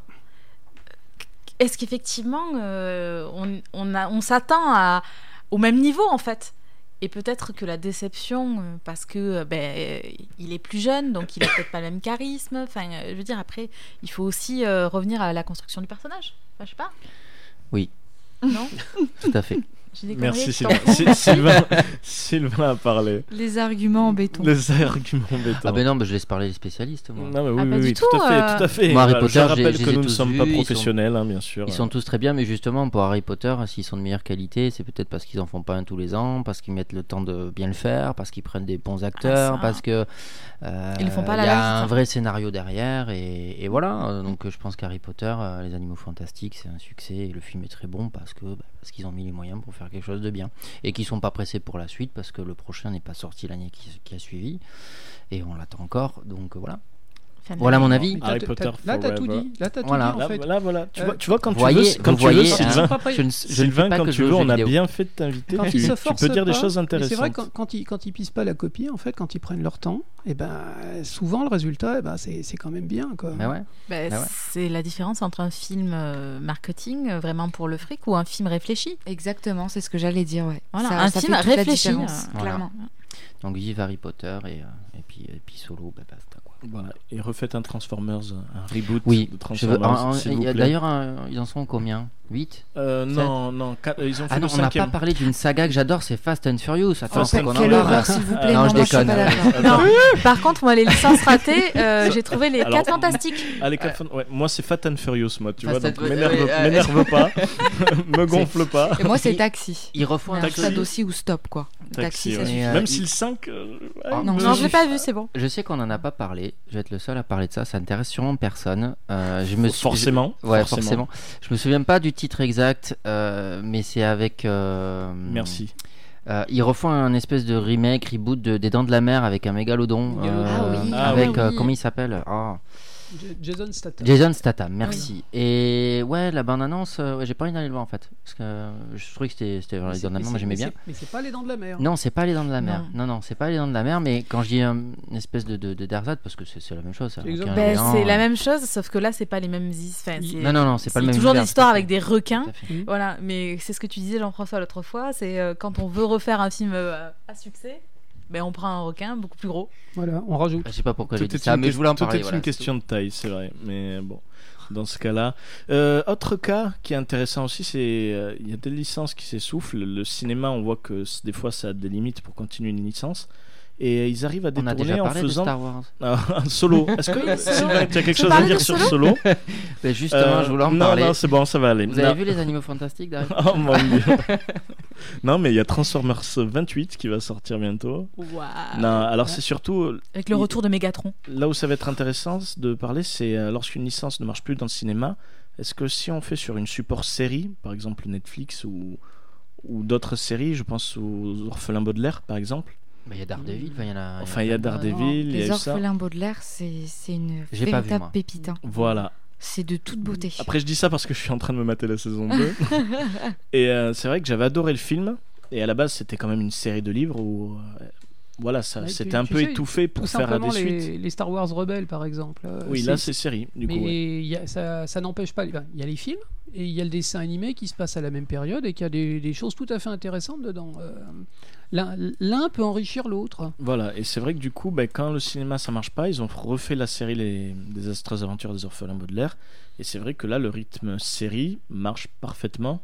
[SPEAKER 7] Est-ce qu'effectivement, euh, on, on, a- on s'attend à- au même niveau, en fait Et peut-être que la déception, euh, parce que euh, ben, euh, il est plus jeune, donc il a peut-être pas le même charisme. Enfin, euh, je veux dire, après, il faut aussi euh, revenir à la construction du personnage. Enfin, je sais pas.
[SPEAKER 9] Oui.
[SPEAKER 7] Non
[SPEAKER 9] Tout à fait.
[SPEAKER 7] J'ai des
[SPEAKER 6] Merci
[SPEAKER 7] conneries, je
[SPEAKER 6] Sylvain.
[SPEAKER 7] t'en prie.
[SPEAKER 6] Sy- Sylvain. Sylvain a parlé.
[SPEAKER 7] Euh,
[SPEAKER 10] Les arguments en béton.
[SPEAKER 6] Les arguments bêtants.
[SPEAKER 9] Ah ben non, mais je laisse parler les spécialistes. moi.
[SPEAKER 6] Non, mais oui,
[SPEAKER 7] Ah,
[SPEAKER 6] oui,
[SPEAKER 7] pas du
[SPEAKER 6] oui, tout,
[SPEAKER 7] tout,
[SPEAKER 6] à fait,
[SPEAKER 7] euh.
[SPEAKER 6] tout à fait.
[SPEAKER 9] Moi, Harry
[SPEAKER 6] Je
[SPEAKER 9] Potter,
[SPEAKER 6] rappelle
[SPEAKER 9] je les- je
[SPEAKER 6] que
[SPEAKER 9] les ai
[SPEAKER 6] nous ne
[SPEAKER 9] tous
[SPEAKER 6] sommes pas
[SPEAKER 9] vus, ils sont-
[SPEAKER 6] professionnels, hein, bien sûr.
[SPEAKER 9] Ils sont tous très bien, mais justement, pour Harry Potter, s'ils sont de meilleure qualité, c'est peut-être parce qu'ils en font pas un tous les ans, parce qu'ils mettent le temps de bien le faire, parce qu'ils prennent des bons acteurs,
[SPEAKER 7] ça.
[SPEAKER 9] parce que euh,
[SPEAKER 7] Ils le font pas à la
[SPEAKER 9] y a
[SPEAKER 7] va-vite.
[SPEAKER 9] un vrai scénario derrière, et, et voilà. Euh, Donc, je pense qu'Harry Potter, euh, les Animaux Fantastiques, c'est un succès, et le film est très bon parce que bah, parce qu'ils ont mis les moyens pour faire quelque chose de bien, et qu'ils sont pas pressés pour la suite parce que le prochain n'est pas sorti l'année qui, qui a suivi, et on l'attend encore. Donc euh, voilà.
[SPEAKER 7] Enfin,
[SPEAKER 9] Voilà mon avis.
[SPEAKER 6] Harry Potter
[SPEAKER 8] Là, t'as tout
[SPEAKER 6] forever.
[SPEAKER 8] dit. Là, t'as tout
[SPEAKER 9] Voilà.
[SPEAKER 8] dit, en
[SPEAKER 6] Là,
[SPEAKER 8] fait.
[SPEAKER 6] là, voilà. Tu
[SPEAKER 8] Euh,
[SPEAKER 6] vois, tu vois quand
[SPEAKER 9] Vous voyez-
[SPEAKER 6] tu veux, quand
[SPEAKER 9] vous
[SPEAKER 6] tu veux,
[SPEAKER 9] voyez,
[SPEAKER 8] Ils
[SPEAKER 6] Sylvain,
[SPEAKER 8] sont pas prêts.
[SPEAKER 9] Je ne, je ne
[SPEAKER 6] Sylvain,
[SPEAKER 9] fais pas
[SPEAKER 6] quand
[SPEAKER 9] que
[SPEAKER 6] tu
[SPEAKER 9] je
[SPEAKER 6] veux,
[SPEAKER 9] joue aux
[SPEAKER 6] on
[SPEAKER 9] jeux
[SPEAKER 6] a
[SPEAKER 9] vidéo.
[SPEAKER 6] bien fait de t'inviter.
[SPEAKER 8] Quand
[SPEAKER 6] Tu,
[SPEAKER 8] ils se
[SPEAKER 6] tu
[SPEAKER 8] forcent
[SPEAKER 6] peux dire des
[SPEAKER 8] pas,
[SPEAKER 6] choses
[SPEAKER 8] mais
[SPEAKER 6] intéressantes.
[SPEAKER 8] C'est vrai que quand, quand ils quand ils pissent pas la copie en fait, quand ils prennent leur temps, et ben souvent le résultat, eh ben c'est c'est quand même bien quoi.
[SPEAKER 9] Mais ouais.
[SPEAKER 7] Ben,
[SPEAKER 9] Ah ouais.
[SPEAKER 7] C'est la différence entre un film euh, marketing, euh, vraiment pour le fric, ou un film réfléchi.
[SPEAKER 10] Exactement, c'est ce que j'allais dire, ouais.
[SPEAKER 7] Voilà,
[SPEAKER 10] Ça-
[SPEAKER 7] un
[SPEAKER 10] ça
[SPEAKER 7] film
[SPEAKER 10] fait toute la
[SPEAKER 7] réfléchi,
[SPEAKER 10] différence,
[SPEAKER 7] euh,
[SPEAKER 9] Voilà.
[SPEAKER 10] clairement.
[SPEAKER 9] Donc vive Harry Potter et, euh, et puis, et puis solo, bah, bah, bah, quoi.
[SPEAKER 6] Voilà. Et refaites un Transformers, un reboot
[SPEAKER 9] Oui,
[SPEAKER 6] de
[SPEAKER 9] je veux-
[SPEAKER 6] Transformers.
[SPEAKER 9] en- en-
[SPEAKER 6] Bah, s'il
[SPEAKER 9] il
[SPEAKER 6] vous
[SPEAKER 9] euh, y a-
[SPEAKER 6] plaît.
[SPEAKER 9] d'ailleurs, un- ils en sont combien 8
[SPEAKER 6] Euh, non, non, quatre- ils ont fait
[SPEAKER 9] Ah non,
[SPEAKER 6] le
[SPEAKER 9] on n'a pas
[SPEAKER 6] cinquième.
[SPEAKER 9] parlé d'une saga que j'adore, c'est Fast and Furious. Attends,
[SPEAKER 6] Oh,
[SPEAKER 9] c'est
[SPEAKER 6] quelle
[SPEAKER 9] qu'on en
[SPEAKER 10] Quelle
[SPEAKER 6] non,
[SPEAKER 9] parle.
[SPEAKER 10] horreur, s'il vous plaît.
[SPEAKER 9] Non,
[SPEAKER 10] Non,
[SPEAKER 9] je
[SPEAKER 10] moi, suis
[SPEAKER 9] déconne.
[SPEAKER 10] pas d'accord.
[SPEAKER 7] Non, par contre, moi, les licences ratées, euh, j'ai trouvé les
[SPEAKER 6] Alors,
[SPEAKER 7] quatre fantastiques.
[SPEAKER 6] Allez, Ah, quatre fois- ouais, moi c'est Fat and Furious, moi, tu
[SPEAKER 9] Fast
[SPEAKER 6] vois,
[SPEAKER 9] and-
[SPEAKER 6] donc
[SPEAKER 9] ouais,
[SPEAKER 6] m'énerve
[SPEAKER 9] ouais, ouais.
[SPEAKER 6] m'énerve pas, me gonfle pas.
[SPEAKER 10] Et moi, c'est
[SPEAKER 9] Il-
[SPEAKER 10] taxi.
[SPEAKER 9] Ils refont un
[SPEAKER 6] Taxi.
[SPEAKER 10] Taxi aussi ou stop, quoi. Taxi, ça
[SPEAKER 6] ouais.
[SPEAKER 10] suffit.
[SPEAKER 9] Et, euh,
[SPEAKER 6] Même
[SPEAKER 9] il-
[SPEAKER 6] si le 5. euh, ouais,
[SPEAKER 9] Ah,
[SPEAKER 10] non,
[SPEAKER 6] me-
[SPEAKER 7] Non, je l'ai pas vu, c'est bon.
[SPEAKER 9] Je sais qu'on n'en a pas parlé, je vais être le seul à parler de ça, ça intéresse sûrement personne. Euh, je me suis-
[SPEAKER 6] Forcément.
[SPEAKER 9] je- Ouais, forcément. Je me souviens pas du titre exact, euh, mais c'est avec. euh,
[SPEAKER 6] Merci.
[SPEAKER 9] euh, ils refont un espèce de remake, reboot de, des Dents de la Mer avec un mégalodon.
[SPEAKER 8] Mégalodon.
[SPEAKER 9] euh,
[SPEAKER 10] Ah oui.
[SPEAKER 6] Ah
[SPEAKER 9] Avec,
[SPEAKER 7] oui.
[SPEAKER 9] euh, comment il s'appelle Ah.
[SPEAKER 8] J- Jason Statham.
[SPEAKER 9] Jason Statham, merci. Et ouais, la bande-annonce, euh, ouais, j'ai pas envie d'aller le voir en fait. Parce que euh, je trouvais que c'était c'était dans
[SPEAKER 8] Mais
[SPEAKER 9] les
[SPEAKER 8] c'est-
[SPEAKER 9] dents de la
[SPEAKER 8] mais
[SPEAKER 9] mer,
[SPEAKER 8] c'est-
[SPEAKER 9] moi j'aimais
[SPEAKER 8] mais
[SPEAKER 9] bien.
[SPEAKER 8] c'est- Mais c'est pas les dents de la mer.
[SPEAKER 9] Non, c'est pas les dents de la mer. Non, non, c'est pas les dents de la mer, mais quand je dis euh, une espèce de, de, de d'ersatz, parce que c'est c'est la même chose. ça a aucun
[SPEAKER 8] Exactement.
[SPEAKER 7] Ben,
[SPEAKER 9] lien,
[SPEAKER 7] c'est la
[SPEAKER 9] euh,
[SPEAKER 7] même chose, sauf que là, c'est pas les mêmes is- enfin, c'est-
[SPEAKER 9] Non, non, non, c'est pas le
[SPEAKER 7] c'est
[SPEAKER 9] même
[SPEAKER 7] toujours
[SPEAKER 9] univers,
[SPEAKER 7] des histoires
[SPEAKER 9] tout à fait.
[SPEAKER 7] avec des requins.
[SPEAKER 9] Tout à
[SPEAKER 8] Mmh.
[SPEAKER 9] fait.
[SPEAKER 7] Voilà, mais c'est ce que tu disais, Jean-François, l'autre fois. C'est euh, quand on veut refaire un film euh, à succès, ben, on prend un requin beaucoup plus gros.
[SPEAKER 8] Voilà, on rajoute.
[SPEAKER 9] Je sais pas pourquoi j'ai
[SPEAKER 6] Tout
[SPEAKER 9] dit
[SPEAKER 6] est
[SPEAKER 9] ça,
[SPEAKER 6] une
[SPEAKER 9] mais je voulais en
[SPEAKER 6] tout
[SPEAKER 9] parler.
[SPEAKER 6] est
[SPEAKER 9] voilà,
[SPEAKER 6] une
[SPEAKER 9] c'est
[SPEAKER 6] question de taille, c'est vrai. Mais bon, dans ce cas-là. Euh, autre cas qui est intéressant aussi, c'est euh, il y a des licences qui s'essoufflent. Le cinéma, on voit que c- des fois ça a des limites pour continuer une licence. Et ils arrivent à
[SPEAKER 9] tout. On a déjà
[SPEAKER 6] détourner en
[SPEAKER 9] parlé de
[SPEAKER 6] faisant Ah,
[SPEAKER 9] Star Wars.
[SPEAKER 6] un solo. Est-ce que Sylvain, tu as quelque chose à
[SPEAKER 7] parler
[SPEAKER 6] dire
[SPEAKER 7] de
[SPEAKER 6] sur Solo
[SPEAKER 9] Mais justement,
[SPEAKER 6] Euh,
[SPEAKER 9] je voulais en
[SPEAKER 6] non,
[SPEAKER 9] parler.
[SPEAKER 6] Non, c'est bon, ça va aller.
[SPEAKER 9] Vous
[SPEAKER 6] Non.
[SPEAKER 9] avez vu les animaux fantastiques Darry
[SPEAKER 6] Oh mon dieu. non, mais il y a Transformers 28 qui va sortir bientôt.
[SPEAKER 9] Ah,
[SPEAKER 6] non, alors c'est surtout euh,
[SPEAKER 7] Avec le retour de Mégatron.
[SPEAKER 6] là où ça va être intéressant de parler, c'est euh, lorsqu'une licence ne marche plus dans le cinéma. Est-ce que si on fait sur une support série, par exemple Netflix ou ou d'autres séries, je pense aux Orphelins Baudelaire par exemple.
[SPEAKER 9] Bah, Il y a Daredevil, enfin, il y en a.
[SPEAKER 6] Enfin, il y a Daredevil, il y a
[SPEAKER 10] Les
[SPEAKER 6] eu ça.
[SPEAKER 10] orphelins Baudelaire, c'est c'est une
[SPEAKER 9] J'ai pas vu,
[SPEAKER 10] véritable
[SPEAKER 9] moi.
[SPEAKER 10] pépite. hein.
[SPEAKER 6] Voilà.
[SPEAKER 10] C'est de toute beauté.
[SPEAKER 6] Mm. Après, je dis ça parce que je suis en train de me mater la saison 2. et euh, c'est vrai que j'avais adoré le film. Et à la base, c'était quand même une série de livres où. euh, voilà, ça,
[SPEAKER 8] Ouais, tu-
[SPEAKER 6] c'était un
[SPEAKER 8] tu
[SPEAKER 6] peu
[SPEAKER 8] sais,
[SPEAKER 6] étouffé
[SPEAKER 8] Tout
[SPEAKER 6] pour faire
[SPEAKER 8] simplement
[SPEAKER 6] des
[SPEAKER 8] les,
[SPEAKER 6] suites.
[SPEAKER 8] les Star Wars rebelles par exemple. Euh,
[SPEAKER 6] Oui, là, c'est série, du
[SPEAKER 8] mais
[SPEAKER 6] coup. ouais.
[SPEAKER 8] il y a- ça, ça n'empêche pas. enfin, Il y a les films et il y a le dessin animé qui se passe à la même période et qui a des, des choses tout à fait intéressantes dedans. Euh, l'un- L'un peut enrichir l'autre.
[SPEAKER 6] Voilà, et c'est vrai que du coup, ben, quand le cinéma ça marche pas, ils ont refait la série Les Désastreuses Aventures des Orphelins Baudelaire. Et c'est vrai que là, le rythme série marche parfaitement.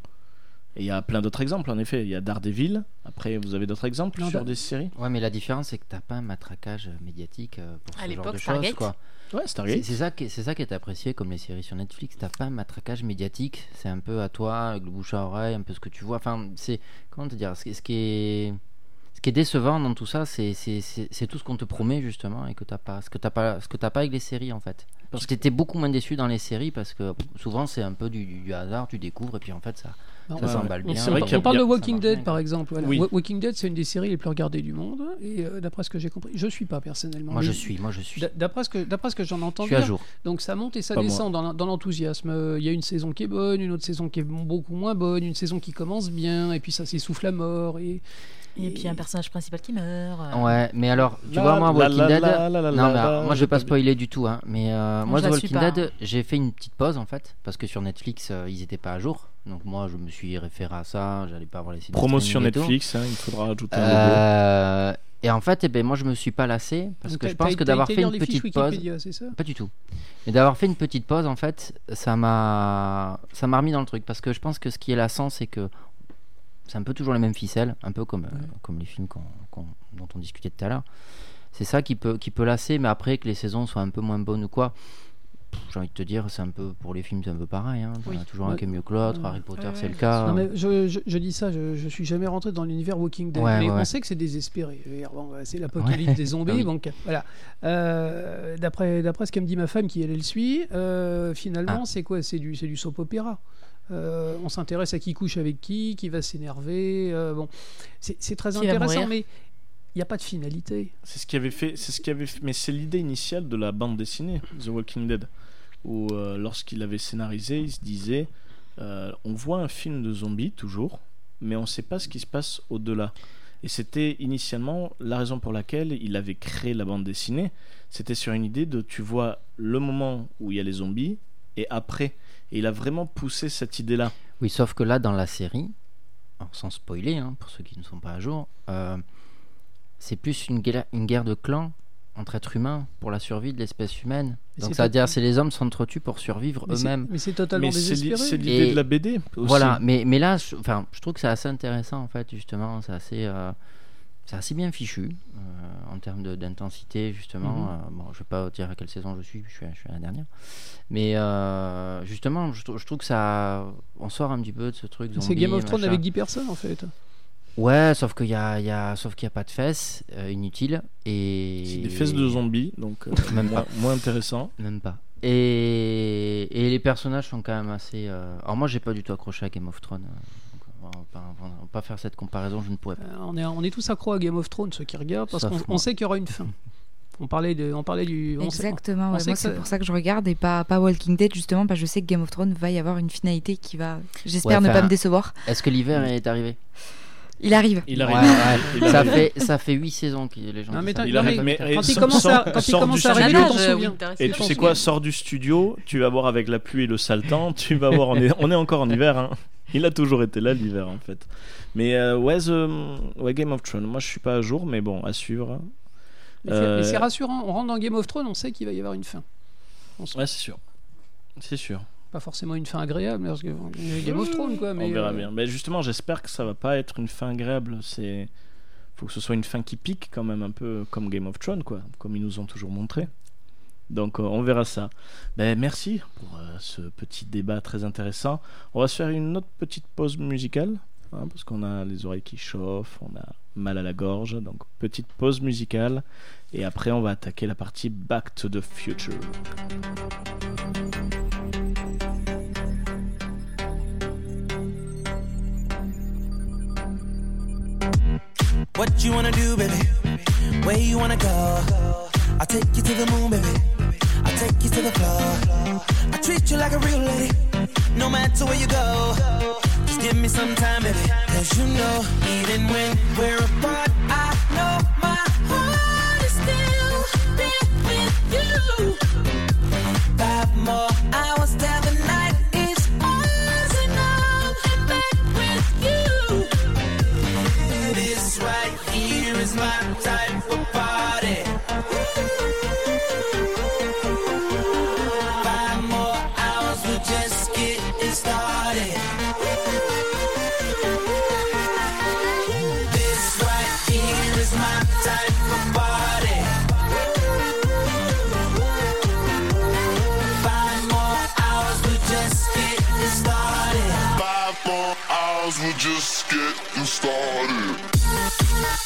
[SPEAKER 6] Et il y a plein d'autres exemples, en effet. Il y a Daredevil. Après, vous avez d'autres exemples
[SPEAKER 8] Non,
[SPEAKER 6] sur
[SPEAKER 8] bah-
[SPEAKER 6] des séries
[SPEAKER 9] Ouais, mais la différence, c'est que t'as pas un matraquage euh, médiatique euh, pour
[SPEAKER 7] À
[SPEAKER 9] ce genre
[SPEAKER 7] l'époque,
[SPEAKER 9] de choses,
[SPEAKER 7] Stargate.
[SPEAKER 9] quoi.
[SPEAKER 6] Ouais, Stargate.
[SPEAKER 9] C'est c'est ça, qui est- c'est ça qui est apprécié comme les séries sur Netflix. T'as pas un matraquage médiatique. C'est un peu à toi, avec le bouche à oreille, un peu ce que tu vois. Enfin, c'est. Comment te dire ce, qui- ce qui est. Ce qui est décevant dans tout ça, c'est c'est- c'est- c'est tout ce qu'on te promet justement et que t'as pas, ce que t'as pas, ce que t'as pas avec les séries en fait.
[SPEAKER 6] Parce
[SPEAKER 9] Parce que t'étais beaucoup moins déçu dans les séries parce que pff, souvent c'est un peu du, du- du hasard, tu découvres et puis en fait ça,
[SPEAKER 8] Non,
[SPEAKER 9] ça
[SPEAKER 6] ouais,
[SPEAKER 9] s'emballe
[SPEAKER 6] ouais.
[SPEAKER 9] bien.
[SPEAKER 6] C'est vrai
[SPEAKER 9] Ça
[SPEAKER 6] qu'il y a-
[SPEAKER 8] On parle
[SPEAKER 9] marche
[SPEAKER 8] de
[SPEAKER 9] bien,
[SPEAKER 8] Walking
[SPEAKER 9] ça marche
[SPEAKER 8] Dead
[SPEAKER 9] bien.
[SPEAKER 8] par exemple. voilà.
[SPEAKER 6] Oui.
[SPEAKER 8] Wa- Walking Dead, c'est une des séries les plus regardées du monde. Et euh, d'après ce que j'ai compris, je suis pas personnellement.
[SPEAKER 9] Moi
[SPEAKER 8] mais
[SPEAKER 9] je suis, moi je suis.
[SPEAKER 8] d'a- D'après ce que d'après ce que j'en entends
[SPEAKER 9] Je suis à
[SPEAKER 8] dire,
[SPEAKER 9] jour.
[SPEAKER 8] donc ça monte et ça
[SPEAKER 6] Pas moi.
[SPEAKER 8] descend dans l'en- dans l'enthousiasme. Euh, Il y a une saison qui est bonne, une autre saison qui est beaucoup moins bonne, une saison qui commence bien et puis ça s'essouffle à mort. Et,
[SPEAKER 7] Et puis un personnage principal qui meurt. euh,
[SPEAKER 9] Ouais, mais alors, tu
[SPEAKER 6] La,
[SPEAKER 9] vois, moi,
[SPEAKER 6] la,
[SPEAKER 9] Walking
[SPEAKER 6] la,
[SPEAKER 9] Dead.
[SPEAKER 6] la, la, la,
[SPEAKER 9] non,
[SPEAKER 6] la,
[SPEAKER 9] mais,
[SPEAKER 6] la,
[SPEAKER 9] Ah, moi, je vais
[SPEAKER 6] j'ai
[SPEAKER 9] pas
[SPEAKER 6] vu.
[SPEAKER 9] spoiler du tout, hein, mais euh, moi,
[SPEAKER 7] je
[SPEAKER 9] The
[SPEAKER 7] la
[SPEAKER 9] Walking
[SPEAKER 7] suis pas,
[SPEAKER 9] Dead,
[SPEAKER 7] hein.
[SPEAKER 9] j'ai fait une petite pause en fait, parce que sur Netflix, euh, ils étaient pas à jour. Donc, moi, je me suis référé à ça, j'allais pas avoir les sites de
[SPEAKER 6] Promotion
[SPEAKER 9] streaming et tout.
[SPEAKER 6] Netflix, hein, il faudra ajouter un logo.
[SPEAKER 9] Euh, et en fait, eh ben, moi, je me suis pas lassé, parce
[SPEAKER 8] Donc,
[SPEAKER 9] que
[SPEAKER 8] t'as-
[SPEAKER 9] je
[SPEAKER 8] t'as-
[SPEAKER 9] pense que
[SPEAKER 8] t'as
[SPEAKER 9] d'avoir
[SPEAKER 8] été
[SPEAKER 9] fait
[SPEAKER 8] lire
[SPEAKER 9] une
[SPEAKER 8] les fiches
[SPEAKER 9] petite pause.
[SPEAKER 8] Wikipédia, c'est ça
[SPEAKER 9] Pas du tout. Mais d'avoir fait une petite pause, en fait, ça m'a, ça m'a remis dans le truc parce que je pense que ce qui est lassant, c'est que c'est un peu toujours les mêmes ficelles, un peu comme, euh, comme les films qu'on- qu'on- dont on discutait tout à l'heure. C'est ça qui peut, qui peut lasser, mais après que les saisons soient un peu moins bonnes ou quoi. pff, J'ai envie de te dire, c'est un peu pour les films, c'est un peu pareil. Hein. T'en
[SPEAKER 8] Oui.
[SPEAKER 9] as toujours un
[SPEAKER 8] Ouais.
[SPEAKER 9] qui est mieux que l'autre. Harry Potter,
[SPEAKER 7] Ouais,
[SPEAKER 9] c'est le
[SPEAKER 7] ouais.
[SPEAKER 9] cas.
[SPEAKER 8] Non, mais je, je- je dis ça, je, je suis jamais rentré dans l'univers Walking Dead.
[SPEAKER 9] Ouais,
[SPEAKER 8] mais
[SPEAKER 9] ouais, ouais.
[SPEAKER 8] on sait que c'est désespéré. Je veux dire, bon, bah, c'est l'apocalypse
[SPEAKER 9] Ouais.
[SPEAKER 8] des zombies.
[SPEAKER 9] Ah oui.
[SPEAKER 8] Donc voilà. Euh, D'après d'après ce qu'a me dit ma femme qui elle, elle suit, euh,
[SPEAKER 9] Ah.
[SPEAKER 8] finalement, c'est quoi C'est du, c'est du soap opéra. Euh, on s'intéresse à qui couche avec qui, qui va s'énerver. euh, bon, c'est c'est très
[SPEAKER 7] Qui va
[SPEAKER 8] intéressant,
[SPEAKER 7] mourir.
[SPEAKER 8] mais il n'y a pas de finalité.
[SPEAKER 6] C'est ce qui avait fait, c'est ce qui avait fait- mais c'est l'idée initiale de la bande dessinée The Walking Dead, où euh, lorsqu'il avait scénarisé, il se disait, euh, on voit un film de zombies toujours, mais on ne sait pas ce qui se passe au-delà. Et c'était initialement la raison pour laquelle il avait créé la bande dessinée. C'était sur une idée de tu vois le moment où il y a les zombies et après. Et il a vraiment poussé cette idée-là.
[SPEAKER 9] Oui, sauf que là, dans la série, alors, sans spoiler, hein, pour ceux qui ne sont pas à jour, euh, c'est plus une guerre, une guerre de clans entre êtres humains pour la survie de l'espèce humaine.
[SPEAKER 8] Mais
[SPEAKER 9] Donc,
[SPEAKER 8] c'est
[SPEAKER 9] c'est-à-dire, c'est les hommes s'entretuent pour survivre
[SPEAKER 8] Mais c'est-
[SPEAKER 9] eux-mêmes.
[SPEAKER 8] Mais c'est totalement
[SPEAKER 6] Mais c'est li-
[SPEAKER 8] désespéré.
[SPEAKER 6] c'est l'idée
[SPEAKER 9] Et
[SPEAKER 6] de la BD. Aussi.
[SPEAKER 9] Voilà, mais, mais là, je, enfin, je trouve que c'est assez intéressant, en fait, justement. C'est assez, euh, c'est assez bien fichu euh, en termes de- d'intensité, justement.
[SPEAKER 8] Mhm.
[SPEAKER 9] Euh, bon, je vais pas dire à quelle saison je suis, je suis à, je suis à la dernière. Mais euh, justement, je, trou- je trouve que ça. On sort un petit peu de ce truc.
[SPEAKER 8] C'est
[SPEAKER 9] zombie,
[SPEAKER 8] Game of Thrones
[SPEAKER 9] machin.
[SPEAKER 8] avec 10 personnes en fait.
[SPEAKER 9] Ouais, sauf qu'il y a, il y a- sauf qu'il y a pas de fesses, euh, inutile et
[SPEAKER 6] C'est des fesses de zombies, donc euh,
[SPEAKER 9] Même
[SPEAKER 6] moins- moins intéressant.
[SPEAKER 9] Même pas. Et, et les personnages sont quand même assez. euh, Alors moi, j'ai pas du tout accroché à Game of Thrones. euh, donc on, va pas, on va- on va pas faire cette comparaison, je ne pourrais pas.
[SPEAKER 8] Euh, on, est, on est tous accros à Game of Thrones, ceux qui regardent, parce
[SPEAKER 9] Sauf
[SPEAKER 8] qu'on
[SPEAKER 9] moi.
[SPEAKER 8] on sait qu'il y aura une fin. On parlait, de, on parlait du. on sait-
[SPEAKER 10] Exactement,
[SPEAKER 8] on
[SPEAKER 10] ouais.
[SPEAKER 8] sait
[SPEAKER 10] moi
[SPEAKER 8] que
[SPEAKER 10] c'est
[SPEAKER 8] ça-
[SPEAKER 10] pour ça que je regarde et pas, pas Walking Dead justement parce que je sais que Game of Thrones va y avoir une finalité qui va, j'espère
[SPEAKER 9] Ouais,
[SPEAKER 10] ne pas
[SPEAKER 9] enfin-
[SPEAKER 10] me décevoir.
[SPEAKER 9] Est-ce que l'hiver est arrivé
[SPEAKER 10] Il arrive.
[SPEAKER 6] Il
[SPEAKER 9] Ouais,
[SPEAKER 6] arrive.
[SPEAKER 9] ouais.
[SPEAKER 6] Il
[SPEAKER 9] Ça
[SPEAKER 6] arrive.
[SPEAKER 9] fait ça fait huit saisons que les gens.
[SPEAKER 8] Non,
[SPEAKER 9] disent
[SPEAKER 8] mais
[SPEAKER 9] ça.
[SPEAKER 8] t'as-
[SPEAKER 6] Il
[SPEAKER 8] non,
[SPEAKER 6] arrive,
[SPEAKER 8] mais
[SPEAKER 6] mais
[SPEAKER 8] quand il
[SPEAKER 6] sort-
[SPEAKER 8] commence à,
[SPEAKER 6] sort-
[SPEAKER 8] quand il
[SPEAKER 6] sort
[SPEAKER 8] commence
[SPEAKER 6] du
[SPEAKER 8] à
[SPEAKER 6] studio.
[SPEAKER 8] régler,
[SPEAKER 7] Nage,
[SPEAKER 8] t'en
[SPEAKER 7] euh,
[SPEAKER 8] souviens.
[SPEAKER 7] Winter is
[SPEAKER 6] Et
[SPEAKER 7] Coming.
[SPEAKER 6] tu sais quoi, sors du studio, tu vas voir avec la pluie et le sale temps, tu vas voir, on est, on est encore en hiver. hein. Il a toujours été là l'hiver en fait. Mais euh, ouais, the- ouais, Game of Thrones, moi je suis pas à jour, mais bon, à suivre.
[SPEAKER 8] Mais c'est- mais c'est
[SPEAKER 6] Euh,
[SPEAKER 8] rassurant, on rentre dans Game of Thrones, on sait qu'il va y avoir une fin.
[SPEAKER 6] Ouais, c'est sûr. C'est sûr.
[SPEAKER 8] Pas forcément une fin agréable, parce que bon, Game of Thrones, quoi. Mais,
[SPEAKER 6] on verra
[SPEAKER 8] euh,
[SPEAKER 6] bien. Mais justement, j'espère que ça va pas être une fin agréable. C'est faut que ce soit une fin qui pique quand même un peu comme Game of Thrones quoi, comme ils nous ont toujours montré. Donc euh, on verra ça. Ben merci pour euh, ce petit débat très intéressant. On va se faire une autre petite pause musicale hein, parce qu'on a les oreilles qui chauffent, on a mal à la gorge, donc petite pause musicale et après on va attaquer la partie Back to the Future.
[SPEAKER 4] What you wanna do, baby? Where you wanna go? I'll take you to the moon, baby. I'll take you to the floor. I treat you like a real lady, no matter where you go. Just give me some time, baby. Cause you know, even when we're apart, I know my heart is still there with you five more hours till the night is ours and I'm back with you. This right here is my type of party. Five more hours, we're just getting started. This right here is my type of party. Five more hours, we're just getting started.
[SPEAKER 11] Five more hours, we're just getting started.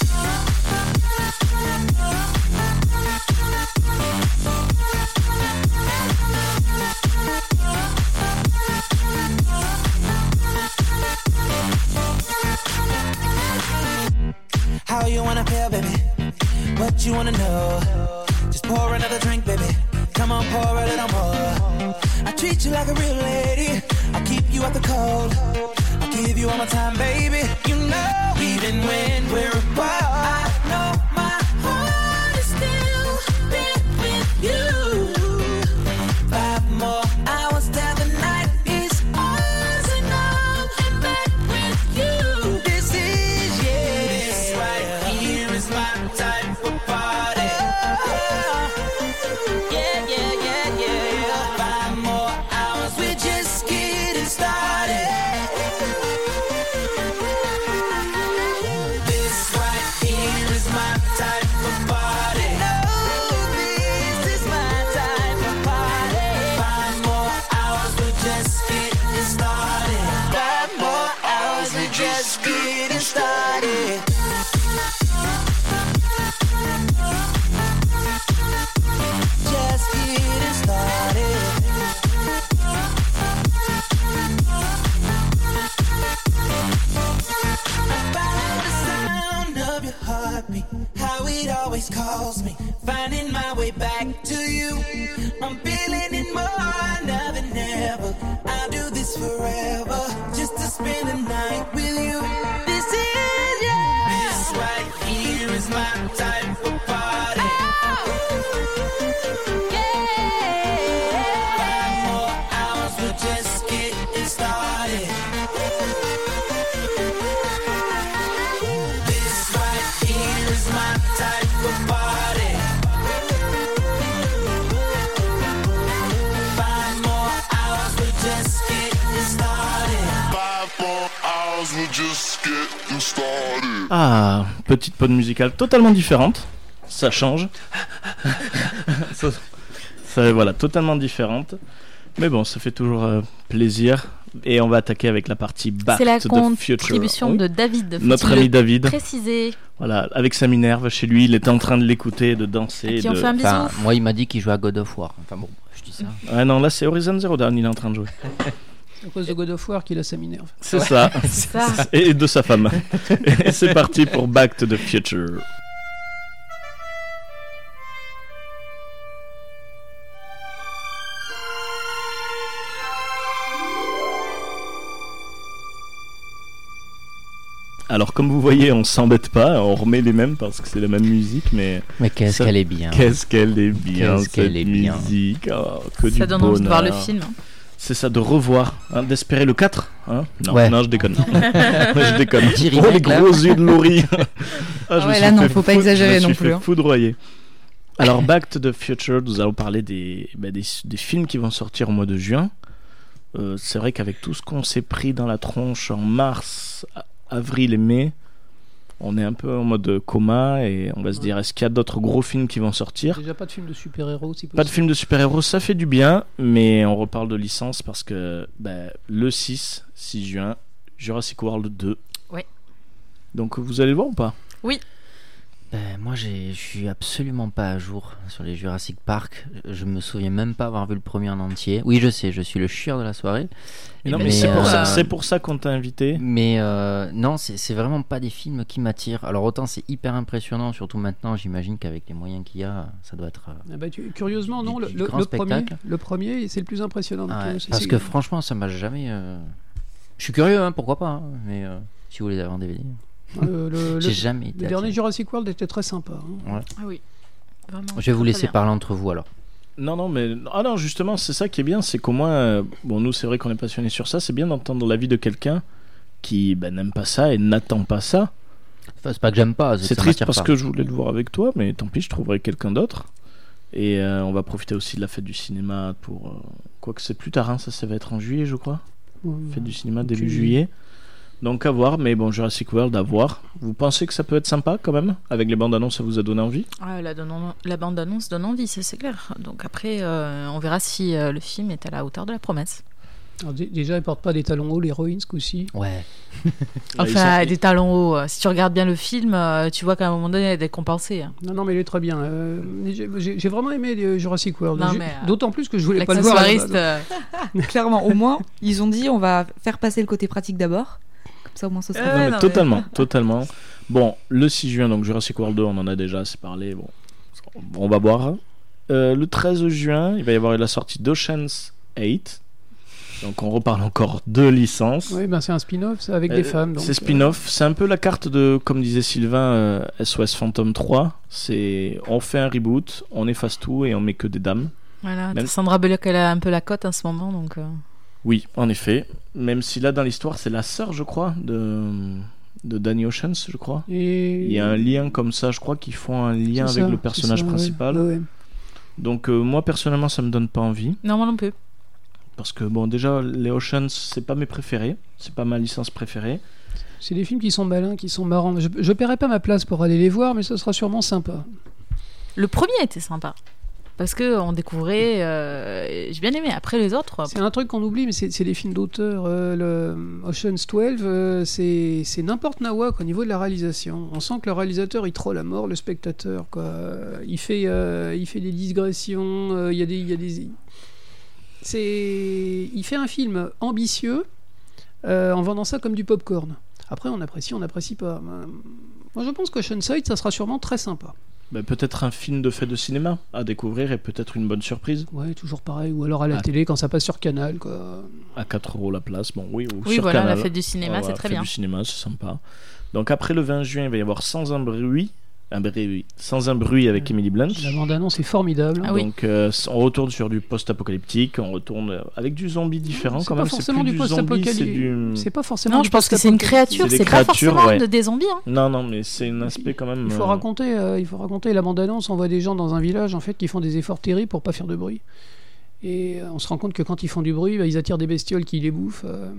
[SPEAKER 4] How you wanna feel, baby? What you wanna know? Just pour another drink, baby. Come on, pour a little more. I treat you like a real lady. I keep you out the cold. I
[SPEAKER 8] give you all my time, baby. You know, even when we're apart, I know my heart is still there with you. Five more hours till the night is ours, and I'm back with you. This is yeah, this right here is my type of party. Yeah, yeah, yeah, yeah. Five more hours, we're just getting started. This right here is my type of party. this is my type of party. Five more hours, we're just getting started. Five more hours, we're just getting started. Just getting started. About the sound of your heartbeat, how it always calls me, finding my way back to you. I'm feeling it more now than ever. I'll do this forever, just to spend the night with you. This is yeah. This right here is my type of party. Oh, Yeah. Five more hours, we're just getting started. This right here is my type of party. Five more hours, we're just getting started.
[SPEAKER 12] Five more hours, we're just getting started.
[SPEAKER 6] Ah, petite pause musicale totalement différente. Ça change. ça, ça- voilà, totalement différente. Mais bon, ça fait toujours euh, plaisir. Et on va attaquer avec la partie Back
[SPEAKER 7] C'est la
[SPEAKER 6] Bah, to the Future.
[SPEAKER 7] contribution
[SPEAKER 6] Oui.
[SPEAKER 7] de David.
[SPEAKER 6] Notre
[SPEAKER 7] faut-il
[SPEAKER 6] ami
[SPEAKER 7] le
[SPEAKER 6] David.
[SPEAKER 7] Préciser.
[SPEAKER 6] Voilà, avec sa Minerve chez lui, il était en train de l'écouter, de danser.
[SPEAKER 7] qui
[SPEAKER 6] de...
[SPEAKER 7] on fait un bisou. Enfin,
[SPEAKER 3] moi, il m'a dit qu'il jouait à God of War. Enfin bon, je dis ça.
[SPEAKER 6] Ah non, là c'est Horizon Zero Dawn, il est en train de jouer.
[SPEAKER 13] à cause de God of War qu'il a sa minerve.
[SPEAKER 6] C'est ça. Et de sa femme. Et c'est parti pour Back to the Future. Alors comme vous voyez, on s'embête pas, on remet les mêmes parce que c'est la même musique, mais
[SPEAKER 3] Mais qu'est-ce
[SPEAKER 6] Ça-
[SPEAKER 3] qu'elle est bien.
[SPEAKER 6] Qu'est-ce qu'elle est bien
[SPEAKER 3] Qu'est-ce qu'elle
[SPEAKER 6] cette
[SPEAKER 3] est bien.
[SPEAKER 6] musique. Oh, que
[SPEAKER 7] Ça
[SPEAKER 6] du
[SPEAKER 7] donne envie de voir
[SPEAKER 6] bonheur.
[SPEAKER 7] le film, hein.
[SPEAKER 6] C'est ça de revoir, hein, d'espérer le 4 hein non,
[SPEAKER 3] Ouais.
[SPEAKER 6] non, je déconne. je déconne.
[SPEAKER 3] Jerry
[SPEAKER 6] Oh, les
[SPEAKER 3] Maguire.
[SPEAKER 6] gros yeux de Laurie. Ah, je
[SPEAKER 10] Ah
[SPEAKER 6] me
[SPEAKER 10] ouais,
[SPEAKER 6] suis
[SPEAKER 10] là, non,
[SPEAKER 6] fait
[SPEAKER 10] faut pas
[SPEAKER 6] fou-
[SPEAKER 10] exagérer
[SPEAKER 6] je
[SPEAKER 10] non
[SPEAKER 6] me suis
[SPEAKER 10] plus,
[SPEAKER 6] fait
[SPEAKER 10] hein.
[SPEAKER 6] foudroyer. Alors, Back to the Future, nous allons parler des, bah, des, des films qui vont sortir au mois de juin. Euh, c'est vrai qu'avec tout ce qu'on s'est pris dans la tronche en mars, a- avril et mai, on est un peu en mode coma et on va se dire est-ce qu'il y a d'autres gros films qui vont sortir
[SPEAKER 13] Déjà pas de film de super-héros, si possible.
[SPEAKER 6] pas de film de super-héros, ça fait du bien, mais on reparle de licence parce que bah, le 6, 6 juin, Jurassic World 2.
[SPEAKER 7] Ouais.
[SPEAKER 6] Donc vous allez le voir ou pas
[SPEAKER 7] Oui.
[SPEAKER 3] Ben, moi, j'ai- je suis absolument pas à jour sur les Jurassic Park. Je me souviens même pas avoir vu le premier en entier. Oui, je sais, je suis le chieur de la soirée. ben, euh,
[SPEAKER 6] Mais non, mais c'est pour ça- c'est pour ça qu'on t'a invité.
[SPEAKER 3] Mais euh, non, c'est c'est vraiment pas des films qui m'attirent. Alors autant c'est hyper impressionnant, surtout maintenant, j'imagine qu'avec les moyens qu'il y a, ça doit être. euh,
[SPEAKER 13] Ah bah, tu- curieusement, non, le,
[SPEAKER 3] du
[SPEAKER 13] le-
[SPEAKER 3] grand
[SPEAKER 13] le premier,
[SPEAKER 3] spectacle.
[SPEAKER 13] le premier, c'est le plus impressionnant. de
[SPEAKER 3] ah ouais,
[SPEAKER 13] tous. C'est-
[SPEAKER 3] parce
[SPEAKER 13] c'est-
[SPEAKER 3] que franchement, ça m'a jamais. euh, Je suis curieux, hein, pourquoi pas. hein, mais euh, si vous voulez avoir un DVD.
[SPEAKER 13] euh, le, le-
[SPEAKER 3] J'ai jamais été.
[SPEAKER 13] le dernier
[SPEAKER 3] attiré.
[SPEAKER 13] Jurassic World était très sympa. hein.
[SPEAKER 3] Ouais.
[SPEAKER 7] Ah oui. Vraiment.
[SPEAKER 3] Je vais vous
[SPEAKER 7] très
[SPEAKER 3] laisser
[SPEAKER 7] bien.
[SPEAKER 3] parler entre vous alors.
[SPEAKER 6] Non, non, mais ah non, justement, c'est ça qui est bien, c'est qu'au moins, euh, bon, nous, c'est vrai qu'on est passionné sur ça, c'est bien d'entendre l'avis de quelqu'un qui bah, n'aime pas ça et n'attend pas ça.
[SPEAKER 3] Enfin, c'est pas que j'aime pas.
[SPEAKER 6] C'est triste parce que je voulais le voir avec toi, mais tant pis, je trouverai quelqu'un d'autre. Et euh, on va profiter aussi de la fête du cinéma pour. euh, Quoique c'est plus tard, hein, ça, ça va être en juillet, je crois.
[SPEAKER 13] Ouais.
[SPEAKER 6] Fête du cinéma début
[SPEAKER 13] Ok.
[SPEAKER 6] juillet. Donc à voir, mais bon, Jurassic World à voir. Vous pensez que ça peut être sympa quand même Avec les bandes annonces, ça vous a donné envie
[SPEAKER 7] Ah, la, donne- la bande-annonce donne envie, ça, c'est clair. Donc après, euh, on verra si euh, le film est à la hauteur de la promesse.
[SPEAKER 13] Alors, dé- déjà, elle porte pas des talons hauts, l'héroïne, ce coup-ci.
[SPEAKER 3] Ouais.
[SPEAKER 7] Enfin, des talons hauts. euh, Si tu regardes bien le film, euh, tu vois qu'à un moment donné, elle est décompensée. hein.
[SPEAKER 13] Non, non, mais il est très bien. Euh, j'ai- J'ai j'ai vraiment aimé euh, Jurassic World.
[SPEAKER 7] Non,
[SPEAKER 13] J'ai-
[SPEAKER 7] mais, euh,
[SPEAKER 13] D'autant plus que je voulais pas le voir. Bah, à la
[SPEAKER 7] l'accessoiriste,
[SPEAKER 13] base.
[SPEAKER 7] euh,
[SPEAKER 10] Clairement, au moins, ils ont dit on va faire passer le côté pratique d'abord. Comme ça, au moins, ce sera.
[SPEAKER 6] Non, mais totalement, totalement. Bon, le 6 juin, donc Jurassic World 2, on en a déjà assez parlé. Bon, on va hein. boire. Euh, le 13 juin, il va y avoir la sortie d'Ocean's 8. Donc on reparle encore de licences.
[SPEAKER 13] bah.
[SPEAKER 8] Oui, ben c'est un spin-off ça, avec
[SPEAKER 6] Euh,
[SPEAKER 8] des femmes. donc,
[SPEAKER 6] C'est spin-off. C'est un peu la carte de, comme disait Sylvain, euh, SOS Phantom 3. C'est on fait un reboot, on efface tout et on met que des dames.
[SPEAKER 7] Voilà,
[SPEAKER 6] Même-
[SPEAKER 7] Sandra Bullock, elle a un peu la cote en ce moment, donc. euh,
[SPEAKER 6] Oui, en effet. Même si là, dans l'histoire, c'est la sœur, je crois, de, de Danny Oceans, je crois.
[SPEAKER 13] euh,
[SPEAKER 8] Et-
[SPEAKER 6] Il y a un lien comme ça, je crois qu'ils font un lien
[SPEAKER 8] C'est
[SPEAKER 6] avec
[SPEAKER 8] ça,
[SPEAKER 6] le
[SPEAKER 8] c'est
[SPEAKER 6] personnage
[SPEAKER 8] ça, ouais,
[SPEAKER 6] principal.
[SPEAKER 8] ouais, ouais.
[SPEAKER 6] Donc euh, moi, personnellement, ça me donne pas envie.
[SPEAKER 7] Non, moi non plus.
[SPEAKER 6] Parce que, bon, déjà, les Oceans, c'est pas mes préférés. C'est pas ma licence préférée.
[SPEAKER 8] C'est des films qui sont malins, qui sont marrants. Je, je paierai pas ma place pour aller les voir, mais ce sera sûrement sympa.
[SPEAKER 7] Le premier était sympa. Parce que on découvrait. euh, et J'ai bien aimé. Après les autres.
[SPEAKER 8] C'est un truc qu'on oublie, mais c'est c'est des films d'auteur. Euh, le Ocean's 12, euh, c'est c'est n'importe nawak au niveau de la réalisation. On sent que le réalisateur, il troll à mort le spectateur. Quoi. Euh, Il, fait, euh, il fait des digressions, euh, il y a des... Il, y a des... c'est- il fait un film ambitieux euh, en vendant ça comme du popcorn. Après, on apprécie, on n'apprécie pas. Ben, Moi, je pense qu'Ocean's 8, ça sera sûrement très sympa.
[SPEAKER 6] Ben, peut-être un film de fait de cinéma à découvrir et peut-être une bonne surprise.
[SPEAKER 8] Ouais, toujours pareil. Ou alors à la
[SPEAKER 6] Ah.
[SPEAKER 8] télé quand ça passe sur Canal. Quoi.
[SPEAKER 6] à 4 euros la place. Bon, oui, ou
[SPEAKER 7] Oui,
[SPEAKER 6] sur
[SPEAKER 7] voilà,
[SPEAKER 6] Canal.
[SPEAKER 7] la fête du cinéma, c'est très
[SPEAKER 6] fête
[SPEAKER 7] bien.
[SPEAKER 6] du cinéma, c'est sympa. Donc après le 20 juin, il va y avoir Sans un bruit, un bruit sans un bruit avec Emily Blunt.
[SPEAKER 8] La bande-annonce est formidable.
[SPEAKER 7] Ah
[SPEAKER 6] Donc euh, on retourne sur du post-apocalyptique, on retourne euh, avec du zombie différent
[SPEAKER 8] C'est
[SPEAKER 6] quand
[SPEAKER 8] pas
[SPEAKER 6] même.
[SPEAKER 8] forcément
[SPEAKER 6] plus
[SPEAKER 8] du
[SPEAKER 6] zombie,
[SPEAKER 8] post-apocalypse.
[SPEAKER 6] c'est du-
[SPEAKER 8] C'est pas forcément.
[SPEAKER 7] Non,
[SPEAKER 8] du
[SPEAKER 7] je pense que c'est une
[SPEAKER 8] post-apocalypse.
[SPEAKER 7] créature.
[SPEAKER 6] des
[SPEAKER 7] C'est pas
[SPEAKER 6] créatures,
[SPEAKER 7] forcément
[SPEAKER 6] ouais.
[SPEAKER 7] de- des zombies. hein.
[SPEAKER 6] Non, non, mais c'est un aspect quand même.
[SPEAKER 8] Il faut
[SPEAKER 6] euh,
[SPEAKER 8] raconter, euh, il faut raconter la bande-annonce. On voit des gens dans un village en fait qui font des efforts terribles pour pas faire de bruit. Et euh, on se rend compte que quand ils font du bruit, bah, ils attirent des bestioles qui les bouffent. euh,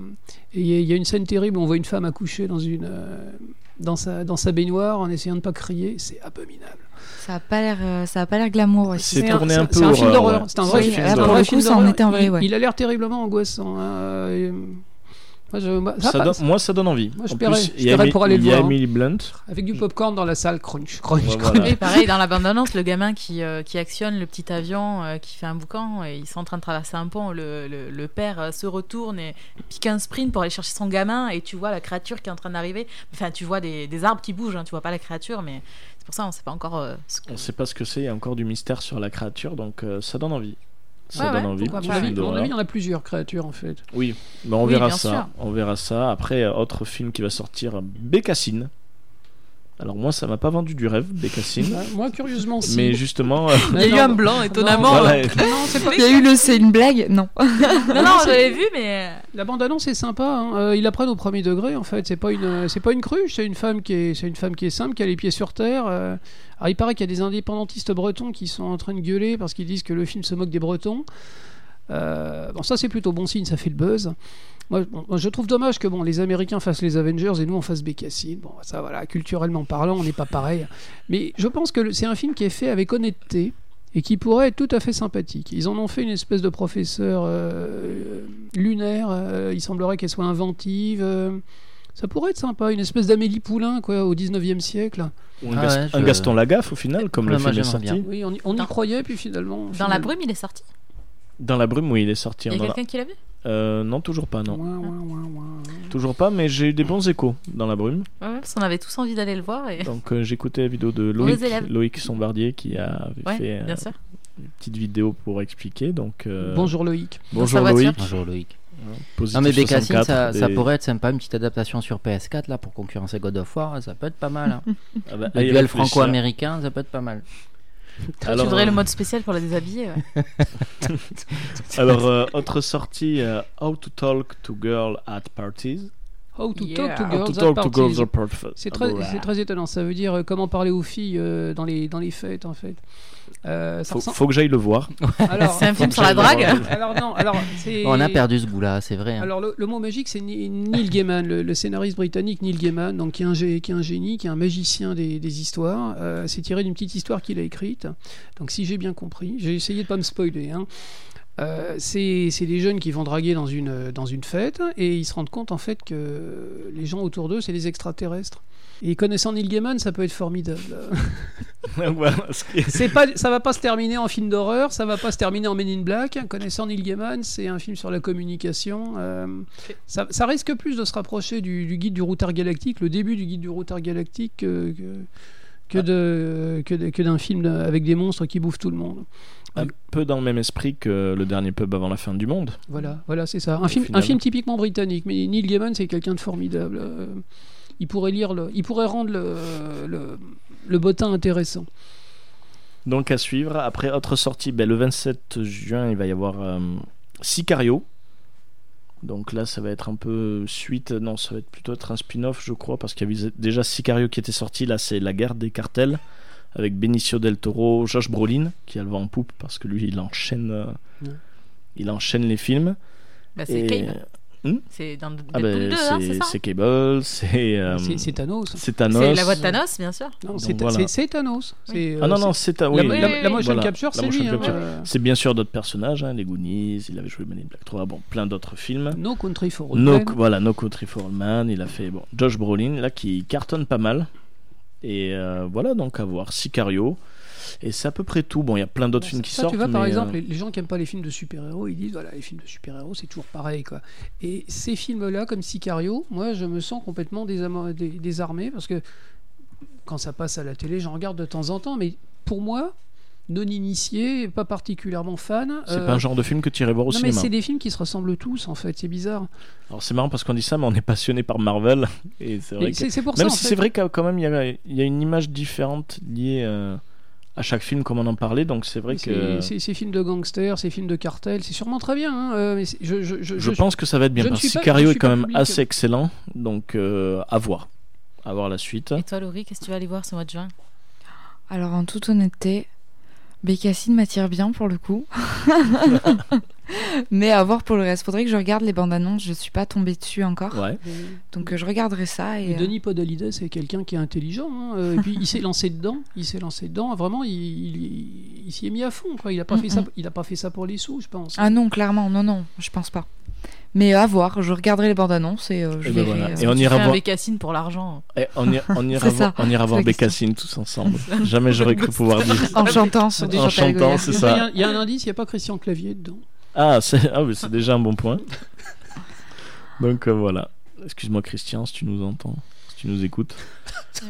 [SPEAKER 8] et il y, a- il y a une scène terrible où on voit une femme accoucher dans une euh, dans sa dans sa baignoire en essayant de pas crier. C'est abominable.
[SPEAKER 10] Ça a pas l'air, euh, ça a pas l'air glamour aussi.
[SPEAKER 6] C'est C'est un- tourné un c'est- peu
[SPEAKER 8] C'est un film
[SPEAKER 6] horreur,
[SPEAKER 8] d'horreur.
[SPEAKER 6] ouais.
[SPEAKER 8] C'est un vrai
[SPEAKER 10] Oui,
[SPEAKER 8] film.
[SPEAKER 10] là,
[SPEAKER 8] c'est un
[SPEAKER 10] pour
[SPEAKER 8] vrai
[SPEAKER 10] le
[SPEAKER 8] film
[SPEAKER 10] coup, ça en
[SPEAKER 8] d'horreur.
[SPEAKER 10] était un vrai,
[SPEAKER 8] Il-
[SPEAKER 10] ouais.
[SPEAKER 8] Il a l'air terriblement angoissant. hein, euh, et- Moi, je, moi, ça
[SPEAKER 6] euh, ça
[SPEAKER 8] passe.
[SPEAKER 6] donne- moi, ça donne envie.
[SPEAKER 8] Moi, je
[SPEAKER 6] en
[SPEAKER 8] paierais-
[SPEAKER 6] plus,
[SPEAKER 8] je
[SPEAKER 6] il y a,
[SPEAKER 8] paierais
[SPEAKER 6] Emi-
[SPEAKER 8] pour aller le
[SPEAKER 6] il y a
[SPEAKER 8] voir, hein.
[SPEAKER 6] Emily Blunt.
[SPEAKER 8] Avec du popcorn dans la salle, crunch, crunch,
[SPEAKER 6] Ouais,
[SPEAKER 8] crunch.
[SPEAKER 6] voilà.
[SPEAKER 7] Et pareil, dans la bande-annonce, le gamin qui, euh, qui actionne le petit avion euh, qui fait un boucan, et ils sont en train de traverser un pont. Le, le- le père euh, se retourne et pique un sprint pour aller chercher son gamin, et tu vois la créature qui est en train d'arriver. Enfin, tu vois des, des arbres qui bougent, hein, tu vois pas la créature, mais c'est pour ça on sait pas encore euh, ce que.
[SPEAKER 6] On sait pas ce que c'est, il y a encore du mystère sur la créature, donc euh, ça donne envie. Ça
[SPEAKER 7] Ouais,
[SPEAKER 6] donne
[SPEAKER 7] ouais,
[SPEAKER 6] envie.
[SPEAKER 7] pourquoi
[SPEAKER 6] petit
[SPEAKER 7] pas.
[SPEAKER 8] À mon
[SPEAKER 6] film
[SPEAKER 8] avis- à mon
[SPEAKER 6] d'horreur.
[SPEAKER 8] avis, il y en a plusieurs créatures en fait.
[SPEAKER 6] Oui, mais on
[SPEAKER 7] Oui,
[SPEAKER 6] verra
[SPEAKER 7] bien
[SPEAKER 6] ça.
[SPEAKER 7] sûr.
[SPEAKER 6] On verra ça. Après, euh, autre film qui va sortir, Bécassine. Alors moi, ça m'a pas vendu du rêve, Bécassine.
[SPEAKER 8] Bah, moi, curieusement, si.
[SPEAKER 6] mais justement, euh,
[SPEAKER 7] Il y a eu
[SPEAKER 8] non,
[SPEAKER 7] un blanc, étonnamment.
[SPEAKER 6] voilà,
[SPEAKER 8] Non, c'est pas-
[SPEAKER 10] Il y a eu le c'est une blague Non.
[SPEAKER 7] Non, non, je l'avais vu, mais. euh,
[SPEAKER 8] La bande-annonce est sympa. Hein. Euh, ils la prennent au premier degré, en fait. C'est pas une, euh, c'est pas une cruche. C'est une femme qui est, c'est une femme qui est simple, qui a les pieds sur terre. euh. Alors, il paraît qu'il y a des indépendantistes bretons qui sont en train de gueuler parce qu'ils disent que le film se moque des Bretons. Euh, bon, ça c'est plutôt bon signe, ça fait le buzz. Moi, bon, moi, je trouve dommage que bon, les Américains fassent les Avengers et nous on fasse Bécassine. Bon, ça voilà, culturellement parlant, on n'est pas pareil. Mais je pense que le- c'est un film qui est fait avec honnêteté et qui pourrait être tout à fait sympathique. Ils en ont fait une espèce de professeur euh, lunaire. euh, il semblerait qu'elle soit inventive. euh, ça pourrait être sympa, une espèce d'Amélie Poulain quoi, au 19e siècle.
[SPEAKER 6] ou un,
[SPEAKER 9] Ah
[SPEAKER 6] Gas-
[SPEAKER 9] ouais, je- Eh,
[SPEAKER 6] un Gaston Lagaffe au final, comme
[SPEAKER 9] Ouais,
[SPEAKER 6] le
[SPEAKER 9] moi,
[SPEAKER 6] film est
[SPEAKER 9] j'aimerais
[SPEAKER 6] sorti.
[SPEAKER 9] bien.
[SPEAKER 8] Oui, on y, on y
[SPEAKER 7] Dans-
[SPEAKER 8] croyait, puis finalement.
[SPEAKER 7] Dans la brume, il est sorti
[SPEAKER 6] Dans la brume, oui, il est sorti.
[SPEAKER 7] Il y a
[SPEAKER 6] dans la-
[SPEAKER 7] quelqu'un qui l'a vu
[SPEAKER 6] Euh, non, toujours pas, non,
[SPEAKER 8] Ouin, ouin, ouin, ouin.
[SPEAKER 6] toujours pas. Mais j'ai eu des bons échos dans la brume.
[SPEAKER 7] Ouais, ouais, parce qu'on avait tous envie d'aller le voir. Et...
[SPEAKER 6] Donc euh, j'écoutais la vidéo de
[SPEAKER 7] Pour les
[SPEAKER 6] Loïc,
[SPEAKER 7] élèves.
[SPEAKER 6] Loïc Sombardier qui a
[SPEAKER 7] Ouais,
[SPEAKER 6] fait euh,
[SPEAKER 7] bien sûr.
[SPEAKER 6] une petite vidéo pour expliquer. Donc euh,
[SPEAKER 8] Bonjour Loïc.
[SPEAKER 6] bonjour
[SPEAKER 7] Dans sa
[SPEAKER 6] Loïc.
[SPEAKER 9] Bonjour Loïc.
[SPEAKER 6] Positif
[SPEAKER 9] Non mais Bécassine,
[SPEAKER 6] 64,
[SPEAKER 9] ça, ça
[SPEAKER 6] des-
[SPEAKER 9] pourrait être sympa, une petite adaptation sur PS4 là pour concurrencer God of War, ça peut être pas mal. hein.
[SPEAKER 6] Ah bah,
[SPEAKER 9] Le
[SPEAKER 6] allez
[SPEAKER 9] duel
[SPEAKER 6] réfléchir.
[SPEAKER 9] franco-américain, ça peut être pas mal.
[SPEAKER 7] tu
[SPEAKER 6] Alors,
[SPEAKER 7] voudrais
[SPEAKER 6] euh,
[SPEAKER 7] le mode spécial pour la déshabiller ouais.
[SPEAKER 6] Alors, euh, autre sortie, euh, How to Talk to Girl at Parties.
[SPEAKER 8] How to
[SPEAKER 7] Yeah.
[SPEAKER 8] talk to
[SPEAKER 7] How
[SPEAKER 8] girls
[SPEAKER 6] How to
[SPEAKER 8] at
[SPEAKER 6] Talk to
[SPEAKER 8] parties.
[SPEAKER 6] Girls at Parties.
[SPEAKER 8] C'est très,
[SPEAKER 6] Ah,
[SPEAKER 8] c'est très étonnant. Ça veut dire euh, comment parler aux filles euh, dans, les, dans les fêtes, en fait. Euh, ça
[SPEAKER 6] Faut,
[SPEAKER 8] ressemble-
[SPEAKER 6] faut que j'aille le voir. Oh.
[SPEAKER 8] Alors,
[SPEAKER 7] C'est un film sur
[SPEAKER 6] je
[SPEAKER 7] la
[SPEAKER 6] vais
[SPEAKER 7] drague
[SPEAKER 8] alors non, alors c'est.
[SPEAKER 9] Bon, on a perdu ce goût-là, c'est vrai. hein.
[SPEAKER 8] Alors le, le mot magique, c'est Ni- Neil Gaiman, le, le scénariste britannique Neil Gaiman, donc qui est un, gé- qui est un génie, qui est un magicien des, des histoires. Euh, c'est tiré d'une petite histoire qu'il a écrite. Donc si j'ai bien compris, j'ai essayé de pas me spoiler. hein. Euh, c'est c'est des jeunes qui vont draguer dans une, dans une fête et ils se rendent compte en fait que les gens autour d'eux, c'est des extraterrestres. Et connaissant Neil Gaiman, ça peut être formidable.
[SPEAKER 6] Voilà, ce qui est-
[SPEAKER 8] C'est pas, ça va pas se terminer en film d'horreur, ça va pas se terminer en Men in Black. Connaissant Neil Gaiman, c'est un film sur la communication. euh, ça, ça risque plus de se rapprocher du, du guide du routard galactique, le début du guide du routard galactique, que, que- que de- que de- que d'un film de- avec des monstres qui bouffent tout le monde.
[SPEAKER 6] Un peu dans le même esprit que le dernier pub avant la fin du monde.
[SPEAKER 8] Voilà, voilà, c'est ça.
[SPEAKER 6] Au
[SPEAKER 8] Un film, un
[SPEAKER 6] final.
[SPEAKER 8] film typiquement britannique, mais Neil Gaiman, c'est quelqu'un de formidable. Euh, il pourrait lire, le, il pourrait rendre le, le, le bottin intéressant.
[SPEAKER 6] Donc à suivre. Après, autre sortie, ben, le 27 juin, il va y avoir euh, Sicario. Donc là, ça va être un peu suite. Non, ça va être plutôt être un spin-off, je crois, parce qu'il y avait déjà Sicario qui était sorti. Là, c'est La guerre des cartels avec Benicio del Toro, Josh Brolin, qui a le vent en poupe parce que lui, il enchaîne, euh,
[SPEAKER 8] Ouais.
[SPEAKER 6] il enchaîne les films.
[SPEAKER 7] Bah, c'est
[SPEAKER 6] Et-
[SPEAKER 7] Cable.
[SPEAKER 6] Hmm
[SPEAKER 7] C'est dans Deadpool
[SPEAKER 6] Ah ben,
[SPEAKER 7] 2, hein, c'est
[SPEAKER 6] c'est
[SPEAKER 7] ça
[SPEAKER 6] c'est Cable, c'est euh,
[SPEAKER 8] C'est- c'est Thanos.
[SPEAKER 6] C'est
[SPEAKER 7] C'est
[SPEAKER 6] Thanos.
[SPEAKER 7] la voix de Thanos, bien sûr.
[SPEAKER 8] Non,
[SPEAKER 6] Donc
[SPEAKER 8] c'est
[SPEAKER 6] voilà.
[SPEAKER 8] c'est- c'est Thanos. C'est,
[SPEAKER 6] Ah
[SPEAKER 8] euh,
[SPEAKER 6] non, non, c'est ta-
[SPEAKER 8] la,
[SPEAKER 6] oui,
[SPEAKER 8] la-
[SPEAKER 6] oui,
[SPEAKER 8] la
[SPEAKER 6] oui,
[SPEAKER 8] motion
[SPEAKER 6] voilà.
[SPEAKER 8] capture,
[SPEAKER 6] La
[SPEAKER 8] c'est
[SPEAKER 6] motion
[SPEAKER 8] lui. hein,
[SPEAKER 6] capture.
[SPEAKER 8] euh,
[SPEAKER 6] C'est bien sûr d'autres personnages, hein, les Goonies, il avait joué Men in Black 3, bon, plein d'autres films.
[SPEAKER 8] No Country for Old
[SPEAKER 6] No,
[SPEAKER 8] Men.
[SPEAKER 6] voilà, No Country for Old Men, il a fait bon, Josh Brolin, là, qui cartonne pas mal. Et euh, voilà, donc à voir, Sicario. Et c'est à peu près tout. Bon, il y a plein d'autres films qui
[SPEAKER 8] Ça,
[SPEAKER 6] sortent.
[SPEAKER 8] tu vois, par
[SPEAKER 6] mais,
[SPEAKER 8] exemple,
[SPEAKER 6] euh,
[SPEAKER 8] les- les gens qui n'aiment pas les films de super-héros, ils disent voilà, les films de super-héros, c'est toujours pareil. quoi. Et ces films-là, comme Sicario, moi, je me sens complètement désama- dé- désarmé parce que quand ça passe à la télé, j'en regarde de temps en temps, mais pour moi, non initié, pas particulièrement fan.
[SPEAKER 6] C'est
[SPEAKER 8] euh,
[SPEAKER 6] pas un genre de film que tu irais voir au
[SPEAKER 8] non, mais
[SPEAKER 6] cinéma.
[SPEAKER 8] c'est des films qui se ressemblent tous, en fait, c'est bizarre.
[SPEAKER 6] Alors c'est marrant parce qu'on dit ça, mais on est passionné par Marvel. Et c'est vrai
[SPEAKER 8] Mais
[SPEAKER 6] que-
[SPEAKER 8] c'est- c'est pour
[SPEAKER 6] même
[SPEAKER 8] ça, en
[SPEAKER 6] si
[SPEAKER 8] fait.
[SPEAKER 6] c'est vrai qu'à- quand même il y a, il y a une image différente liée euh, à chaque film, comme on en parlait. Donc c'est vrai que euh,
[SPEAKER 8] C'est- c'est- Ces films de gangsters, ces films de cartels, c'est sûrement très bien. hein, euh, mais c'est- je, je- je-
[SPEAKER 6] je
[SPEAKER 8] je-
[SPEAKER 6] pense que ça va être bien.
[SPEAKER 8] je ne
[SPEAKER 6] Parce que
[SPEAKER 8] suis pas-
[SPEAKER 6] Sicario
[SPEAKER 8] je
[SPEAKER 6] est
[SPEAKER 8] suis pas
[SPEAKER 6] quand même
[SPEAKER 8] public.
[SPEAKER 6] assez excellent, donc euh, à voir, à voir la suite.
[SPEAKER 7] Et toi, Laurie, qu'est-ce que tu vas aller voir ce mois de juin
[SPEAKER 10] Alors, en toute honnêteté, Bécassine m'attire bien pour le coup. Mais à voir pour le reste. Faudrait que je regarde les bandes annonces. Je suis pas tombée dessus encore.
[SPEAKER 6] Ouais.
[SPEAKER 10] Donc, euh, je regarderai ça. Et, euh,
[SPEAKER 8] Et Denis Podalides c'est quelqu'un qui est intelligent. hein, euh, Et puis il s'est lancé dedans. Il s'est lancé dedans. Vraiment, il, il- il s'y est mis à fond. Quoi. Il n'a pas,
[SPEAKER 10] Mm,
[SPEAKER 8] fait ça.
[SPEAKER 10] mm.
[SPEAKER 8] Il a pas fait ça pour les sous, je pense.
[SPEAKER 10] Ah non, clairement, non, non, je pense pas. Mais à voir, je regarderai les bandes annonces et euh, je
[SPEAKER 6] Et ben
[SPEAKER 10] verrai.
[SPEAKER 6] voilà.
[SPEAKER 10] euh,
[SPEAKER 6] Et on
[SPEAKER 7] Tu
[SPEAKER 6] ira
[SPEAKER 7] fais un
[SPEAKER 6] voir-
[SPEAKER 7] Bécassine pour l'argent.
[SPEAKER 6] Et on, ira- on ira
[SPEAKER 10] C'est
[SPEAKER 6] voir,
[SPEAKER 10] ça,
[SPEAKER 6] on ira
[SPEAKER 10] c'est
[SPEAKER 6] voir
[SPEAKER 10] la question.
[SPEAKER 6] Bécassine tous ensemble. Jamais j'aurais cru pouvoir dire.
[SPEAKER 10] En chantant sur du
[SPEAKER 6] En
[SPEAKER 10] Chantal
[SPEAKER 6] chantant,
[SPEAKER 10] Goya.
[SPEAKER 6] c'est
[SPEAKER 8] Il y a-
[SPEAKER 6] ça.
[SPEAKER 8] il y a- Il y, a un indice. Il n'y a pas Christian Clavier dedans.
[SPEAKER 6] Ah, c'est ah oui, c'est déjà un bon point. Donc euh, voilà. Excuse-moi Christian, si tu nous entends, si tu nous écoutes.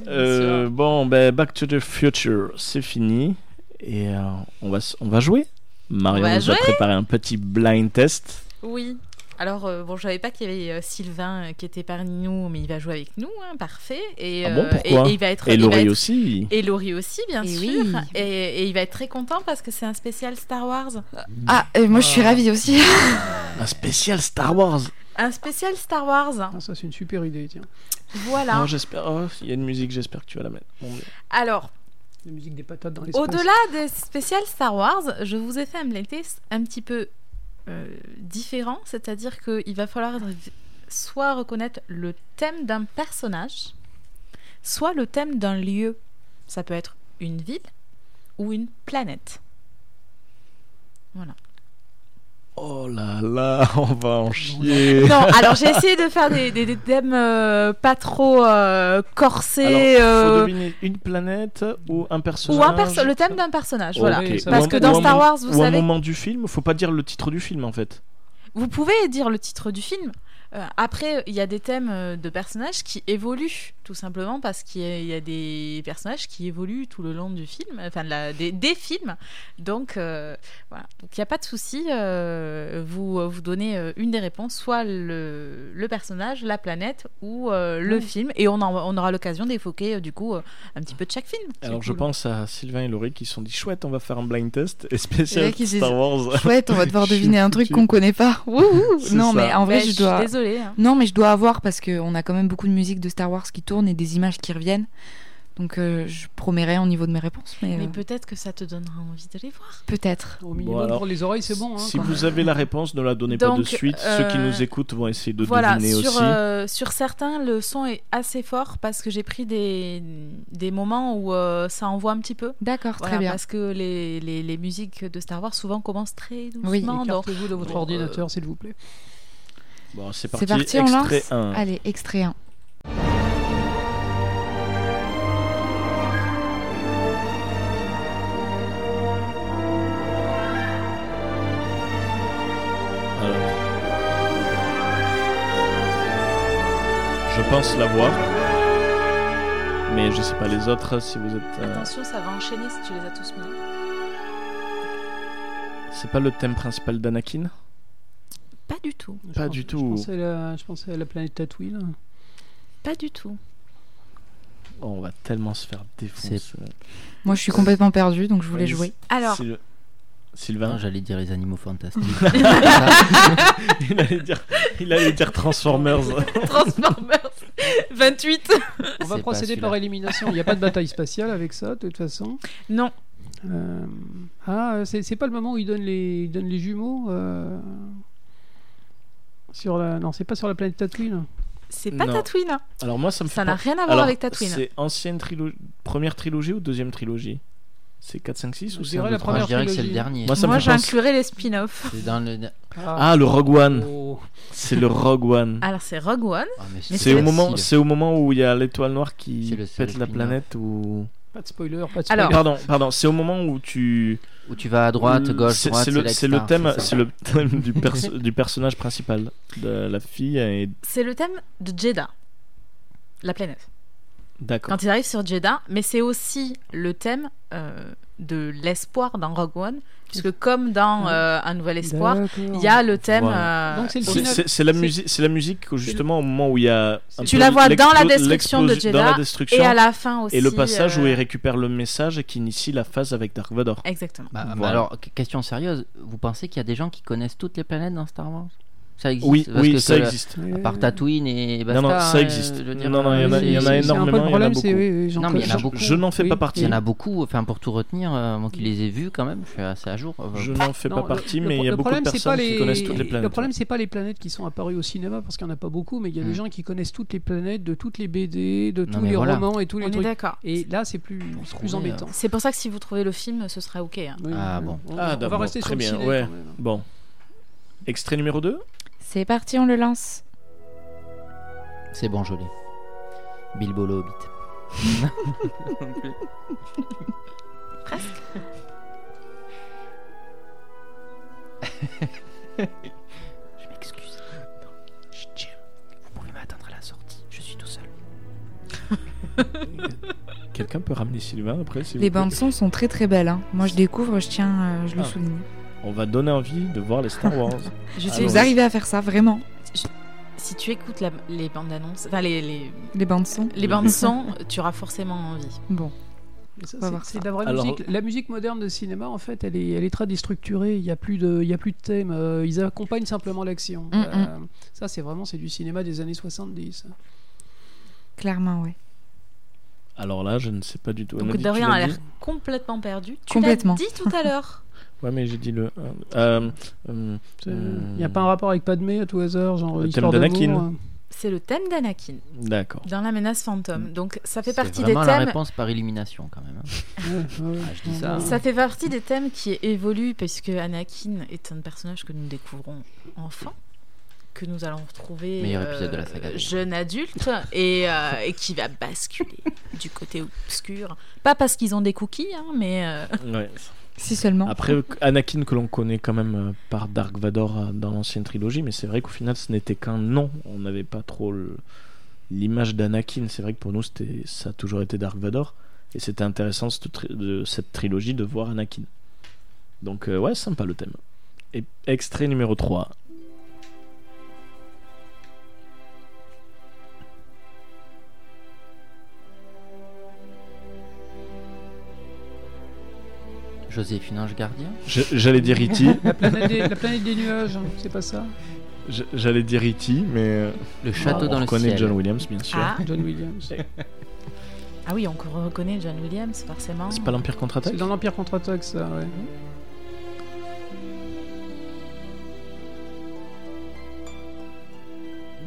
[SPEAKER 6] Euh, bon, ben Back to the Future, c'est fini. Et euh, on, va, s- on va jouer. Marion
[SPEAKER 7] On
[SPEAKER 6] nous
[SPEAKER 7] va
[SPEAKER 6] a
[SPEAKER 7] jouer
[SPEAKER 6] préparé un petit blind test.
[SPEAKER 7] Oui. Alors, euh, bon, je savais pas qu'il y avait euh, Sylvain euh, qui était parmi nous, mais il va jouer avec nous, hein, parfait. Et,
[SPEAKER 6] Ah bon,
[SPEAKER 7] euh,
[SPEAKER 6] pourquoi
[SPEAKER 7] et, et il va être,
[SPEAKER 6] Et
[SPEAKER 7] il va
[SPEAKER 6] Laurie
[SPEAKER 7] être-
[SPEAKER 6] aussi.
[SPEAKER 7] Et Laurie aussi, bien
[SPEAKER 10] Et
[SPEAKER 7] sûr.
[SPEAKER 10] oui.
[SPEAKER 7] Et, et il va être très content parce que c'est un spécial Star Wars.
[SPEAKER 10] Ah, et moi je suis ravie aussi.
[SPEAKER 6] Un spécial Star Wars.
[SPEAKER 7] Un spécial Star Wars.
[SPEAKER 8] Ah, ça, c'est une super idée. Tiens.
[SPEAKER 7] Voilà.
[SPEAKER 6] Oh, j'espère. oh, il y a une musique, j'espère que tu vas la mettre. Bon,
[SPEAKER 7] Alors,
[SPEAKER 8] La musique des patates dans l'espace.
[SPEAKER 7] au-delà des spéciales Star Wars, je vous ai fait un blind test un petit peu euh, différent, c'est-à-dire qu'il va falloir soit reconnaître le thème d'un personnage, soit le thème d'un lieu. Ça peut être une ville ou une planète. Voilà.
[SPEAKER 6] Oh là là, on va en chier.
[SPEAKER 7] Non, alors j'ai essayé de faire des, des- des thèmes euh, pas trop euh, corsés.
[SPEAKER 6] Alors, faut
[SPEAKER 7] euh,
[SPEAKER 6] deviner une planète ou un personnage.
[SPEAKER 7] Ou un perso- le thème d'un personnage, voilà.
[SPEAKER 6] Ok.
[SPEAKER 8] ça
[SPEAKER 7] Parce
[SPEAKER 8] va.
[SPEAKER 7] que
[SPEAKER 6] Ou un-
[SPEAKER 7] dans
[SPEAKER 6] ou un
[SPEAKER 7] Star
[SPEAKER 6] mom-
[SPEAKER 7] Wars, vous
[SPEAKER 6] ou un
[SPEAKER 7] savez,
[SPEAKER 6] moment du film, faut pas dire le titre du film en fait.
[SPEAKER 7] vous pouvez dire le titre du film. Euh, après, il y a des thèmes euh, de personnages qui évoluent, tout simplement parce qu'il y, a- il y a des personnages qui évoluent tout le long du film, enfin de la- des, des films. Donc, euh, voilà. Donc, il n'y a pas de souci. euh, vous, euh, vous donnez euh, une des réponses, soit le, le personnage, la planète ou euh, le film. Et on, en- on aura l'occasion d'évoquer, euh, du coup, euh, un petit peu de chaque film.
[SPEAKER 6] Alors je
[SPEAKER 7] cool.
[SPEAKER 6] pense à Sylvain et Laurie qui se sont dit chouette, on va faire un blind test et
[SPEAKER 10] Les
[SPEAKER 6] spécial
[SPEAKER 10] mecs, ils disent,
[SPEAKER 6] Star Wars.
[SPEAKER 10] Chouette, on va devoir
[SPEAKER 6] Je suis
[SPEAKER 10] deviner un truc
[SPEAKER 6] foutu.
[SPEAKER 10] qu'on connaît pas. Wouhou
[SPEAKER 6] C'est
[SPEAKER 10] non,
[SPEAKER 6] ça.
[SPEAKER 10] mais en vrai,
[SPEAKER 7] Ouais,
[SPEAKER 10] je dois.
[SPEAKER 7] Ben, suis désolée. hein.
[SPEAKER 10] Non, mais je dois avoir parce qu'on a quand même beaucoup de musique de Star Wars qui tourne et des images qui reviennent. Donc euh, je promets rien au niveau de mes réponses, mais,
[SPEAKER 7] Mais
[SPEAKER 10] euh,
[SPEAKER 7] peut-être que ça te donnera envie de les voir.
[SPEAKER 10] peut-être.
[SPEAKER 8] Au minimum,
[SPEAKER 6] alors,
[SPEAKER 8] pour les oreilles, c'est bon. hein,
[SPEAKER 6] Si
[SPEAKER 8] quand même.
[SPEAKER 6] vous avez la réponse, ne la donnez pas de
[SPEAKER 7] Donc,
[SPEAKER 6] suite.
[SPEAKER 7] euh,
[SPEAKER 6] Ceux qui nous écoutent vont essayer de
[SPEAKER 7] voilà,
[SPEAKER 6] deviner
[SPEAKER 7] sur,
[SPEAKER 6] aussi.
[SPEAKER 7] euh, sur certains, le son est assez fort parce que j'ai pris des, des moments où euh, ça envoie un petit peu.
[SPEAKER 10] D'accord,
[SPEAKER 7] Voilà,
[SPEAKER 10] très bien.
[SPEAKER 7] Parce que les, les, les musiques de Star Wars souvent commencent très doucement. Euh,
[SPEAKER 10] Oui.
[SPEAKER 7] donc-
[SPEAKER 8] Écartez-vous de votre
[SPEAKER 7] Bon,
[SPEAKER 8] ordinateur, s'il vous plaît.
[SPEAKER 6] Bon, c'est
[SPEAKER 10] C'est
[SPEAKER 6] parti,
[SPEAKER 10] parti, on
[SPEAKER 6] extrait
[SPEAKER 10] lance.
[SPEAKER 6] 1.
[SPEAKER 10] Allez, extrait 1.
[SPEAKER 6] Je pense l'avoir. Mais je sais pas les autres si vous êtes. euh,
[SPEAKER 7] Attention, ça va enchaîner si tu les as tous mis.
[SPEAKER 6] C'est pas le thème principal d'Anakin
[SPEAKER 7] Pas du tout.
[SPEAKER 6] Pas du
[SPEAKER 8] Je
[SPEAKER 6] tout.
[SPEAKER 8] pensais, à la, je pensais à la planète Tatooine.
[SPEAKER 7] Pas du tout.
[SPEAKER 6] Oh, on va tellement se faire défoncer.
[SPEAKER 14] Moi, je
[SPEAKER 9] Euh,
[SPEAKER 14] suis complètement perdu, donc je voulais
[SPEAKER 6] Ouais,
[SPEAKER 14] jouer.
[SPEAKER 7] Alors.
[SPEAKER 6] Syl- Sylvain
[SPEAKER 9] Non, j'allais dire les animaux fantastiques.
[SPEAKER 6] il, allait dire, il allait dire Transformers.
[SPEAKER 7] Transformers 28.
[SPEAKER 8] On va procéder par élimination. Il n'y a pas de bataille spatiale avec ça, de toute façon.
[SPEAKER 7] Non.
[SPEAKER 8] Euh, ah, c'est c'est pas le moment où ils donnent les, ils donnent les jumeaux euh, sur la. Non, c'est pas sur la planète Tatooine.
[SPEAKER 7] C'est pas
[SPEAKER 6] Non.
[SPEAKER 7] Tatooine. hein.
[SPEAKER 6] Alors moi, ça me fait
[SPEAKER 7] Ça n'a
[SPEAKER 6] pas-
[SPEAKER 7] rien à voir
[SPEAKER 6] Alors,
[SPEAKER 7] avec Tatooine.
[SPEAKER 6] C'est ancienne trilogie, première trilogie ou deuxième trilogie C'est 4, 5, 6 ou
[SPEAKER 8] Ah, Je
[SPEAKER 6] c'est
[SPEAKER 8] dirais
[SPEAKER 6] un,
[SPEAKER 8] la
[SPEAKER 6] deux, trois
[SPEAKER 8] première
[SPEAKER 9] Je dirais que c'est le dernier.
[SPEAKER 6] Moi, ça
[SPEAKER 7] Moi,
[SPEAKER 6] me fait penser-
[SPEAKER 7] j'inclurais les spin-offs.
[SPEAKER 9] C'est dans le.
[SPEAKER 6] Ah, le Rogue One.
[SPEAKER 8] Oh.
[SPEAKER 6] C'est le Rogue One.
[SPEAKER 7] Alors, c'est Rogue One.
[SPEAKER 9] Ah, mais
[SPEAKER 7] Mais
[SPEAKER 6] C'est au
[SPEAKER 7] c'est-
[SPEAKER 6] moment,
[SPEAKER 9] si, le-
[SPEAKER 6] c'est au moment où il y a l'étoile noire qui
[SPEAKER 9] C'est le seul
[SPEAKER 6] pète la
[SPEAKER 9] spin-off.
[SPEAKER 6] planète ou.
[SPEAKER 8] Pas de spoiler, pas de spoiler.
[SPEAKER 7] Alors-
[SPEAKER 6] Pardon, pardon. C'est au moment où tu.
[SPEAKER 9] Où tu vas à droite,
[SPEAKER 6] Le-
[SPEAKER 9] gauche,
[SPEAKER 6] c'est-
[SPEAKER 9] droite.
[SPEAKER 6] C'est le,
[SPEAKER 9] Lex
[SPEAKER 6] c'est le
[SPEAKER 9] Star,
[SPEAKER 6] thème,
[SPEAKER 9] ça.
[SPEAKER 6] c'est le thème du, perso- du personnage principal de la fille et
[SPEAKER 7] C'est le thème de Jeddah, la planète.
[SPEAKER 6] d'accord.
[SPEAKER 7] Quand ils arrivent sur Jeddah, mais c'est aussi le thème euh, de l'espoir dans Rogue One, puisque comme dans euh, Un Nouvel Espoir, il y a le thème.
[SPEAKER 6] Voilà.
[SPEAKER 7] euh,
[SPEAKER 8] Donc, c'est le
[SPEAKER 7] au-
[SPEAKER 6] C'est-
[SPEAKER 8] final-
[SPEAKER 6] C'est c'est la
[SPEAKER 8] c'est-
[SPEAKER 6] musique, c'est la musique que, justement au moment où il y a. un
[SPEAKER 7] Tu
[SPEAKER 6] peu
[SPEAKER 7] la vois dans la
[SPEAKER 6] l'explo-
[SPEAKER 7] destruction de
[SPEAKER 6] l'explosion- dans la
[SPEAKER 7] Jeddah
[SPEAKER 6] destruction
[SPEAKER 7] et à la fin aussi.
[SPEAKER 6] et le passage où
[SPEAKER 7] euh,
[SPEAKER 6] il récupère le message et qui initie la phase avec Dark Vador.
[SPEAKER 7] Exactement.
[SPEAKER 9] Bah, bah
[SPEAKER 6] Voilà.
[SPEAKER 9] alors, que- question sérieuse, vous pensez qu'il y a des gens qui connaissent toutes les planètes dans Star Wars Ça existe
[SPEAKER 6] Oui,
[SPEAKER 9] parce que
[SPEAKER 6] oui, ça
[SPEAKER 9] que-
[SPEAKER 6] existe.
[SPEAKER 8] Euh,
[SPEAKER 9] À part Tatooine et basta.
[SPEAKER 6] Non, non, ça
[SPEAKER 9] euh,
[SPEAKER 6] existe.
[SPEAKER 9] je veux dire,
[SPEAKER 6] Non, non, il y en a-
[SPEAKER 9] c'est-
[SPEAKER 6] il y en a
[SPEAKER 8] C'est-
[SPEAKER 9] c'est-
[SPEAKER 8] c'est un peu
[SPEAKER 6] énormément, il y en
[SPEAKER 8] le
[SPEAKER 6] a
[SPEAKER 8] problème, c'est-
[SPEAKER 6] beaucoup.
[SPEAKER 8] oui, oui, j'en
[SPEAKER 9] Non, mais il y en a
[SPEAKER 8] connais-
[SPEAKER 9] beaucoup.
[SPEAKER 6] euh, Je n'en fais
[SPEAKER 8] Oui,
[SPEAKER 6] pas partie.
[SPEAKER 9] Il y en a beaucoup, enfin pour tout retenir, euh, moi qui les ai vus quand même, je suis assez à jour. euh,
[SPEAKER 6] Je n'en fais
[SPEAKER 8] Non,
[SPEAKER 6] pas
[SPEAKER 8] le-
[SPEAKER 6] partie,
[SPEAKER 8] le
[SPEAKER 6] mais
[SPEAKER 8] pro-
[SPEAKER 6] il y a
[SPEAKER 8] le
[SPEAKER 6] beaucoup de
[SPEAKER 8] problème, c'est pas
[SPEAKER 6] personnes qui
[SPEAKER 8] les-
[SPEAKER 6] connaissent toutes les
[SPEAKER 8] Le
[SPEAKER 6] planètes.
[SPEAKER 8] problème, c'est pas les planètes qui sont apparues au cinéma, parce qu'il n'y en a pas beaucoup, mais il y a
[SPEAKER 9] Mm.
[SPEAKER 6] Hmm.
[SPEAKER 8] des gens qui connaissent toutes les planètes de toutes les BD, de
[SPEAKER 9] Non,
[SPEAKER 8] tous
[SPEAKER 9] mais
[SPEAKER 8] les
[SPEAKER 9] voilà.
[SPEAKER 8] romans et tous les
[SPEAKER 7] On est
[SPEAKER 8] trucs.
[SPEAKER 7] d'accord.
[SPEAKER 8] Et là, c'est plus,
[SPEAKER 9] Pour
[SPEAKER 8] plus
[SPEAKER 9] trouver,
[SPEAKER 8] embêtant.
[SPEAKER 7] C'est pour ça que si vous trouvez le film, ce sera ok. hein.
[SPEAKER 8] Oui,
[SPEAKER 9] Ah,
[SPEAKER 8] oui.
[SPEAKER 9] bon.
[SPEAKER 8] On,
[SPEAKER 6] Ah,
[SPEAKER 8] on va
[SPEAKER 6] d'accord,
[SPEAKER 8] rester
[SPEAKER 6] très
[SPEAKER 8] sur le
[SPEAKER 6] bien,
[SPEAKER 8] ciné,
[SPEAKER 6] ouais.
[SPEAKER 8] quand même.
[SPEAKER 6] Bon. Extrait numéro 2
[SPEAKER 14] C'est parti, on le lance.
[SPEAKER 9] C'est bon, joli. Bilbo le Hobbit. Je m'excuse. Non, je- Jim, vous pouvez m'attendre à la sortie, je suis tout seul.
[SPEAKER 6] Quelqu'un peut ramener Sylvain après s'il
[SPEAKER 14] Les
[SPEAKER 6] vous plaît
[SPEAKER 14] bandes-sons sont très très belles. hein. Moi, je découvre, je tiens, euh, je le
[SPEAKER 6] Ah.
[SPEAKER 14] souligne.
[SPEAKER 6] On va donner envie de voir les Star Wars.
[SPEAKER 7] Je
[SPEAKER 6] Ah
[SPEAKER 14] Si
[SPEAKER 7] sais-
[SPEAKER 6] ouais.
[SPEAKER 14] vous arrivez à faire ça, vraiment,
[SPEAKER 7] Si tu écoutes la- les bandes annonces, enfin les, les,
[SPEAKER 14] les bandes-sons.
[SPEAKER 7] les bandes son, tu auras forcément envie.
[SPEAKER 14] Bon.
[SPEAKER 8] Mais ça,
[SPEAKER 14] On va
[SPEAKER 8] c'est-
[SPEAKER 14] voir
[SPEAKER 8] c'est
[SPEAKER 14] ça.
[SPEAKER 8] de la vraie
[SPEAKER 6] Alors-
[SPEAKER 8] musique. La musique moderne de cinéma, en fait, elle est, elle est très déstructurée. Il n'y a plus de, il y a plus de thème. euh, ils accompagnent simplement l'action.
[SPEAKER 14] Mm,
[SPEAKER 8] Euh, ça, c'est vraiment, c'est du cinéma des années 70.
[SPEAKER 14] Clairement, ouais.
[SPEAKER 6] Alors là, je ne sais pas du tout.
[SPEAKER 7] Donc
[SPEAKER 6] Elodie, tu
[SPEAKER 7] Dorian
[SPEAKER 6] l'as
[SPEAKER 7] a l'air
[SPEAKER 6] dit
[SPEAKER 7] complètement perdu. Tu
[SPEAKER 14] Complètement.
[SPEAKER 7] l'as dit tout à l'heure.
[SPEAKER 6] Ouais, mais j'ai dit le. euh, euh,
[SPEAKER 8] C'est-
[SPEAKER 6] euh,
[SPEAKER 8] Il n'y a pas un rapport avec Padmé à tout hasard, genre
[SPEAKER 6] Le
[SPEAKER 8] histoire
[SPEAKER 6] thème
[SPEAKER 8] d'amour,
[SPEAKER 6] d'Anakin.
[SPEAKER 8] euh.
[SPEAKER 7] C'est le thème d'Anakin
[SPEAKER 6] D'accord.
[SPEAKER 7] dans la menace fantôme.
[SPEAKER 6] Mm.
[SPEAKER 7] Donc ça fait
[SPEAKER 9] C'est
[SPEAKER 7] partie des
[SPEAKER 9] vraiment la
[SPEAKER 7] thèmes.
[SPEAKER 9] réponse par élimination quand même. hein.
[SPEAKER 8] Ouais, ouais,
[SPEAKER 9] Ah, je dis ça.
[SPEAKER 7] Ça fait partie des thèmes qui évoluent parce que Anakin est un personnage que nous découvrons enfant, que nous allons retrouver euh,
[SPEAKER 9] Meilleur épisode de la saga, d'ailleurs.
[SPEAKER 7] jeune adulte et, euh, et qui va basculer du côté obscur. Pas parce qu'ils ont des cookies, hein, mais euh,
[SPEAKER 6] Ouais.
[SPEAKER 14] Si seulement.
[SPEAKER 6] Après, Anakin, que l'on connaît quand même euh, par Dark Vador euh, dans l'ancienne trilogie, mais c'est vrai qu'au final, ce n'était qu'un nom. On n'avait pas trop le- l'image d'Anakin. C'est vrai que pour nous, c'était- ça a toujours été Dark Vador. Et c'était intéressant cette tri- de cette trilogie de voir Anakin. Donc, euh, ouais, sympa le thème. Et extrait numéro 3.
[SPEAKER 9] Joséphine Ange Gardien
[SPEAKER 6] Je- J'allais dire E E.T.
[SPEAKER 8] La planète des, la planète des nuages, c'est pas ça
[SPEAKER 6] Je- J'allais dire E.T., mais. euh,
[SPEAKER 9] Le château
[SPEAKER 6] on
[SPEAKER 9] dans le
[SPEAKER 6] reconnaît
[SPEAKER 9] ciel.
[SPEAKER 6] John Williams, bien sûr.
[SPEAKER 7] ah,
[SPEAKER 8] John Williams.
[SPEAKER 7] ah oui, on reconnaît John Williams forcément.
[SPEAKER 6] C'est pas l'Empire
[SPEAKER 8] C'est
[SPEAKER 6] contre-attaque
[SPEAKER 8] dans l'Empire contre-attaque, ça, ouais.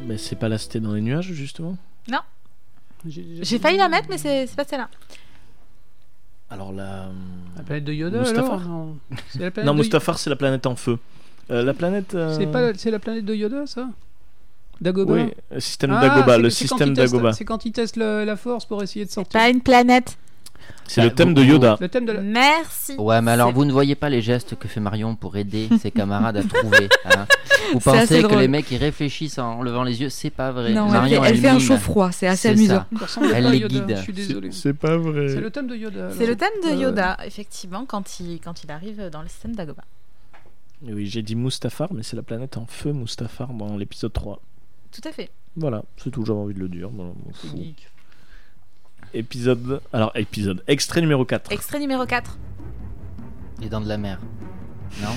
[SPEAKER 6] Mais c'est pas la cité dans les nuages, justement
[SPEAKER 7] J'ai failli la mettre, mais c'est c'est pas celle-là.
[SPEAKER 6] Alors là.
[SPEAKER 9] euh,
[SPEAKER 8] La planète de Yoda,
[SPEAKER 6] Mustafar
[SPEAKER 8] alors Non, c'est la planète
[SPEAKER 6] Non,
[SPEAKER 8] de-
[SPEAKER 6] Mustafar, c'est la planète en feu. Euh, la planète. euh,
[SPEAKER 8] C'est pas, c'est la planète de Yoda, ça Dagobah
[SPEAKER 6] Oui, euh, système
[SPEAKER 8] Ah,
[SPEAKER 6] Dagoba,
[SPEAKER 8] c'est-
[SPEAKER 6] le
[SPEAKER 8] c'est quand
[SPEAKER 6] système
[SPEAKER 8] il teste-
[SPEAKER 6] Dagoba.
[SPEAKER 8] C'est quand il teste le- la force pour essayer de sortir.
[SPEAKER 7] Pas une planète.
[SPEAKER 6] C'est
[SPEAKER 15] Ah,
[SPEAKER 6] le thème de Yoda.
[SPEAKER 8] Le thème de la-
[SPEAKER 7] Merci.
[SPEAKER 9] Ouais, mais alors
[SPEAKER 7] C'est-
[SPEAKER 9] vous ne voyez pas les gestes que fait Marion pour aider ses camarades à trouver. hein. Vous
[SPEAKER 14] C'est
[SPEAKER 9] pensez
[SPEAKER 14] assez
[SPEAKER 9] que
[SPEAKER 14] drôle.
[SPEAKER 9] les mecs ils réfléchissent en levant les yeux, c'est pas vrai.
[SPEAKER 14] Non, elle
[SPEAKER 9] Marion,
[SPEAKER 14] fait- elle fait un
[SPEAKER 9] mime.
[SPEAKER 14] chaud froid, c'est assez
[SPEAKER 9] ça.
[SPEAKER 14] amusant. Ça ressemble
[SPEAKER 9] Elle
[SPEAKER 14] pas à
[SPEAKER 9] les
[SPEAKER 14] Yoda,
[SPEAKER 9] guide.
[SPEAKER 14] je suis désolé.
[SPEAKER 15] C'est pas vrai.
[SPEAKER 8] C'est le thème de Yoda. Euh,
[SPEAKER 7] C'est le thème de
[SPEAKER 8] Ouais.
[SPEAKER 7] Yoda, effectivement, quand il, quand il arrive dans le système d'Agoba.
[SPEAKER 6] Et Oui, j'ai dit Mustafar, mais c'est la planète en feu Mustafar dans l'épisode 3.
[SPEAKER 7] Tout à fait.
[SPEAKER 6] Voilà, c'est tout, j'avais envie de le dire. Bon, on s'en fout. Épisode. Alors, épisode. Extrait numéro 4.
[SPEAKER 7] Extrait numéro 4.
[SPEAKER 9] Les dents de la mer. Non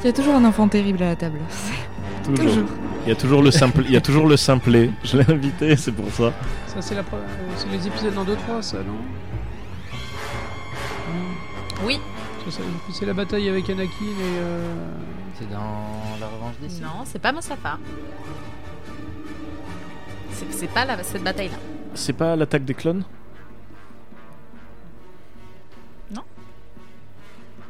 [SPEAKER 14] Il y a toujours un enfant terrible à la table. Toujours.
[SPEAKER 6] Il y a toujours le simple. Il y a toujours le simplet. Je l'ai invité, c'est pour ça.
[SPEAKER 8] Ça, c'est la pre- euh, c'est les épisodes dans 2-3, ça, non
[SPEAKER 7] Oui.
[SPEAKER 8] C'est la bataille avec Anakin et. euh,
[SPEAKER 9] C'est dans La Revanche des
[SPEAKER 7] Non, c'est pas Mustafar. C'est c'est pas la- cette bataille-là.
[SPEAKER 6] C'est pas l'attaque des clones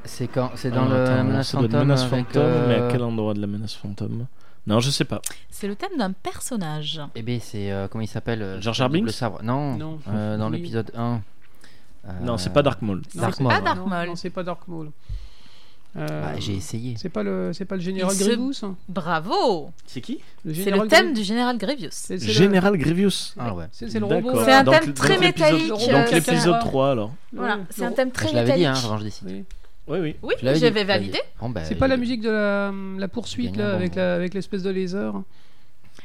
[SPEAKER 9] C'est quand C'est dans
[SPEAKER 6] Ah,
[SPEAKER 9] le,
[SPEAKER 6] attends,
[SPEAKER 9] la menace
[SPEAKER 6] ça doit être
[SPEAKER 9] fantôme.
[SPEAKER 6] menace
[SPEAKER 9] avec,
[SPEAKER 6] fantôme,
[SPEAKER 9] euh,
[SPEAKER 6] mais à quel endroit de la menace fantôme Non, je sais pas.
[SPEAKER 7] C'est le thème d'un personnage.
[SPEAKER 9] Eh bien, c'est. euh, comment il s'appelle euh,
[SPEAKER 6] Jar
[SPEAKER 9] celui
[SPEAKER 6] Jar
[SPEAKER 9] qui double
[SPEAKER 6] Binks
[SPEAKER 9] Le sabre. Non,
[SPEAKER 8] Non.
[SPEAKER 9] euh, dans
[SPEAKER 8] Oui.
[SPEAKER 9] l'épisode 1.
[SPEAKER 6] Non, c'est pas Dark Maul.
[SPEAKER 8] Non,
[SPEAKER 9] Dark
[SPEAKER 8] c'est
[SPEAKER 9] Maul.
[SPEAKER 8] pas Dark Maul. Non, c'est pas Dark Maul. Euh,
[SPEAKER 9] Ah, J'ai essayé.
[SPEAKER 8] C'est pas le, c'est pas le général
[SPEAKER 7] Il se-
[SPEAKER 8] Grievous. hein
[SPEAKER 7] Bravo
[SPEAKER 6] C'est qui
[SPEAKER 7] C'est
[SPEAKER 8] général
[SPEAKER 7] le thème
[SPEAKER 8] Grievous.
[SPEAKER 7] du général Grievous.
[SPEAKER 8] C'est- c'est le-
[SPEAKER 6] Général Grievous.
[SPEAKER 9] Ah ouais.
[SPEAKER 8] C'est c'est le
[SPEAKER 6] D'accord.
[SPEAKER 8] robot.
[SPEAKER 7] C'est un
[SPEAKER 6] Donc,
[SPEAKER 7] thème
[SPEAKER 6] donc
[SPEAKER 7] très
[SPEAKER 6] l'épisode-
[SPEAKER 7] métallique, euh,
[SPEAKER 6] Donc
[SPEAKER 7] c'est
[SPEAKER 6] l'épisode
[SPEAKER 7] ça.
[SPEAKER 6] 3 alors.
[SPEAKER 7] Voilà, c'est un thème très
[SPEAKER 9] Je l'avais dit, hein,
[SPEAKER 7] métallique.
[SPEAKER 9] Revanche des Sith.
[SPEAKER 6] Oui, oui.
[SPEAKER 7] Oui,
[SPEAKER 9] Je l'avais dit,
[SPEAKER 7] j'avais
[SPEAKER 9] je l'avais
[SPEAKER 7] validé.
[SPEAKER 9] dit. Bon, bah,
[SPEAKER 8] C'est pas
[SPEAKER 9] il-
[SPEAKER 8] la musique de la, la poursuite
[SPEAKER 9] Il y a un
[SPEAKER 8] là,
[SPEAKER 9] bon
[SPEAKER 8] avec la- avec l'espèce de laser.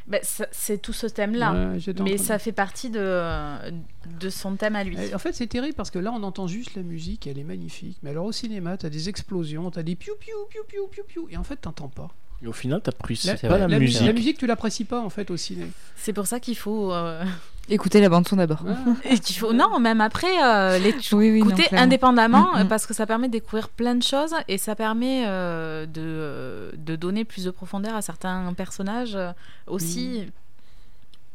[SPEAKER 7] Ben, ça- c'est tout ce thème-là.
[SPEAKER 8] Ouais, j'étais en
[SPEAKER 7] Mais
[SPEAKER 8] train de-
[SPEAKER 7] ça fait partie de, de son thème à lui.
[SPEAKER 8] Eh, En fait, c'est terrible parce que là, on entend juste la musique, elle est magnifique. Mais alors au cinéma, t'as des explosions, t'as des piou piou piou piou piou piou, et en fait, t'entends pas.
[SPEAKER 6] Et au final, t'apprécies
[SPEAKER 8] La-
[SPEAKER 6] pas
[SPEAKER 8] la
[SPEAKER 6] la,
[SPEAKER 8] mu-
[SPEAKER 6] musique.
[SPEAKER 8] la musique, tu l'apprécies pas en fait au ciné.
[SPEAKER 7] C'est pour ça qu'il faut. euh,
[SPEAKER 14] Écoutez la bande son d'abord.
[SPEAKER 7] Et qu'il faut non, même après, euh, les
[SPEAKER 14] Oui, oui, non,
[SPEAKER 7] écouter
[SPEAKER 14] clairement.
[SPEAKER 7] indépendamment
[SPEAKER 14] Mm, mm.
[SPEAKER 7] euh, parce que ça permet de découvrir plein de choses et ça permet euh, de, de donner plus de profondeur à certains personnages euh, aussi.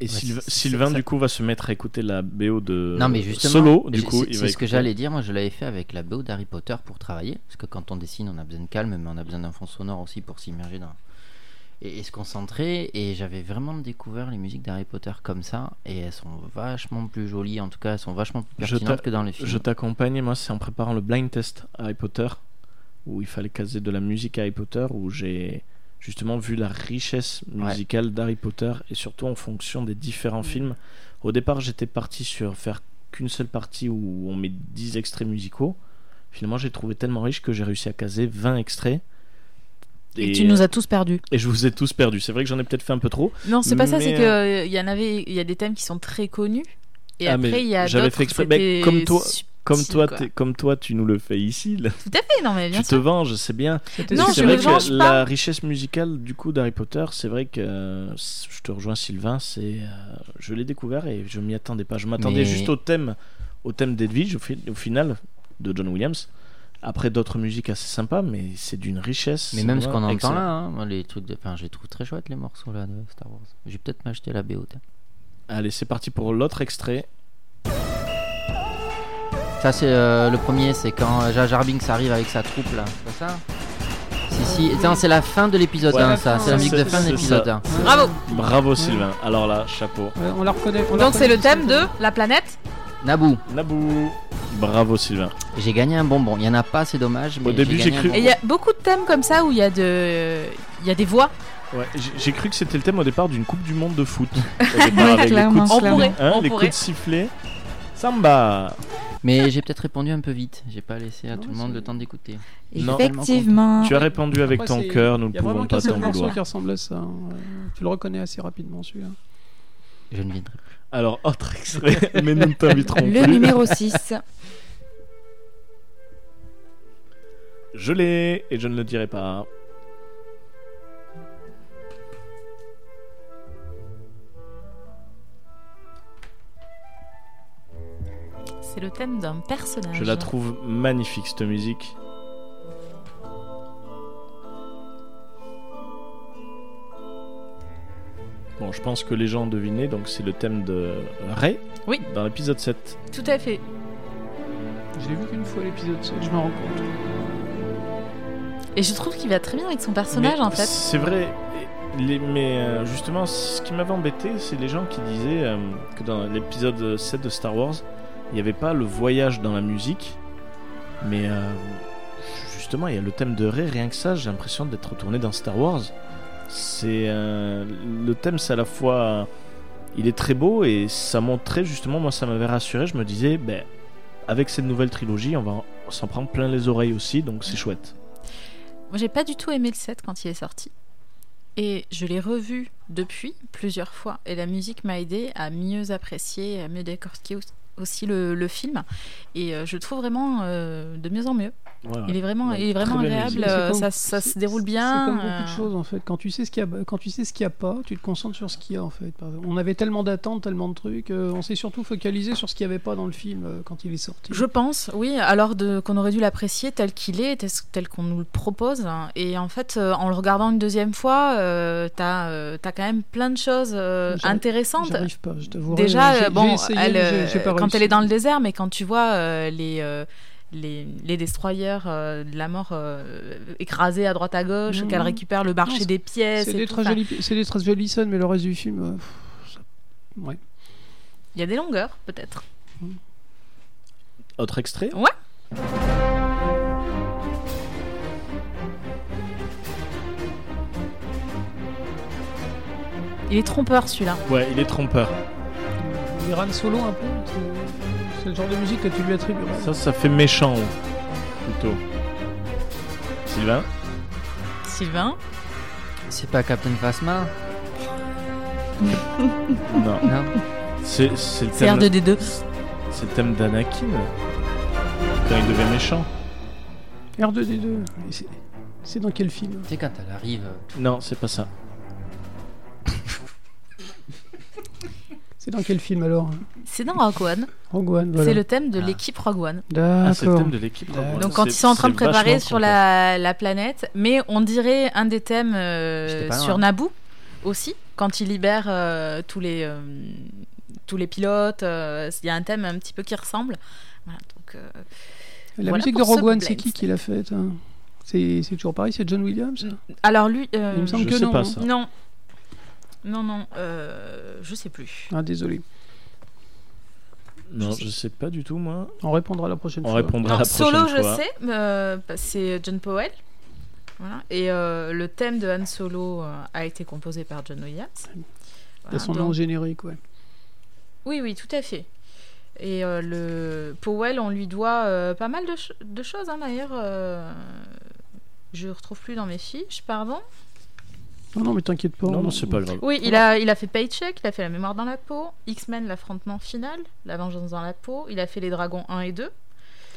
[SPEAKER 6] Et Sylv- Sylvain, du coup, va se mettre à écouter la BO de
[SPEAKER 9] Non mais justement,
[SPEAKER 6] Solo. Du
[SPEAKER 9] je-
[SPEAKER 6] coup,
[SPEAKER 9] c'est-
[SPEAKER 6] il
[SPEAKER 9] c'est
[SPEAKER 6] va
[SPEAKER 9] ce que
[SPEAKER 6] écouter.
[SPEAKER 9] j'allais dire. Moi, je l'avais fait avec la BO d'Harry Potter pour travailler, parce que quand on dessine, on a besoin de calme, mais on a besoin d'un fond sonore aussi pour s'immerger dans et, et se concentrer. Et j'avais vraiment découvert les musiques d'Harry Potter comme ça, et elles sont vachement plus jolies. En tout cas, elles sont vachement plus
[SPEAKER 6] Je
[SPEAKER 9] pertinentes
[SPEAKER 6] t'a-
[SPEAKER 9] que dans les films.
[SPEAKER 6] Je t'accompagne, moi, c'est en préparant le blind test Harry Potter, où il fallait caser de la musique à Harry Potter, où j'ai justement vu la richesse musicale d'Harry Potter, et surtout en fonction des différents
[SPEAKER 7] Mm.
[SPEAKER 6] films. Au départ, j'étais parti sur faire qu'une seule partie où on met 10 extraits musicaux. Finalement, j'ai trouvé tellement riche que j'ai réussi à caser 20 extraits.
[SPEAKER 7] Et tu nous as tous perdus.
[SPEAKER 6] Et je vous ai tous perdus. C'est vrai que j'en ai peut-être fait un peu trop.
[SPEAKER 7] Non, c'est pas ça,
[SPEAKER 6] mais,
[SPEAKER 7] c'est
[SPEAKER 6] euh,
[SPEAKER 7] que il y en avait, il y a des thèmes qui sont très connus et
[SPEAKER 6] Ah, mais
[SPEAKER 7] après il y a
[SPEAKER 6] j'avais
[SPEAKER 7] d'autres
[SPEAKER 6] fait exprès.
[SPEAKER 7] c'était
[SPEAKER 6] Mais comme toi,
[SPEAKER 7] subtil,
[SPEAKER 6] comme toi,
[SPEAKER 7] quoi.
[SPEAKER 6] t'es- comme toi, tu nous le fais ici. là.
[SPEAKER 7] Tout à fait, non mais bien
[SPEAKER 6] tu te
[SPEAKER 7] sûr.
[SPEAKER 6] venges, c'est bien.
[SPEAKER 7] Non,
[SPEAKER 6] C'est
[SPEAKER 7] je
[SPEAKER 6] vrai
[SPEAKER 7] me
[SPEAKER 6] que
[SPEAKER 7] venge
[SPEAKER 6] la
[SPEAKER 7] pas.
[SPEAKER 6] richesse musicale du coup d'Harry Potter, c'est vrai que euh, c- je te rejoins Sylvain, c'est euh, je l'ai découvert et je m'y attendais pas. Je m'attendais
[SPEAKER 9] Mais-
[SPEAKER 6] juste au thème, au thème d'Edwige au, fi- au final de John Williams. Après d'autres musiques assez sympas, mais c'est d'une richesse.
[SPEAKER 9] Mais
[SPEAKER 6] c'est
[SPEAKER 9] même ce
[SPEAKER 6] vraiment
[SPEAKER 9] qu'on entend
[SPEAKER 6] excellent.
[SPEAKER 9] là, hein, moi, les trucs de, enfin, je les trouve très chouettes les morceaux là de Star Wars. J'ai peut-être m'acheter la BO. tiens.
[SPEAKER 6] Allez, c'est parti pour l'autre extrait.
[SPEAKER 9] Ça c'est euh, le premier, c'est quand euh, Jar Jar Binks arrive avec sa troupe là. C'est pas ça Si si. Attends, c'est la fin de l'épisode
[SPEAKER 6] Ouais,
[SPEAKER 9] 1 ça. C'est la musique de
[SPEAKER 6] c'est-
[SPEAKER 9] fin de
[SPEAKER 6] c'est
[SPEAKER 9] l'épisode
[SPEAKER 6] ça.
[SPEAKER 9] 1.
[SPEAKER 7] Bravo.
[SPEAKER 6] Bravo Sylvain. Alors là, chapeau.
[SPEAKER 8] Ouais, on la reconnaît. on la
[SPEAKER 7] Donc c'est
[SPEAKER 8] reconnaît
[SPEAKER 7] le
[SPEAKER 8] tout
[SPEAKER 7] thème
[SPEAKER 8] de suite.
[SPEAKER 7] de la planète.
[SPEAKER 9] Naboo.
[SPEAKER 6] Naboo. Bravo Sylvain.
[SPEAKER 9] J'ai gagné un bonbon. Il y en a pas, c'est dommage. Mais
[SPEAKER 6] début,
[SPEAKER 9] gagné
[SPEAKER 6] j'ai
[SPEAKER 9] un
[SPEAKER 6] cru-
[SPEAKER 9] bonbon.
[SPEAKER 7] Et il y a beaucoup de thèmes comme ça où il y a de, il y a des voix.
[SPEAKER 6] Ouais, j'ai- j'ai cru que c'était le thème au départ d'une Coupe du Monde de foot. Au départ, avec les
[SPEAKER 14] clairement,
[SPEAKER 6] coups de,
[SPEAKER 7] On pourrait,
[SPEAKER 6] hein,
[SPEAKER 7] on
[SPEAKER 6] les
[SPEAKER 7] pourrait.
[SPEAKER 6] coups de sifflet. Samba.
[SPEAKER 9] Mais j'ai peut-être répondu un peu vite. J'ai pas laissé à tout le monde le temps d'écouter.
[SPEAKER 6] Non.
[SPEAKER 14] Effectivement.
[SPEAKER 6] Tu as répondu avec
[SPEAKER 8] Après,
[SPEAKER 6] ton
[SPEAKER 8] c'est-
[SPEAKER 6] cœur, nous ne
[SPEAKER 8] y a vraiment
[SPEAKER 6] pouvons pas
[SPEAKER 8] qu'un seul
[SPEAKER 6] t'en
[SPEAKER 8] morceau
[SPEAKER 6] vouloir.
[SPEAKER 8] qui ressemble à ça. hein. Euh, Tu le reconnais assez rapidement celui-là.
[SPEAKER 9] Je ne viendrai plus.
[SPEAKER 6] Alors, autre extrait, mais nous ne t'inviterons
[SPEAKER 14] Le
[SPEAKER 6] plus.
[SPEAKER 14] numéro 6.
[SPEAKER 6] Je l'ai, et je ne le dirai pas.
[SPEAKER 7] C'est le thème d'un personnage.
[SPEAKER 6] Je la trouve magnifique, cette musique. Bon, je pense que les gens ont deviné, donc c'est le thème de Ray
[SPEAKER 7] Oui.
[SPEAKER 6] dans l'épisode 7.
[SPEAKER 7] Tout à fait.
[SPEAKER 8] J'ai vu qu'une fois l'épisode 7, je m'en rends compte.
[SPEAKER 7] Et je trouve qu'il va très bien avec son personnage
[SPEAKER 6] Mais
[SPEAKER 7] en fait.
[SPEAKER 6] C'est vrai, et les- mais euh, justement, ce qui m'avait embêté, c'est les gens qui disaient euh, que dans l'épisode 7 de Star Wars, il n'y avait pas le voyage dans la musique, mais euh, justement, il y a le thème de Ray, rien que ça, j'ai l'impression d'être retourné dans Star Wars. C'est euh, le thème, c'est à la fois, il est très beau et ça montrait justement, moi, ça m'avait rassuré. Je me disais, ben, avec cette nouvelle trilogie, on va s'en prendre plein les oreilles aussi, donc c'est chouette.
[SPEAKER 7] Moi, j'ai pas du tout aimé le set quand il est sorti. Et je l'ai revu depuis plusieurs fois. Et la musique m'a aidé à mieux apprécier, à mieux décortiquer aussi- aussi le, le film. Et euh, je le trouve vraiment euh, de mieux en mieux.
[SPEAKER 6] Voilà.
[SPEAKER 7] Il est vraiment,
[SPEAKER 6] Donc,
[SPEAKER 7] il est vraiment
[SPEAKER 6] très belle
[SPEAKER 7] agréable.
[SPEAKER 6] musique.
[SPEAKER 7] euh,
[SPEAKER 8] C'est
[SPEAKER 7] ça,
[SPEAKER 8] comme-
[SPEAKER 7] ça se
[SPEAKER 8] c'est-
[SPEAKER 7] déroule bien.
[SPEAKER 8] C'est comme beaucoup de
[SPEAKER 7] euh,
[SPEAKER 8] choses en fait. Quand tu sais ce qu'il y a, quand tu sais ce qu'il y a pas, tu te concentres sur ce qu'il y a en fait. Par exemple, On avait tellement d'attentes, tellement de trucs. euh, on s'est surtout focalisé sur ce qu'il y avait pas dans le film euh, quand il est sorti.
[SPEAKER 7] Je pense, oui, alors de- qu'on aurait dû l'apprécier tel qu'il est, tel, tel qu'on nous le propose. Et en fait, euh, en le regardant une deuxième fois, euh, t'as euh, t'as quand même plein de choses euh,
[SPEAKER 8] J'arrive-
[SPEAKER 7] intéressantes.
[SPEAKER 8] j'arrive pas, je t'avouerai,
[SPEAKER 7] Déjà,
[SPEAKER 8] j'ai-
[SPEAKER 7] euh,
[SPEAKER 8] j'ai
[SPEAKER 7] bon,
[SPEAKER 8] essayé,
[SPEAKER 7] elle,
[SPEAKER 8] mais j'ai-
[SPEAKER 7] euh,
[SPEAKER 8] j'ai pas
[SPEAKER 7] quand elle est
[SPEAKER 8] réussi.
[SPEAKER 7] dans le désert, mais quand tu vois euh, les, euh, les, les destroyers euh, de la mort euh, écrasés à droite à gauche,
[SPEAKER 8] Mhm.
[SPEAKER 7] qu'elle récupère le
[SPEAKER 8] Non,
[SPEAKER 7] marché
[SPEAKER 8] c'est-
[SPEAKER 7] des pièces.
[SPEAKER 8] C'est
[SPEAKER 7] et
[SPEAKER 8] des,
[SPEAKER 7] tout,
[SPEAKER 8] très
[SPEAKER 7] enfin,
[SPEAKER 8] jolies pi- c'est des très jolies scènes, mais le reste du film. euh, pff, ça- ouais.
[SPEAKER 7] Il y a des longueurs, peut-être.
[SPEAKER 6] Autre extrait
[SPEAKER 7] Ouais. Il est trompeur celui-là.
[SPEAKER 6] Ouais, il est trompeur.
[SPEAKER 8] Il rame solo un peu. c'est- C'est le genre de musique que tu lui attribues.
[SPEAKER 6] Ça, ça fait méchant, plutôt. Sylvain
[SPEAKER 7] Sylvain
[SPEAKER 9] C'est pas Captain Phasma
[SPEAKER 6] Non.
[SPEAKER 9] Non.
[SPEAKER 6] C'est c'est le
[SPEAKER 7] C'est
[SPEAKER 6] thème.
[SPEAKER 7] R2D2.
[SPEAKER 6] C'est le thème d'Anakin. Quand il devient méchant.
[SPEAKER 8] R2D2. mais c'est- C'est dans quel film
[SPEAKER 9] Tu sais, quand elle arrive.
[SPEAKER 6] Non, c'est pas ça.
[SPEAKER 8] C'est dans quel film alors
[SPEAKER 7] C'est dans Rogue One.
[SPEAKER 8] Rogue One, voilà.
[SPEAKER 7] C'est le thème de l'équipe Rogue One.
[SPEAKER 8] D'accord.
[SPEAKER 6] Ah, c'est le thème de l'équipe. Rogue One.
[SPEAKER 7] Donc quand
[SPEAKER 6] C'est-
[SPEAKER 7] ils sont en train de
[SPEAKER 6] c'est vachement
[SPEAKER 7] préparer sur
[SPEAKER 6] complet.
[SPEAKER 7] la, la planète, mais on dirait un des thèmes euh,
[SPEAKER 9] J'étais pas loin.
[SPEAKER 7] sur Naboo aussi, quand ils libèrent euh, tous les euh, tous les pilotes, euh, il y a un thème un petit peu qui ressemble. Voilà, donc, euh,
[SPEAKER 8] La
[SPEAKER 7] voilà
[SPEAKER 8] musique de
[SPEAKER 7] pour ce
[SPEAKER 8] Rogue One,
[SPEAKER 7] Blades.
[SPEAKER 8] c'est qui qui l'a faite hein C'est c'est toujours pareil, c'est John Williams
[SPEAKER 7] Alors lui, euh,
[SPEAKER 8] Il me semble
[SPEAKER 6] Je
[SPEAKER 8] que
[SPEAKER 6] sais
[SPEAKER 8] non.
[SPEAKER 6] pas
[SPEAKER 8] hein.
[SPEAKER 6] ça.
[SPEAKER 7] non, non, non, euh, je sais plus.
[SPEAKER 8] Ah, désolé.
[SPEAKER 6] Non, je sais pas du tout, moi.
[SPEAKER 8] On répondra la prochaine
[SPEAKER 6] On
[SPEAKER 8] fois.
[SPEAKER 6] répondra
[SPEAKER 7] Non,
[SPEAKER 6] la prochaine
[SPEAKER 7] solo,
[SPEAKER 6] fois.
[SPEAKER 7] je sais, euh, bah, c'est John Powell. Voilà. Et euh, le thème de Han Solo euh, a été composé par John Williams.
[SPEAKER 8] T'as
[SPEAKER 7] Voilà,
[SPEAKER 8] son
[SPEAKER 7] donc-
[SPEAKER 8] nom générique, ouais.
[SPEAKER 7] Oui, oui, tout à fait. Et euh, le Powell, on lui doit euh, pas mal de, ch- de choses, hein, d'ailleurs. euh, Je ne retrouve plus dans mes fiches, pardon.
[SPEAKER 8] Non, non, mais t'inquiète pas.
[SPEAKER 6] Non, non, c'est pas grave.
[SPEAKER 7] Oui, il a, il a fait Paycheck, il a fait La mémoire dans la peau, X-Men, l'affrontement final, La vengeance dans la peau, il a fait Les Dragons 1 et 2.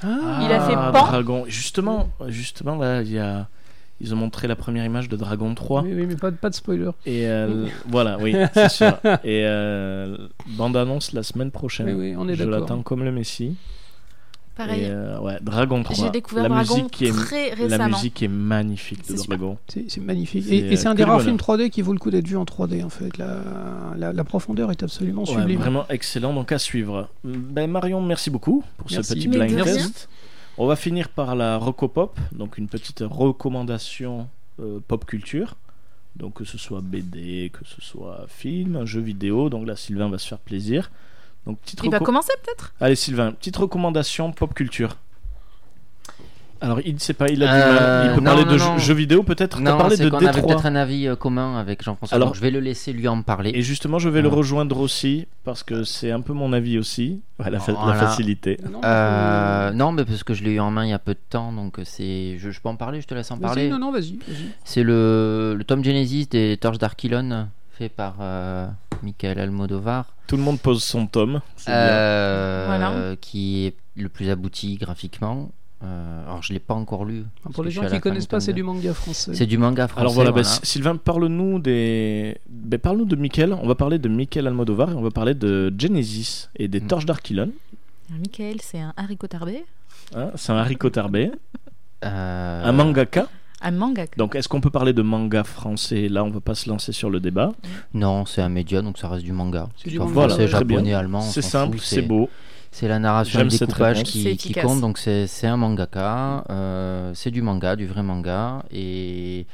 [SPEAKER 8] Ah,
[SPEAKER 7] Il a fait
[SPEAKER 6] Ah,
[SPEAKER 7] Pan.
[SPEAKER 6] Dragon. Justement, justement, là, il y a. Ils ont montré la première image de Dragon 3.
[SPEAKER 8] oui, oui, mais pas, de- pas de spoiler.
[SPEAKER 6] Et euh, voilà, oui, c'est sûr. Et euh, bande annonce la semaine prochaine.
[SPEAKER 8] Oui, oui, on est
[SPEAKER 6] Je
[SPEAKER 8] d'accord.
[SPEAKER 6] l'attends comme le Messi.
[SPEAKER 7] Pareil.
[SPEAKER 6] Et, euh, ouais, Dragon 3.
[SPEAKER 7] J'ai découvert
[SPEAKER 6] la
[SPEAKER 7] Dragon
[SPEAKER 6] musique est,
[SPEAKER 7] très
[SPEAKER 6] La
[SPEAKER 7] récemment.
[SPEAKER 6] musique est magnifique de
[SPEAKER 7] C'est super.
[SPEAKER 6] Dragon.
[SPEAKER 8] C'est c'est magnifique.
[SPEAKER 6] C'est,
[SPEAKER 8] Et, et c'est
[SPEAKER 6] euh,
[SPEAKER 8] un
[SPEAKER 6] que
[SPEAKER 8] des
[SPEAKER 6] du
[SPEAKER 8] rares films
[SPEAKER 6] bonheur.
[SPEAKER 8] 3D qui vaut le coup d'être vu en 3D, en fait. La, la, la profondeur est absolument
[SPEAKER 6] Ouais,
[SPEAKER 8] sublime.
[SPEAKER 6] vraiment excellent, donc à suivre. Ben Marion, merci beaucoup pour ce
[SPEAKER 8] Merci.
[SPEAKER 6] petit
[SPEAKER 8] Mais de
[SPEAKER 6] blind
[SPEAKER 7] rien.
[SPEAKER 6] test. On va finir par la Rocopop, donc une petite recommandation euh, pop culture. Donc que ce soit BD, que ce soit film, un jeu vidéo, donc là Sylvain va se faire plaisir. Donc petite
[SPEAKER 7] Il va
[SPEAKER 6] reco-
[SPEAKER 7] commencer peut-être
[SPEAKER 6] Allez Sylvain, petite recommandation pop culture. Alors il ne sait pas, il a
[SPEAKER 9] Euh,
[SPEAKER 6] du mal. Il peut
[SPEAKER 9] non,
[SPEAKER 6] parler
[SPEAKER 9] non,
[SPEAKER 6] de
[SPEAKER 9] non.
[SPEAKER 6] jeux- jeux vidéo peut-être. T'as
[SPEAKER 9] Non,
[SPEAKER 6] parlé
[SPEAKER 9] c'est
[SPEAKER 6] de
[SPEAKER 9] qu'on avait
[SPEAKER 6] Détroit.
[SPEAKER 9] peut-être un avis euh, commun avec Jean-François.
[SPEAKER 6] Alors-
[SPEAKER 9] Alors, je vais le laisser lui en parler.
[SPEAKER 6] Et justement, je vais le rejoindre aussi parce que c'est un peu mon avis aussi. Ouais, la, fa- la
[SPEAKER 9] Voilà.
[SPEAKER 6] facilité.
[SPEAKER 8] Ah Non,
[SPEAKER 9] Euh, non, mais parce que je l'ai eu en main il y a peu de temps, donc c'est. Je, je peux en parler, je te laisse en
[SPEAKER 8] vas-y,
[SPEAKER 9] parler.
[SPEAKER 8] Non, non, vas-y. vas-y.
[SPEAKER 9] C'est le, le tome Genesis des Torches d'Archilon, fait par euh, Michael Almodovar,
[SPEAKER 6] Tout le monde pose son tome. c'est bien.
[SPEAKER 9] euh,
[SPEAKER 7] Voilà.
[SPEAKER 9] qui est le plus abouti graphiquement. Euh, alors, je l'ai pas encore lu. parce
[SPEAKER 8] Pour
[SPEAKER 9] que
[SPEAKER 8] les
[SPEAKER 9] je
[SPEAKER 8] gens
[SPEAKER 9] suis à
[SPEAKER 8] qui
[SPEAKER 9] la
[SPEAKER 8] connaissent
[SPEAKER 9] fin
[SPEAKER 8] pas, c'est
[SPEAKER 9] tome
[SPEAKER 8] du manga français.
[SPEAKER 9] deux. C'est du manga français.
[SPEAKER 6] Alors voilà, bah,
[SPEAKER 9] voilà.
[SPEAKER 6] S- Sylvain, parle-nous des. bah, parle-nous de Michael. On va parler de Michael Almodovar et on va parler de Genesis et des
[SPEAKER 9] Mm.
[SPEAKER 6] Torches d'Archilon.
[SPEAKER 7] Michael, c'est un haricot tarbé,
[SPEAKER 6] Hein, c'est un haricot tarbé,
[SPEAKER 9] Euh,
[SPEAKER 6] un mangaka.
[SPEAKER 7] un manga.
[SPEAKER 6] Donc est-ce qu'on peut parler de manga français Là, on va pas se lancer sur le débat.
[SPEAKER 9] Mm. Non, c'est un média, donc ça reste du manga.
[SPEAKER 8] C'est du
[SPEAKER 9] Soit
[SPEAKER 8] manga,
[SPEAKER 6] Voilà,
[SPEAKER 9] français,
[SPEAKER 6] très bien.
[SPEAKER 9] japonais, allemand. on
[SPEAKER 6] C'est
[SPEAKER 9] s'en
[SPEAKER 6] simple,
[SPEAKER 9] fout,
[SPEAKER 6] c'est beau.
[SPEAKER 9] C'est la narration et
[SPEAKER 6] J'aime
[SPEAKER 9] le
[SPEAKER 6] cette
[SPEAKER 9] découpage
[SPEAKER 6] réponse.
[SPEAKER 7] C'est
[SPEAKER 9] qui, qui
[SPEAKER 7] efficace.
[SPEAKER 9] compte. Donc c'est c'est un mangaka, euh, c'est du manga, du vrai manga. Et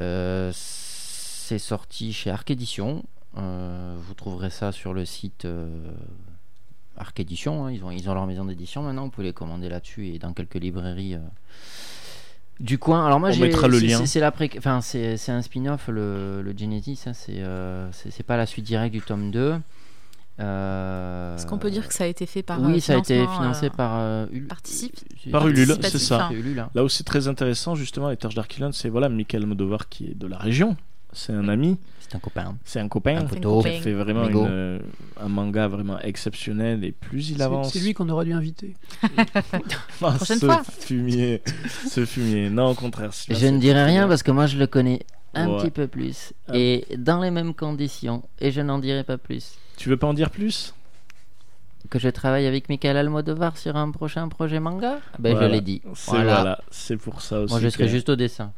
[SPEAKER 9] euh, c'est sorti chez Arc Edition. Euh, vous trouverez ça sur le site euh, Arc Édition, hein, ils, ont, ils ont leur maison d'édition maintenant, vous pouvez les commander là-dessus et dans quelques librairies euh, du coin. Alors moi,
[SPEAKER 6] On
[SPEAKER 9] j'ai-
[SPEAKER 6] mettra le
[SPEAKER 9] c'est-
[SPEAKER 6] lien.
[SPEAKER 9] c'est- C'est la pré- enfin, c'est c'est un spin-off, le, le Genesis, hein, c'est euh, c'est c'est pas la suite directe du tome 2. Euh,
[SPEAKER 7] Est-ce qu'on peut dire que ça a été fait par,
[SPEAKER 9] Oui,
[SPEAKER 7] euh,
[SPEAKER 9] ça a été
[SPEAKER 7] financement,
[SPEAKER 9] financé
[SPEAKER 7] euh,
[SPEAKER 9] par euh, Ul-
[SPEAKER 7] participe
[SPEAKER 9] c'est-
[SPEAKER 6] Par Ulule, c'est ça.
[SPEAKER 9] C'est Ulule, hein.
[SPEAKER 6] Là où c'est très intéressant, justement, les Terges d'Arkiland, c'est voilà, Michael Modovar qui est de la région. C'est un ami.
[SPEAKER 9] C'est un copain.
[SPEAKER 6] C'est un copain.
[SPEAKER 9] Un poteau.
[SPEAKER 6] qui a fait vraiment
[SPEAKER 9] Amigo.
[SPEAKER 6] une, euh, un manga vraiment exceptionnel. Et plus il
[SPEAKER 8] C'est-
[SPEAKER 6] avance.
[SPEAKER 8] C'est lui qu'on aurait dû inviter.
[SPEAKER 6] Ah,
[SPEAKER 8] prochaine
[SPEAKER 6] ce
[SPEAKER 8] fois.
[SPEAKER 6] fumier. ce fumier. Non, au contraire. celui-là,
[SPEAKER 9] Je ne
[SPEAKER 6] c'est-
[SPEAKER 9] dirai rien parce que moi je le connais un
[SPEAKER 6] Ouais. Ah.
[SPEAKER 9] petit peu plus et dans les mêmes conditions et je n'en dirai pas plus.
[SPEAKER 6] Tu veux pas en dire plus
[SPEAKER 9] Que je travaille avec Michael Almodovar sur un prochain projet manga Ben
[SPEAKER 6] Voilà.
[SPEAKER 9] je l'ai dit.
[SPEAKER 6] C'est voilà. C'est pour ça aussi.
[SPEAKER 9] Moi je serai
[SPEAKER 6] que-
[SPEAKER 9] juste au dessin.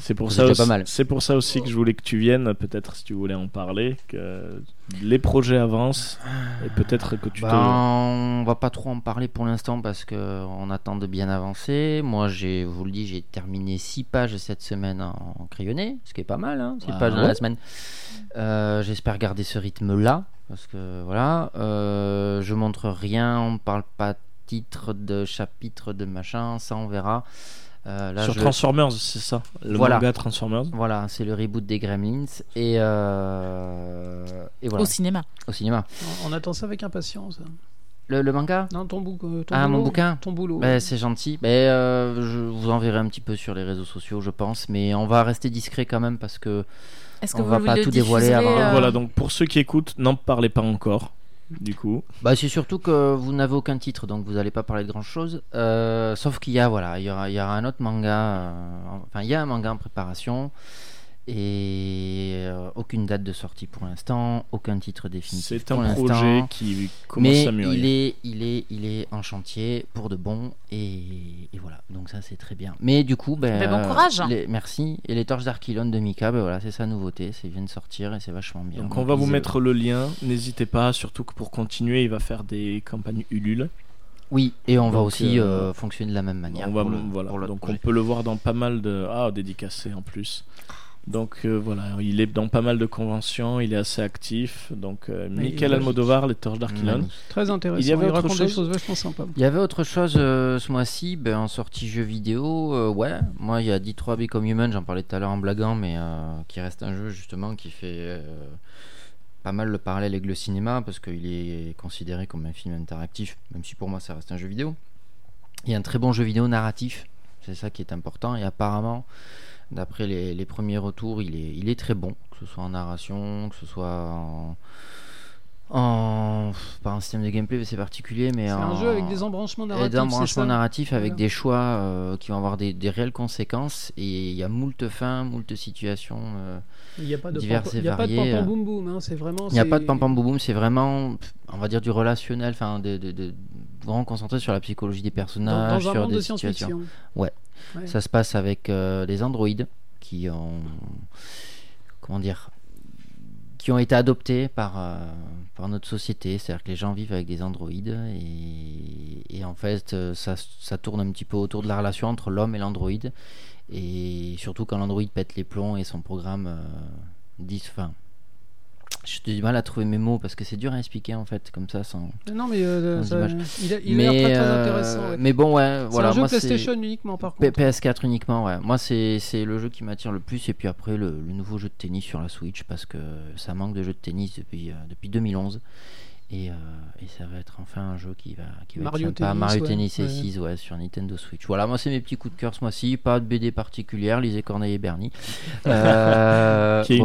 [SPEAKER 6] C'est pour
[SPEAKER 9] Vous
[SPEAKER 6] ça
[SPEAKER 9] étiez
[SPEAKER 6] aussi-
[SPEAKER 9] pas mal.
[SPEAKER 6] C'est pour ça aussi que je voulais que tu viennes, peut-être si tu voulais en parler, que les projets avancent et peut-être que tu
[SPEAKER 9] Ben,
[SPEAKER 6] te.
[SPEAKER 9] On va pas trop en parler pour l'instant parce que on attend de bien avancer. Moi j'ai, je vous le dis, j'ai terminé 6 pages cette semaine en, en crayonné, ce qui est pas mal. 6
[SPEAKER 6] Ah
[SPEAKER 9] pages dans
[SPEAKER 6] ouais.
[SPEAKER 9] la semaine. Euh, j'espère garder ce rythme là parce que voilà, euh, je montre rien, on parle pas de titre de chapitre de machin, ça on verra. Euh, là,
[SPEAKER 6] Sur
[SPEAKER 9] je-
[SPEAKER 6] Transformers, c'est ça, le manga Transformers.
[SPEAKER 9] Voilà, c'est le reboot des Gremlins et, euh, et voilà.
[SPEAKER 7] Au cinéma.
[SPEAKER 9] Au cinéma.
[SPEAKER 8] On, on attend ça avec impatience.
[SPEAKER 9] Le, le manga
[SPEAKER 8] Non, ton, bou- euh, ton
[SPEAKER 9] ah,
[SPEAKER 8] boulot.
[SPEAKER 9] mon bouquin
[SPEAKER 8] Ton boulot.
[SPEAKER 9] Ben, C'est gentil. Ben, euh, je vous enverrai un petit peu sur les réseaux sociaux, je pense. Mais on va rester discret quand même parce que
[SPEAKER 7] Est-ce que
[SPEAKER 9] on
[SPEAKER 7] vous
[SPEAKER 9] va
[SPEAKER 7] le
[SPEAKER 9] pas tout dévoiler
[SPEAKER 7] diffuserez,
[SPEAKER 9] avant.
[SPEAKER 7] euh,
[SPEAKER 6] Voilà, donc pour ceux qui écoutent, n'en parlez pas encore, du coup.
[SPEAKER 9] Bah, c'est surtout que vous n'avez aucun titre, donc vous n'allez pas parler de grand chose. sauf qu'il y a, voilà, il y aura, il y aura un autre manga. euh, enfin, il y a un manga en préparation. Et euh, aucune date de sortie pour l'instant, aucun titre définitif.
[SPEAKER 6] C'est un
[SPEAKER 9] pour l'instant.
[SPEAKER 6] projet qui commence
[SPEAKER 9] Mais
[SPEAKER 6] à mûrir.
[SPEAKER 9] Il est, il, est, il est en chantier pour de bon, et, et voilà. Donc, ça, c'est très bien. Mais du coup, ben,
[SPEAKER 7] Ben, bon
[SPEAKER 9] euh,
[SPEAKER 7] courage.
[SPEAKER 9] les- merci. Et les torches d'Archilon de Mika, ben voilà, c'est sa nouveauté. C'est vient de sortir et c'est vachement bien.
[SPEAKER 6] Donc on va vous
[SPEAKER 9] ils-
[SPEAKER 6] mettre le lien, n'hésitez pas, surtout que pour continuer, il va faire des campagnes Ulule.
[SPEAKER 9] Oui, et on va
[SPEAKER 6] Donc,
[SPEAKER 9] aussi
[SPEAKER 6] euh,
[SPEAKER 9] euh, fonctionner de la même manière.
[SPEAKER 6] On va-
[SPEAKER 9] pour le-
[SPEAKER 6] voilà.
[SPEAKER 9] pour l'autre
[SPEAKER 6] Donc on
[SPEAKER 9] projet.
[SPEAKER 6] peut le voir dans pas mal de ah dédicacé en plus. Donc euh, voilà, il est dans pas mal de conventions, il est assez actif. Donc euh,
[SPEAKER 8] Mais
[SPEAKER 6] Michael
[SPEAKER 8] il-
[SPEAKER 6] Almodovar, les Torches d'Arquilon.
[SPEAKER 9] Magnifique.
[SPEAKER 8] Très intéressant.
[SPEAKER 6] Il y avait autre
[SPEAKER 8] raconte des
[SPEAKER 6] chose.
[SPEAKER 8] choses vachement sympas.
[SPEAKER 9] Il y avait autre chose euh, ce mois-ci, ben, en sortie jeu vidéo, euh, ouais, moi il y a D3 Become Human, j'en parlais tout à l'heure en blaguant, mais euh, qui reste un jeu justement qui fait euh, pas mal le parallèle avec le cinéma, parce qu'il est considéré comme un film interactif, même si pour moi ça reste un jeu vidéo. Il y a un très bon jeu vidéo narratif, c'est ça qui est important, et apparemment, d'après les, les premiers retours, il est, il est très bon, que ce soit en narration, que ce soit en... en- pas en système de gameplay, mais c'est particulier, mais
[SPEAKER 8] C'est un
[SPEAKER 9] en-
[SPEAKER 8] jeu avec des embranchements narratifs.
[SPEAKER 9] des embranchements
[SPEAKER 8] c'est ça
[SPEAKER 9] narratifs avec
[SPEAKER 8] Voilà.
[SPEAKER 9] des choix euh, qui vont avoir des, des réelles conséquences. Et il y a moult fins, moult situations euh,
[SPEAKER 8] Il n'y a pas de
[SPEAKER 9] diverses
[SPEAKER 8] pam-
[SPEAKER 9] et
[SPEAKER 8] il y a pas de
[SPEAKER 9] variées. euh.
[SPEAKER 8] pam-pam boum-boum, hein, c'est vraiment-
[SPEAKER 9] Il n'y a pas
[SPEAKER 8] c'est-
[SPEAKER 9] de pam pam boum boum, c'est vraiment, pff, on va dire, du relationnel, enfin, de, de- de- vraiment concentré sur la psychologie des personnages,
[SPEAKER 8] Dans- dans un
[SPEAKER 9] sur
[SPEAKER 8] monde
[SPEAKER 9] des
[SPEAKER 8] de
[SPEAKER 9] situations.
[SPEAKER 8] science-fiction.
[SPEAKER 9] Ouais.
[SPEAKER 8] Ouais.
[SPEAKER 9] Ça se passe avec euh, des androïdes qui ont. Comment dire qui ont été adoptés par, euh, par notre société. C'est-à-dire que les gens vivent avec des androïdes et, et en fait, euh, ça, ça tourne un petit peu autour de la relation entre l'homme et l'androïde. Et surtout quand l'androïde pète les plombs et son programme euh, dis- enfin, j'ai du mal à trouver mes mots parce que c'est dur à expliquer en fait, comme ça, sans.
[SPEAKER 8] Mais non, mais, euh,
[SPEAKER 9] sans
[SPEAKER 8] ça-
[SPEAKER 9] image.
[SPEAKER 8] il a- il a l'air
[SPEAKER 9] Mais,
[SPEAKER 8] très, très
[SPEAKER 9] euh,
[SPEAKER 8] intéressant, ouais.
[SPEAKER 9] Mais bon, ouais,
[SPEAKER 8] C'est
[SPEAKER 9] voilà.
[SPEAKER 8] un jeu
[SPEAKER 9] moi,
[SPEAKER 8] PlayStation uniquement, par
[SPEAKER 9] P-
[SPEAKER 8] contre.
[SPEAKER 9] PS4 uniquement, ouais. Moi, c'est c'est le jeu qui m'attire le plus. Et puis après, le, le nouveau jeu de tennis sur la Switch parce que ça manque de jeux de tennis depuis, euh, depuis 2011. Et, euh, et ça va être enfin un jeu qui va, qui va
[SPEAKER 8] Mario
[SPEAKER 9] être sympa.
[SPEAKER 8] Tennis,
[SPEAKER 9] Mario
[SPEAKER 8] ouais,
[SPEAKER 9] Tennis
[SPEAKER 8] ouais.
[SPEAKER 9] et 6 ouais, sur Nintendo Switch. Voilà, moi c'est mes petits coups de cœur ce mois-ci. Pas de BD particulière, lisez Corneille et Bernie.
[SPEAKER 6] Qui est une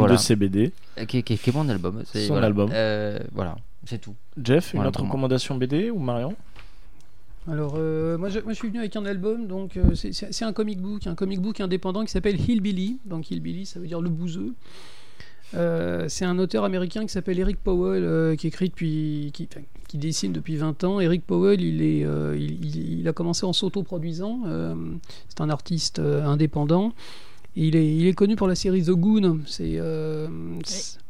[SPEAKER 9] Euh, voilà. Euh,
[SPEAKER 6] de ses BD.
[SPEAKER 9] Qui, est- qui est- qui est mon album. c'est-
[SPEAKER 6] Son
[SPEAKER 9] voilà.
[SPEAKER 6] album.
[SPEAKER 9] Euh, voilà, c'est tout.
[SPEAKER 6] Jeff, une
[SPEAKER 9] Voilà
[SPEAKER 6] autre
[SPEAKER 9] pour moi.
[SPEAKER 6] recommandation BD ou Marion
[SPEAKER 8] Alors, euh, moi, je, moi, je suis venu avec un album, donc euh, c'est- c'est c'est un comic book, un comic book indépendant qui s'appelle Hillbilly. Donc Hillbilly, ça veut dire le bouseux. Euh, c'est un auteur américain qui s'appelle Eric Powell, euh, qui écrit depuis, qui, enfin, qui dessine depuis 20 ans. Eric Powell, il, est, euh, il, il- il a commencé en s'auto-produisant. euh, c'est un artiste euh, indépendant. Et il, est, il est connu pour la série The Goon. C'est euh, c'est-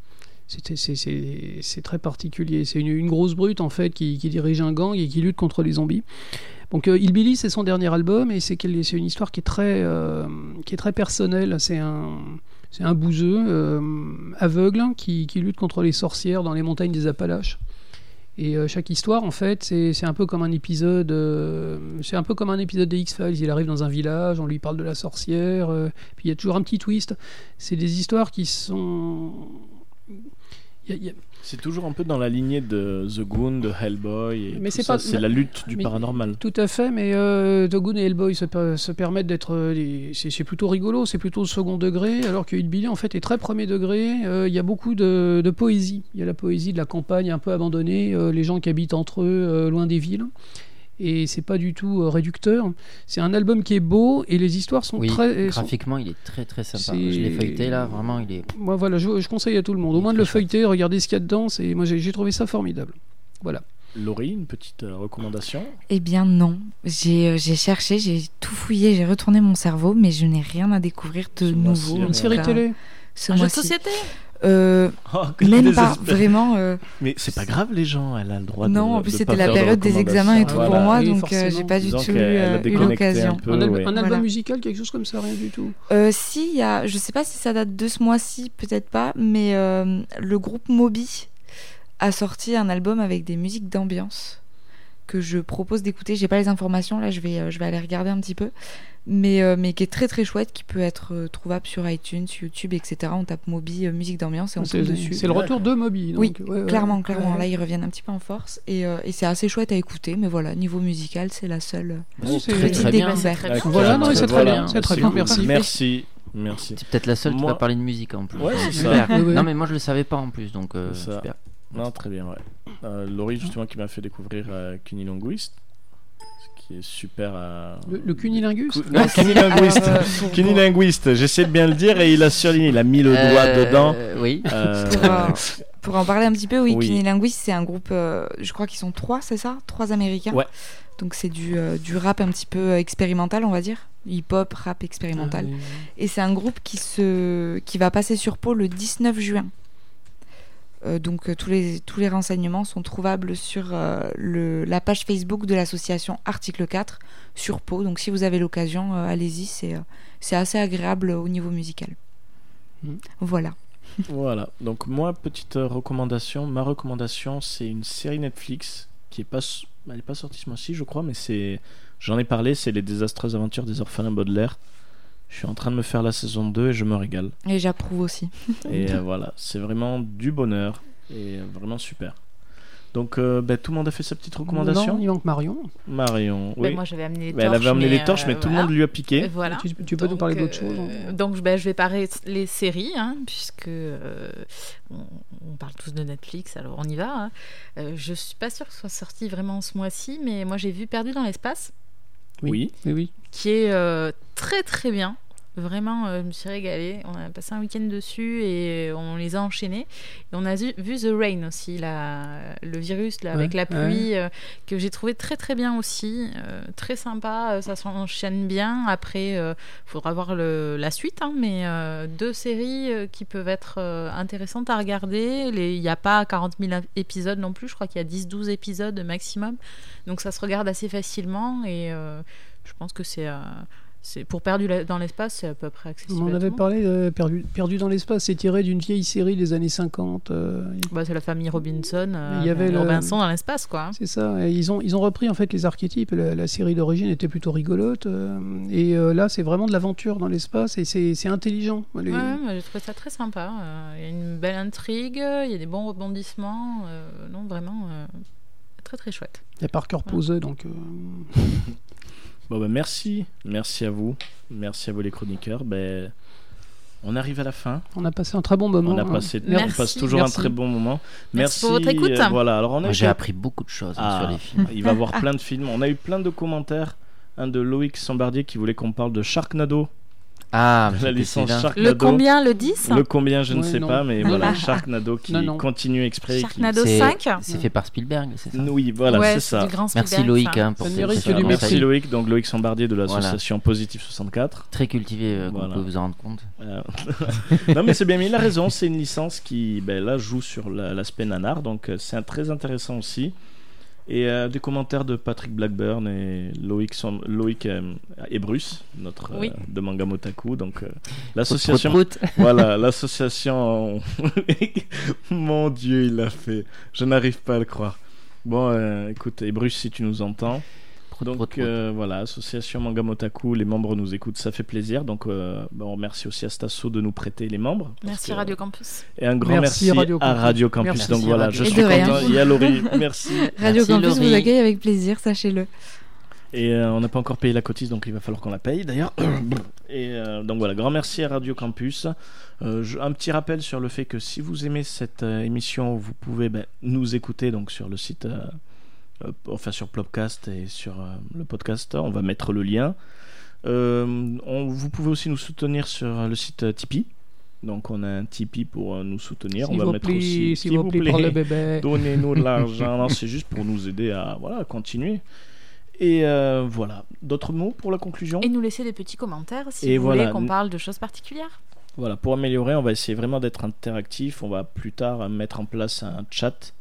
[SPEAKER 8] c'est- c'est- c'est- c'est très particulier. C'est une, une grosse brute en fait qui, qui dirige un gang et qui lutte contre les zombies. Donc euh, Hillbilly, c'est son dernier album et c'est quel- c'est une histoire qui est très, euh, qui est très personnelle. C'est un, c'est un hein, bouseux euh, aveugle qui, qui lutte contre les sorcières dans les montagnes des Appalaches. Et euh, chaque histoire, en fait, c'est c'est un peu comme un épisode, euh, c'est un peu comme un épisode des X-Files. Il arrive dans un village, on lui parle de la sorcière, euh, puis il y a toujours un petit twist. C'est des histoires qui sont, il y a- il y a-
[SPEAKER 6] C'est toujours un peu dans la lignée de The Goon, de Hellboy. Et
[SPEAKER 8] Mais
[SPEAKER 6] tout
[SPEAKER 8] c'est
[SPEAKER 6] ça.
[SPEAKER 8] pas-
[SPEAKER 6] c'est la lutte du
[SPEAKER 8] mais-
[SPEAKER 6] paranormal.
[SPEAKER 8] Tout à fait, mais euh, Dogun et Hellboy se, per- se permettent d'être. euh, des- c'est c'est plutôt rigolo, c'est plutôt second degré, alors que Hit Billy en fait est très premier degré. Euh, Il y a beaucoup de, de poésie. Il y a la poésie de la campagne un peu abandonnée, euh, les gens qui habitent entre eux, euh, loin des villes. Et c'est pas du tout euh, réducteur. C'est un album qui est beau et les histoires sont
[SPEAKER 9] Oui,
[SPEAKER 8] très. sont-
[SPEAKER 9] graphiquement, il est très très sympa.
[SPEAKER 8] C'est-
[SPEAKER 9] Je l'ai feuilleté là, vraiment, il est.
[SPEAKER 8] Moi, voilà, je, je conseille à tout le monde. Au moins de le feuilleter, regarder ce qu'il y a dedans. c'est- Moi, j'ai j'ai trouvé ça formidable. Voilà.
[SPEAKER 6] Laurie, une petite euh, recommandation
[SPEAKER 10] Eh bien non, j'ai euh, j'ai cherché, j'ai tout fouillé, j'ai retourné mon cerveau, mais je n'ai rien à découvrir de nouveau.
[SPEAKER 6] rien.
[SPEAKER 10] en
[SPEAKER 6] Une
[SPEAKER 10] tout
[SPEAKER 6] série
[SPEAKER 10] cas,
[SPEAKER 6] télé
[SPEAKER 10] ce
[SPEAKER 7] Un jeu de
[SPEAKER 10] mois-ci.
[SPEAKER 7] société
[SPEAKER 10] Euh,
[SPEAKER 6] Oh, que tu
[SPEAKER 10] Même pas,
[SPEAKER 6] désespères.
[SPEAKER 10] vraiment. euh,
[SPEAKER 6] Mais c'est pas grave, les gens, elle a le droit de.
[SPEAKER 10] Non, en plus,
[SPEAKER 6] de
[SPEAKER 10] c'était
[SPEAKER 6] pas
[SPEAKER 10] la
[SPEAKER 6] faire de
[SPEAKER 10] période des examens et tout
[SPEAKER 6] recommandations.
[SPEAKER 10] pour moi,
[SPEAKER 6] Voilà.
[SPEAKER 10] donc euh, j'ai pas du
[SPEAKER 6] Disons
[SPEAKER 10] tout eu,
[SPEAKER 6] qu'elle a
[SPEAKER 10] euh, eu
[SPEAKER 6] déconnecté un
[SPEAKER 10] l'occasion.
[SPEAKER 6] peu,
[SPEAKER 8] un, al-
[SPEAKER 6] ouais.
[SPEAKER 8] un album
[SPEAKER 10] Voilà.
[SPEAKER 8] musical, quelque chose comme ça, rien du tout.
[SPEAKER 10] Euh, si, il y a, je sais pas si ça date de ce mois-ci, peut-être pas, mais euh, le groupe Moby a sorti un album avec des musiques d'ambiance que je propose d'écouter. J'ai pas les informations là, je vais, euh, je vais aller regarder un petit peu, mais euh, mais qui est très très chouette, qui peut être euh, trouvable sur iTunes, YouTube, etc. On tape Moby euh, musique d'ambiance et on
[SPEAKER 8] Ah, C'est
[SPEAKER 10] tombe dessus.
[SPEAKER 8] c'est le retour de Moby. donc,
[SPEAKER 10] Oui,
[SPEAKER 8] ouais, ouais.
[SPEAKER 10] clairement, clairement.
[SPEAKER 8] Ouais.
[SPEAKER 10] Là, ils reviennent un petit peu en force et, euh, et c'est assez chouette à écouter. Mais voilà, niveau musical, c'est la seule. euh,
[SPEAKER 9] Bon,
[SPEAKER 10] petite
[SPEAKER 9] c'est très, très bien.
[SPEAKER 10] découverte.
[SPEAKER 6] D'accord.
[SPEAKER 8] Voilà, non, mais c'est très
[SPEAKER 6] Voilà,
[SPEAKER 8] bien, c'est très
[SPEAKER 6] c'est
[SPEAKER 8] bien,
[SPEAKER 6] cool.
[SPEAKER 8] merci.
[SPEAKER 6] Merci. Merci.
[SPEAKER 9] C'est peut-être la seule qui
[SPEAKER 6] Moi-
[SPEAKER 9] va parler de musique en plus.
[SPEAKER 6] Ouais, c'est
[SPEAKER 9] Super.
[SPEAKER 6] ça.
[SPEAKER 9] Non, mais moi je le savais pas en plus, donc euh,
[SPEAKER 6] C'est ça.
[SPEAKER 9] super.
[SPEAKER 6] Non, très bien, ouais. Euh, Laurie, justement, qui m'a fait découvrir euh, Cunilinguist, ce qui est super. euh,
[SPEAKER 8] Le, le cunilingus
[SPEAKER 6] Cou- Non, cunilinguiste. Cunilinguiste, j'essaie de bien le dire et il a surligné, il a mis le doigt
[SPEAKER 9] Euh,
[SPEAKER 6] dedans.
[SPEAKER 9] oui.
[SPEAKER 6] Euh,
[SPEAKER 10] Pour, euh, pour en parler un petit peu, oui,
[SPEAKER 6] Oui.
[SPEAKER 10] Kinilinguist, c'est un groupe, euh, je crois qu'ils sont trois, c'est ça Trois Américains.
[SPEAKER 6] Ouais.
[SPEAKER 10] Donc c'est du, euh, du rap un petit peu euh, expérimental, on va dire. Hip-hop, rap expérimental.
[SPEAKER 8] Ah oui,
[SPEAKER 10] Et c'est un groupe qui, se, qui va passer sur Pau le 19 juin. Euh, donc euh, tous, les, tous les renseignements sont trouvables sur euh, le, la page Facebook de l'association Article 4 sur Pau. Donc si vous avez l'occasion, euh, allez-y, c'est euh, c'est assez agréable euh, au niveau musical.
[SPEAKER 8] Mhm.
[SPEAKER 10] Voilà.
[SPEAKER 6] Voilà, donc moi, petite euh, recommandation. Ma recommandation, c'est une série Netflix qui est pas, s- elle est pas sortie ce mois-ci, je crois, mais c'est, j'en ai parlé, c'est Les désastreuses aventures des orphelins Baudelaire. Je suis en train de me faire la saison 2 et je me régale.
[SPEAKER 10] Et j'approuve aussi.
[SPEAKER 6] Et euh, voilà, c'est vraiment du bonheur et euh, vraiment super. Donc, euh, bah, tout le monde a fait sa petite recommandation.
[SPEAKER 8] Non, il manque Marion.
[SPEAKER 6] Marion, oui.
[SPEAKER 7] Ben, moi, j'avais amené les
[SPEAKER 6] Bah, elle
[SPEAKER 7] torches,
[SPEAKER 6] avait amené
[SPEAKER 7] mais,
[SPEAKER 6] les torches, mais
[SPEAKER 7] euh,
[SPEAKER 6] tout le
[SPEAKER 7] voilà.
[SPEAKER 6] monde lui a piqué.
[SPEAKER 7] Et
[SPEAKER 10] Ah,
[SPEAKER 7] Voilà.
[SPEAKER 8] Tu, tu peux nous parler d'autre chose hein.
[SPEAKER 7] Euh, donc, ben, je vais parler de les séries, hein, puisque euh, on, on parle tous de Netflix, alors on y va. hein. Euh, je suis pas sûre que ce soit sorti vraiment ce mois-ci, mais moi j'ai vu Perdu dans l'espace,
[SPEAKER 6] Oui.
[SPEAKER 8] Oui, oui.
[SPEAKER 7] qui est euh, très très bien. Vraiment, euh, je me suis régalée. On a passé un week-end dessus et on les a enchaînés. Et on a vu, vu The Rain aussi, la- le virus là, avec
[SPEAKER 8] Ouais,
[SPEAKER 7] la pluie, euh, que j'ai trouvé très très bien aussi. euh, très sympa, euh, ça s'enchaîne bien. Après, euh, faudra voir le- la suite, hein, mais euh, deux séries euh, qui peuvent être euh, intéressantes à regarder. Les- Il n'y a pas 40 000 épisodes non plus, je crois qu'il y a 10-12 épisodes maximum. Donc ça se regarde assez facilement et euh, je pense que c'est... euh, c'est pour perdu la- dans l'espace, c'est à peu près accessible.
[SPEAKER 8] On en
[SPEAKER 7] à tout
[SPEAKER 8] avait
[SPEAKER 7] le monde.
[SPEAKER 8] parlé, euh, perdu, perdu dans l'espace, c'est tiré d'une vieille série des années 50. euh,
[SPEAKER 7] Bah, c'est la famille Robinson, euh,
[SPEAKER 8] Il y avait le-
[SPEAKER 7] Robinson dans l'espace, quoi.
[SPEAKER 8] c'est ça. Et ils, ont, ils ont repris en fait les archétypes. La, la série d'origine était plutôt rigolote. euh, et euh, là, c'est vraiment de l'aventure dans l'espace et c'est c'est intelligent. Les-
[SPEAKER 7] Ouais, ouais, moi, j'ai trouvé ça très sympa. Euh, Il y a une belle intrigue, il y a des bons rebondissements. euh, non, vraiment, euh, très très chouette.
[SPEAKER 8] Il y a Parker Posey, donc. euh,
[SPEAKER 6] Bon, bah, merci. Merci à vous. Merci à vous, les chroniqueurs. Ben, on arrive à la fin.
[SPEAKER 8] On a passé un très bon moment.
[SPEAKER 6] On a
[SPEAKER 8] hein.
[SPEAKER 6] passé,
[SPEAKER 7] Merci.
[SPEAKER 6] on passe toujours
[SPEAKER 8] Merci.
[SPEAKER 6] un très bon moment.
[SPEAKER 7] Merci pour votre écoute.
[SPEAKER 6] euh, voilà, alors on a
[SPEAKER 9] Moi,
[SPEAKER 6] eu-
[SPEAKER 9] J'ai appris beaucoup de choses hein,
[SPEAKER 6] Ah,
[SPEAKER 9] sur les films.
[SPEAKER 6] Il va y avoir plein de films. On a eu plein de commentaires. Un de Loïc Sambardier qui voulait qu'on parle de Sharknado.
[SPEAKER 9] Ah,
[SPEAKER 6] La licence Sharknado.
[SPEAKER 7] Le combien Ah. Le 10
[SPEAKER 6] Le combien, je ne
[SPEAKER 8] Ouais,
[SPEAKER 6] sais
[SPEAKER 8] non.
[SPEAKER 6] pas, mais voilà, Sharknado qui
[SPEAKER 8] Non, non.
[SPEAKER 6] continue exprès. et qui-
[SPEAKER 7] Sharknado 5
[SPEAKER 9] C'est fait par Spielberg, c'est ça
[SPEAKER 6] Oui, voilà, c'est
[SPEAKER 7] Ouais, c'est
[SPEAKER 6] ça.
[SPEAKER 7] du grand
[SPEAKER 9] Merci
[SPEAKER 7] Spielberg,
[SPEAKER 9] Loïc
[SPEAKER 7] ça.
[SPEAKER 9] hein, pour
[SPEAKER 8] Ça ne
[SPEAKER 9] ces
[SPEAKER 8] risque
[SPEAKER 9] ces
[SPEAKER 8] du
[SPEAKER 9] conseils.
[SPEAKER 6] Merci Loïc, donc Loïc Sambardier de l'association Positif 64.
[SPEAKER 9] Très cultivé, euh,
[SPEAKER 6] Voilà.
[SPEAKER 9] qu'on peut vous en rendre compte.
[SPEAKER 6] Euh, non mais c'est bien, mais il a raison, c'est une licence qui ben, là joue sur la- l'aspect nanar, donc euh, c'est un très intéressant aussi. Et euh, des commentaires de Patrick Blackburn et Loïc, Sam- Loïc euh, et Bruce, notre euh,
[SPEAKER 7] Oui.
[SPEAKER 6] de Manga Motaku, donc euh,
[SPEAKER 9] Prout,
[SPEAKER 6] l'association
[SPEAKER 9] prout, prout.
[SPEAKER 6] voilà, l'association. Mon Dieu, il l'a fait. Je n'arrive pas à le croire. Bon, euh, écoute, et Bruce, si tu nous entends. Donc euh, voilà, association Manga Motaku, les membres nous écoutent, ça fait plaisir. Donc euh, bah, on remercie aussi Astasso de nous prêter les membres. parce
[SPEAKER 7] Merci
[SPEAKER 6] que-
[SPEAKER 7] Radio Campus.
[SPEAKER 6] Et un grand merci,
[SPEAKER 9] Radio
[SPEAKER 6] à
[SPEAKER 9] Campus.
[SPEAKER 6] Radio Campus.
[SPEAKER 9] Merci
[SPEAKER 6] Donc voilà,
[SPEAKER 9] Radio
[SPEAKER 6] je
[SPEAKER 9] Campus.
[SPEAKER 6] suis
[SPEAKER 9] Et de rien.
[SPEAKER 6] content. Il y a Laurie, merci.
[SPEAKER 10] Radio Campus
[SPEAKER 6] Laurie.
[SPEAKER 10] vous accueille avec plaisir, sachez-le.
[SPEAKER 6] Et euh, on n'a pas encore payé la cotise, donc il va falloir qu'on la paye d'ailleurs. Et euh, donc voilà, grand merci à Radio Campus. Euh, je- un petit rappel sur le fait que si vous aimez cette euh, émission, vous pouvez ben, nous écouter donc sur le site, euh, euh, enfin sur Plopcast et sur euh, le podcast. On va mettre le lien. Euh, on- vous pouvez aussi nous soutenir sur euh, le site euh, Tipeee. Donc on a un Tipeee pour euh, nous soutenir.
[SPEAKER 9] S'il
[SPEAKER 6] on va
[SPEAKER 9] vous
[SPEAKER 6] mettre
[SPEAKER 9] plaît,
[SPEAKER 6] aussi,
[SPEAKER 9] s'il vous plaît, pour le bébé.
[SPEAKER 6] donnez-nous de l'argent. Non, c'est juste pour nous aider à voilà à continuer. Et euh, voilà. D'autres mots pour la conclusion
[SPEAKER 7] Et nous laisser des petits commentaires si
[SPEAKER 6] Et
[SPEAKER 7] vous
[SPEAKER 6] voilà.
[SPEAKER 7] voulez qu'on parle de choses particulières.
[SPEAKER 6] Voilà, pour améliorer, on va essayer vraiment d'être interactif. On va plus tard euh, mettre en place un chat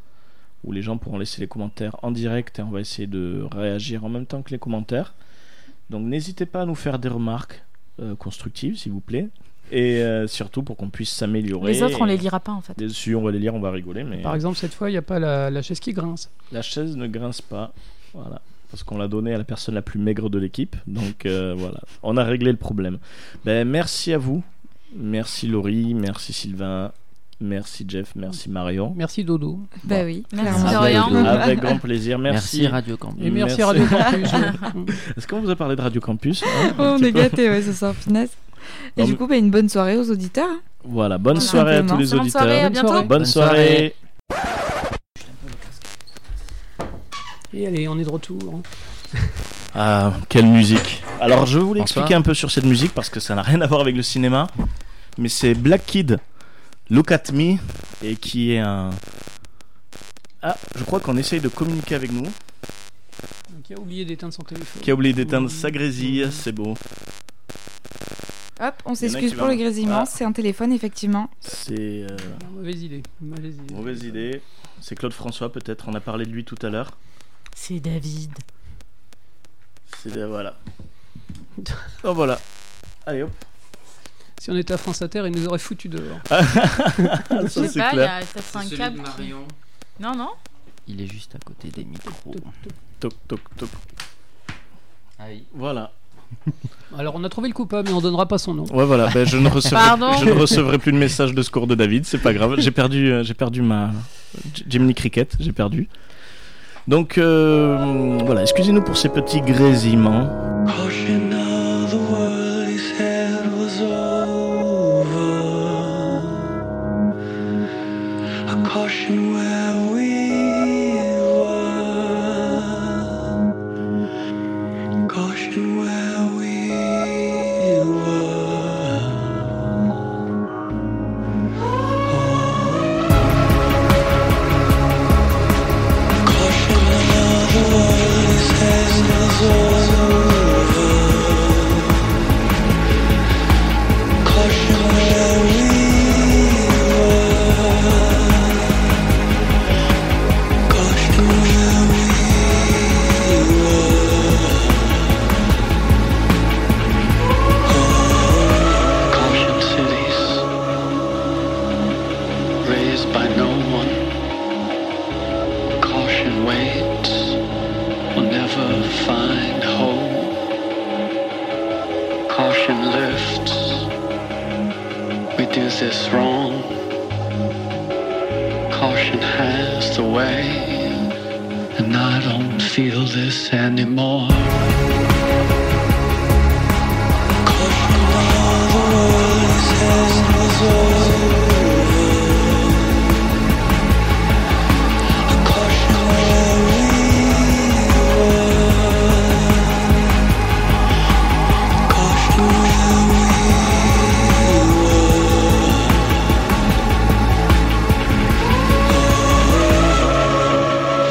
[SPEAKER 6] où les gens pourront laisser les commentaires en direct et on va essayer de réagir en même temps que les commentaires. Donc n'hésitez pas à nous faire des remarques euh, constructives, s'il vous plaît. Et euh, surtout pour qu'on puisse s'améliorer.
[SPEAKER 7] Les autres, on les lira pas, en fait.
[SPEAKER 6] Et Si on va les lire, on va rigoler. Mais
[SPEAKER 9] Par exemple, cette fois, il n'y a pas la, la chaise qui grince.
[SPEAKER 6] la chaise ne grince pas. Voilà. Parce qu'on l'a donnée à la personne la plus maigre de l'équipe. Donc euh, voilà, on a réglé le problème. Ben, merci à vous. Merci Laurie, merci Sylvain, merci Jeff, merci Marion.
[SPEAKER 9] Merci Dodo.
[SPEAKER 10] Bah oui,
[SPEAKER 9] Merci
[SPEAKER 10] clairement.
[SPEAKER 6] Avec,
[SPEAKER 9] Dorian.
[SPEAKER 6] avec grand plaisir. Merci,
[SPEAKER 16] Merci Radio Campus.
[SPEAKER 9] Et merci Radio Campus.
[SPEAKER 6] Est-ce qu'on vous a parlé de Radio Campus hein,
[SPEAKER 10] Ouais,
[SPEAKER 6] un
[SPEAKER 10] Oh, on
[SPEAKER 6] petit
[SPEAKER 10] est
[SPEAKER 6] peu
[SPEAKER 10] gâtés, ouais, ce soir, finesse. Et
[SPEAKER 6] Non,
[SPEAKER 10] du
[SPEAKER 6] mais-
[SPEAKER 10] coup, bah, une bonne soirée aux auditeurs. hein.
[SPEAKER 6] Voilà, bonne
[SPEAKER 10] Tout
[SPEAKER 6] soirée à tous
[SPEAKER 10] simplement.
[SPEAKER 6] les
[SPEAKER 10] Bonne
[SPEAKER 6] auditeurs.
[SPEAKER 10] soirée, à bientôt.
[SPEAKER 6] Bonne
[SPEAKER 16] Bonne
[SPEAKER 6] soirée.
[SPEAKER 16] soirée.
[SPEAKER 9] Et allez, on est de retour. hein.
[SPEAKER 6] Ah, quelle musique. Alors, je voulais
[SPEAKER 16] Bonsoir.
[SPEAKER 6] expliquer un peu sur cette musique parce que ça n'a rien à voir avec le cinéma. Mais c'est Black Kid, Look at Me, et qui est un. Ah, je crois qu'on essaye de communiquer avec nous.
[SPEAKER 9] Qui a oublié d'éteindre son téléphone.
[SPEAKER 6] Qui a oublié d'éteindre sa grésille, c'est beau.
[SPEAKER 10] Hop, on
[SPEAKER 6] qui
[SPEAKER 10] s'excuse
[SPEAKER 6] va-
[SPEAKER 10] pour le grésillement.
[SPEAKER 6] Ah.
[SPEAKER 10] C'est un téléphone, effectivement.
[SPEAKER 6] C'est. euh,
[SPEAKER 9] Non, Mauvaise idée. Mauvaise idée.
[SPEAKER 6] mauvaise idée. C'est Claude François, peut-être. On a parlé de lui tout à l'heure.
[SPEAKER 7] C'est David.
[SPEAKER 6] C'est. euh, voilà. Oh, voilà. Allez hop.
[SPEAKER 9] Si on était à France Inter, ils nous auraient foutu dehors.
[SPEAKER 6] Ça,
[SPEAKER 7] Je sais
[SPEAKER 6] c'est
[SPEAKER 7] pas, il y
[SPEAKER 6] clair.
[SPEAKER 7] a peut-être un câble. qui- Non, non
[SPEAKER 16] Il est juste à côté des micros.
[SPEAKER 6] Toc, toc, toc.
[SPEAKER 16] Ah oui.
[SPEAKER 6] Voilà.
[SPEAKER 9] Alors, on a trouvé le coupable, mais on donnera pas son nom.
[SPEAKER 6] Ouais, voilà, ben, je, ne
[SPEAKER 7] Pardon
[SPEAKER 6] recevrai, je ne recevrai plus de message de secours de David, c'est pas grave. J'ai perdu, euh, j'ai perdu ma J- Jiminy Cricket, j'ai perdu. Donc euh, voilà, excusez-nous pour ces petits grésillements.
[SPEAKER 8] Caution cities raised by no one. Caution waits will never find home. Caution lifts. We do this wrong. Caution has the way, and I don't feel this anymore.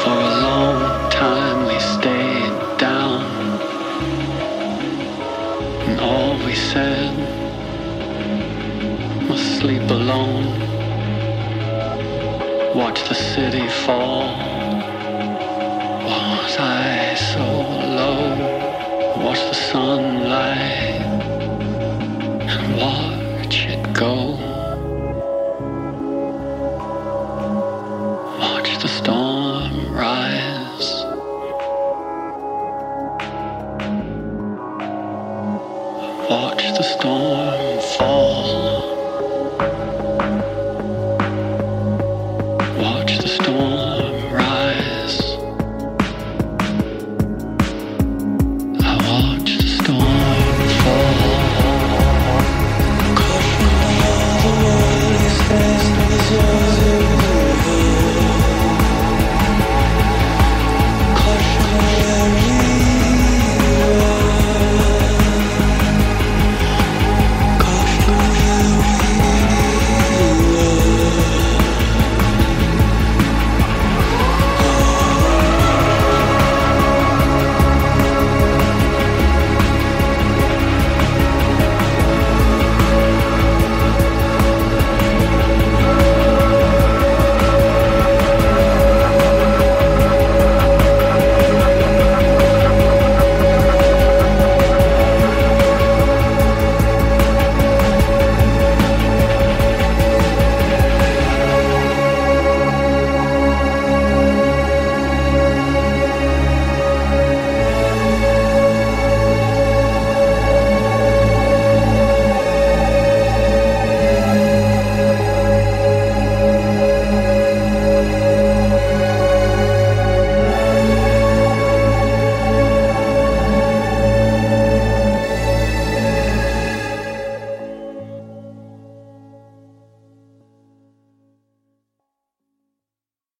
[SPEAKER 8] For a long time we stayed down. And all we said was sleep alone. Watch the city fall. Was I so low? Watch the sunlight and watch it go.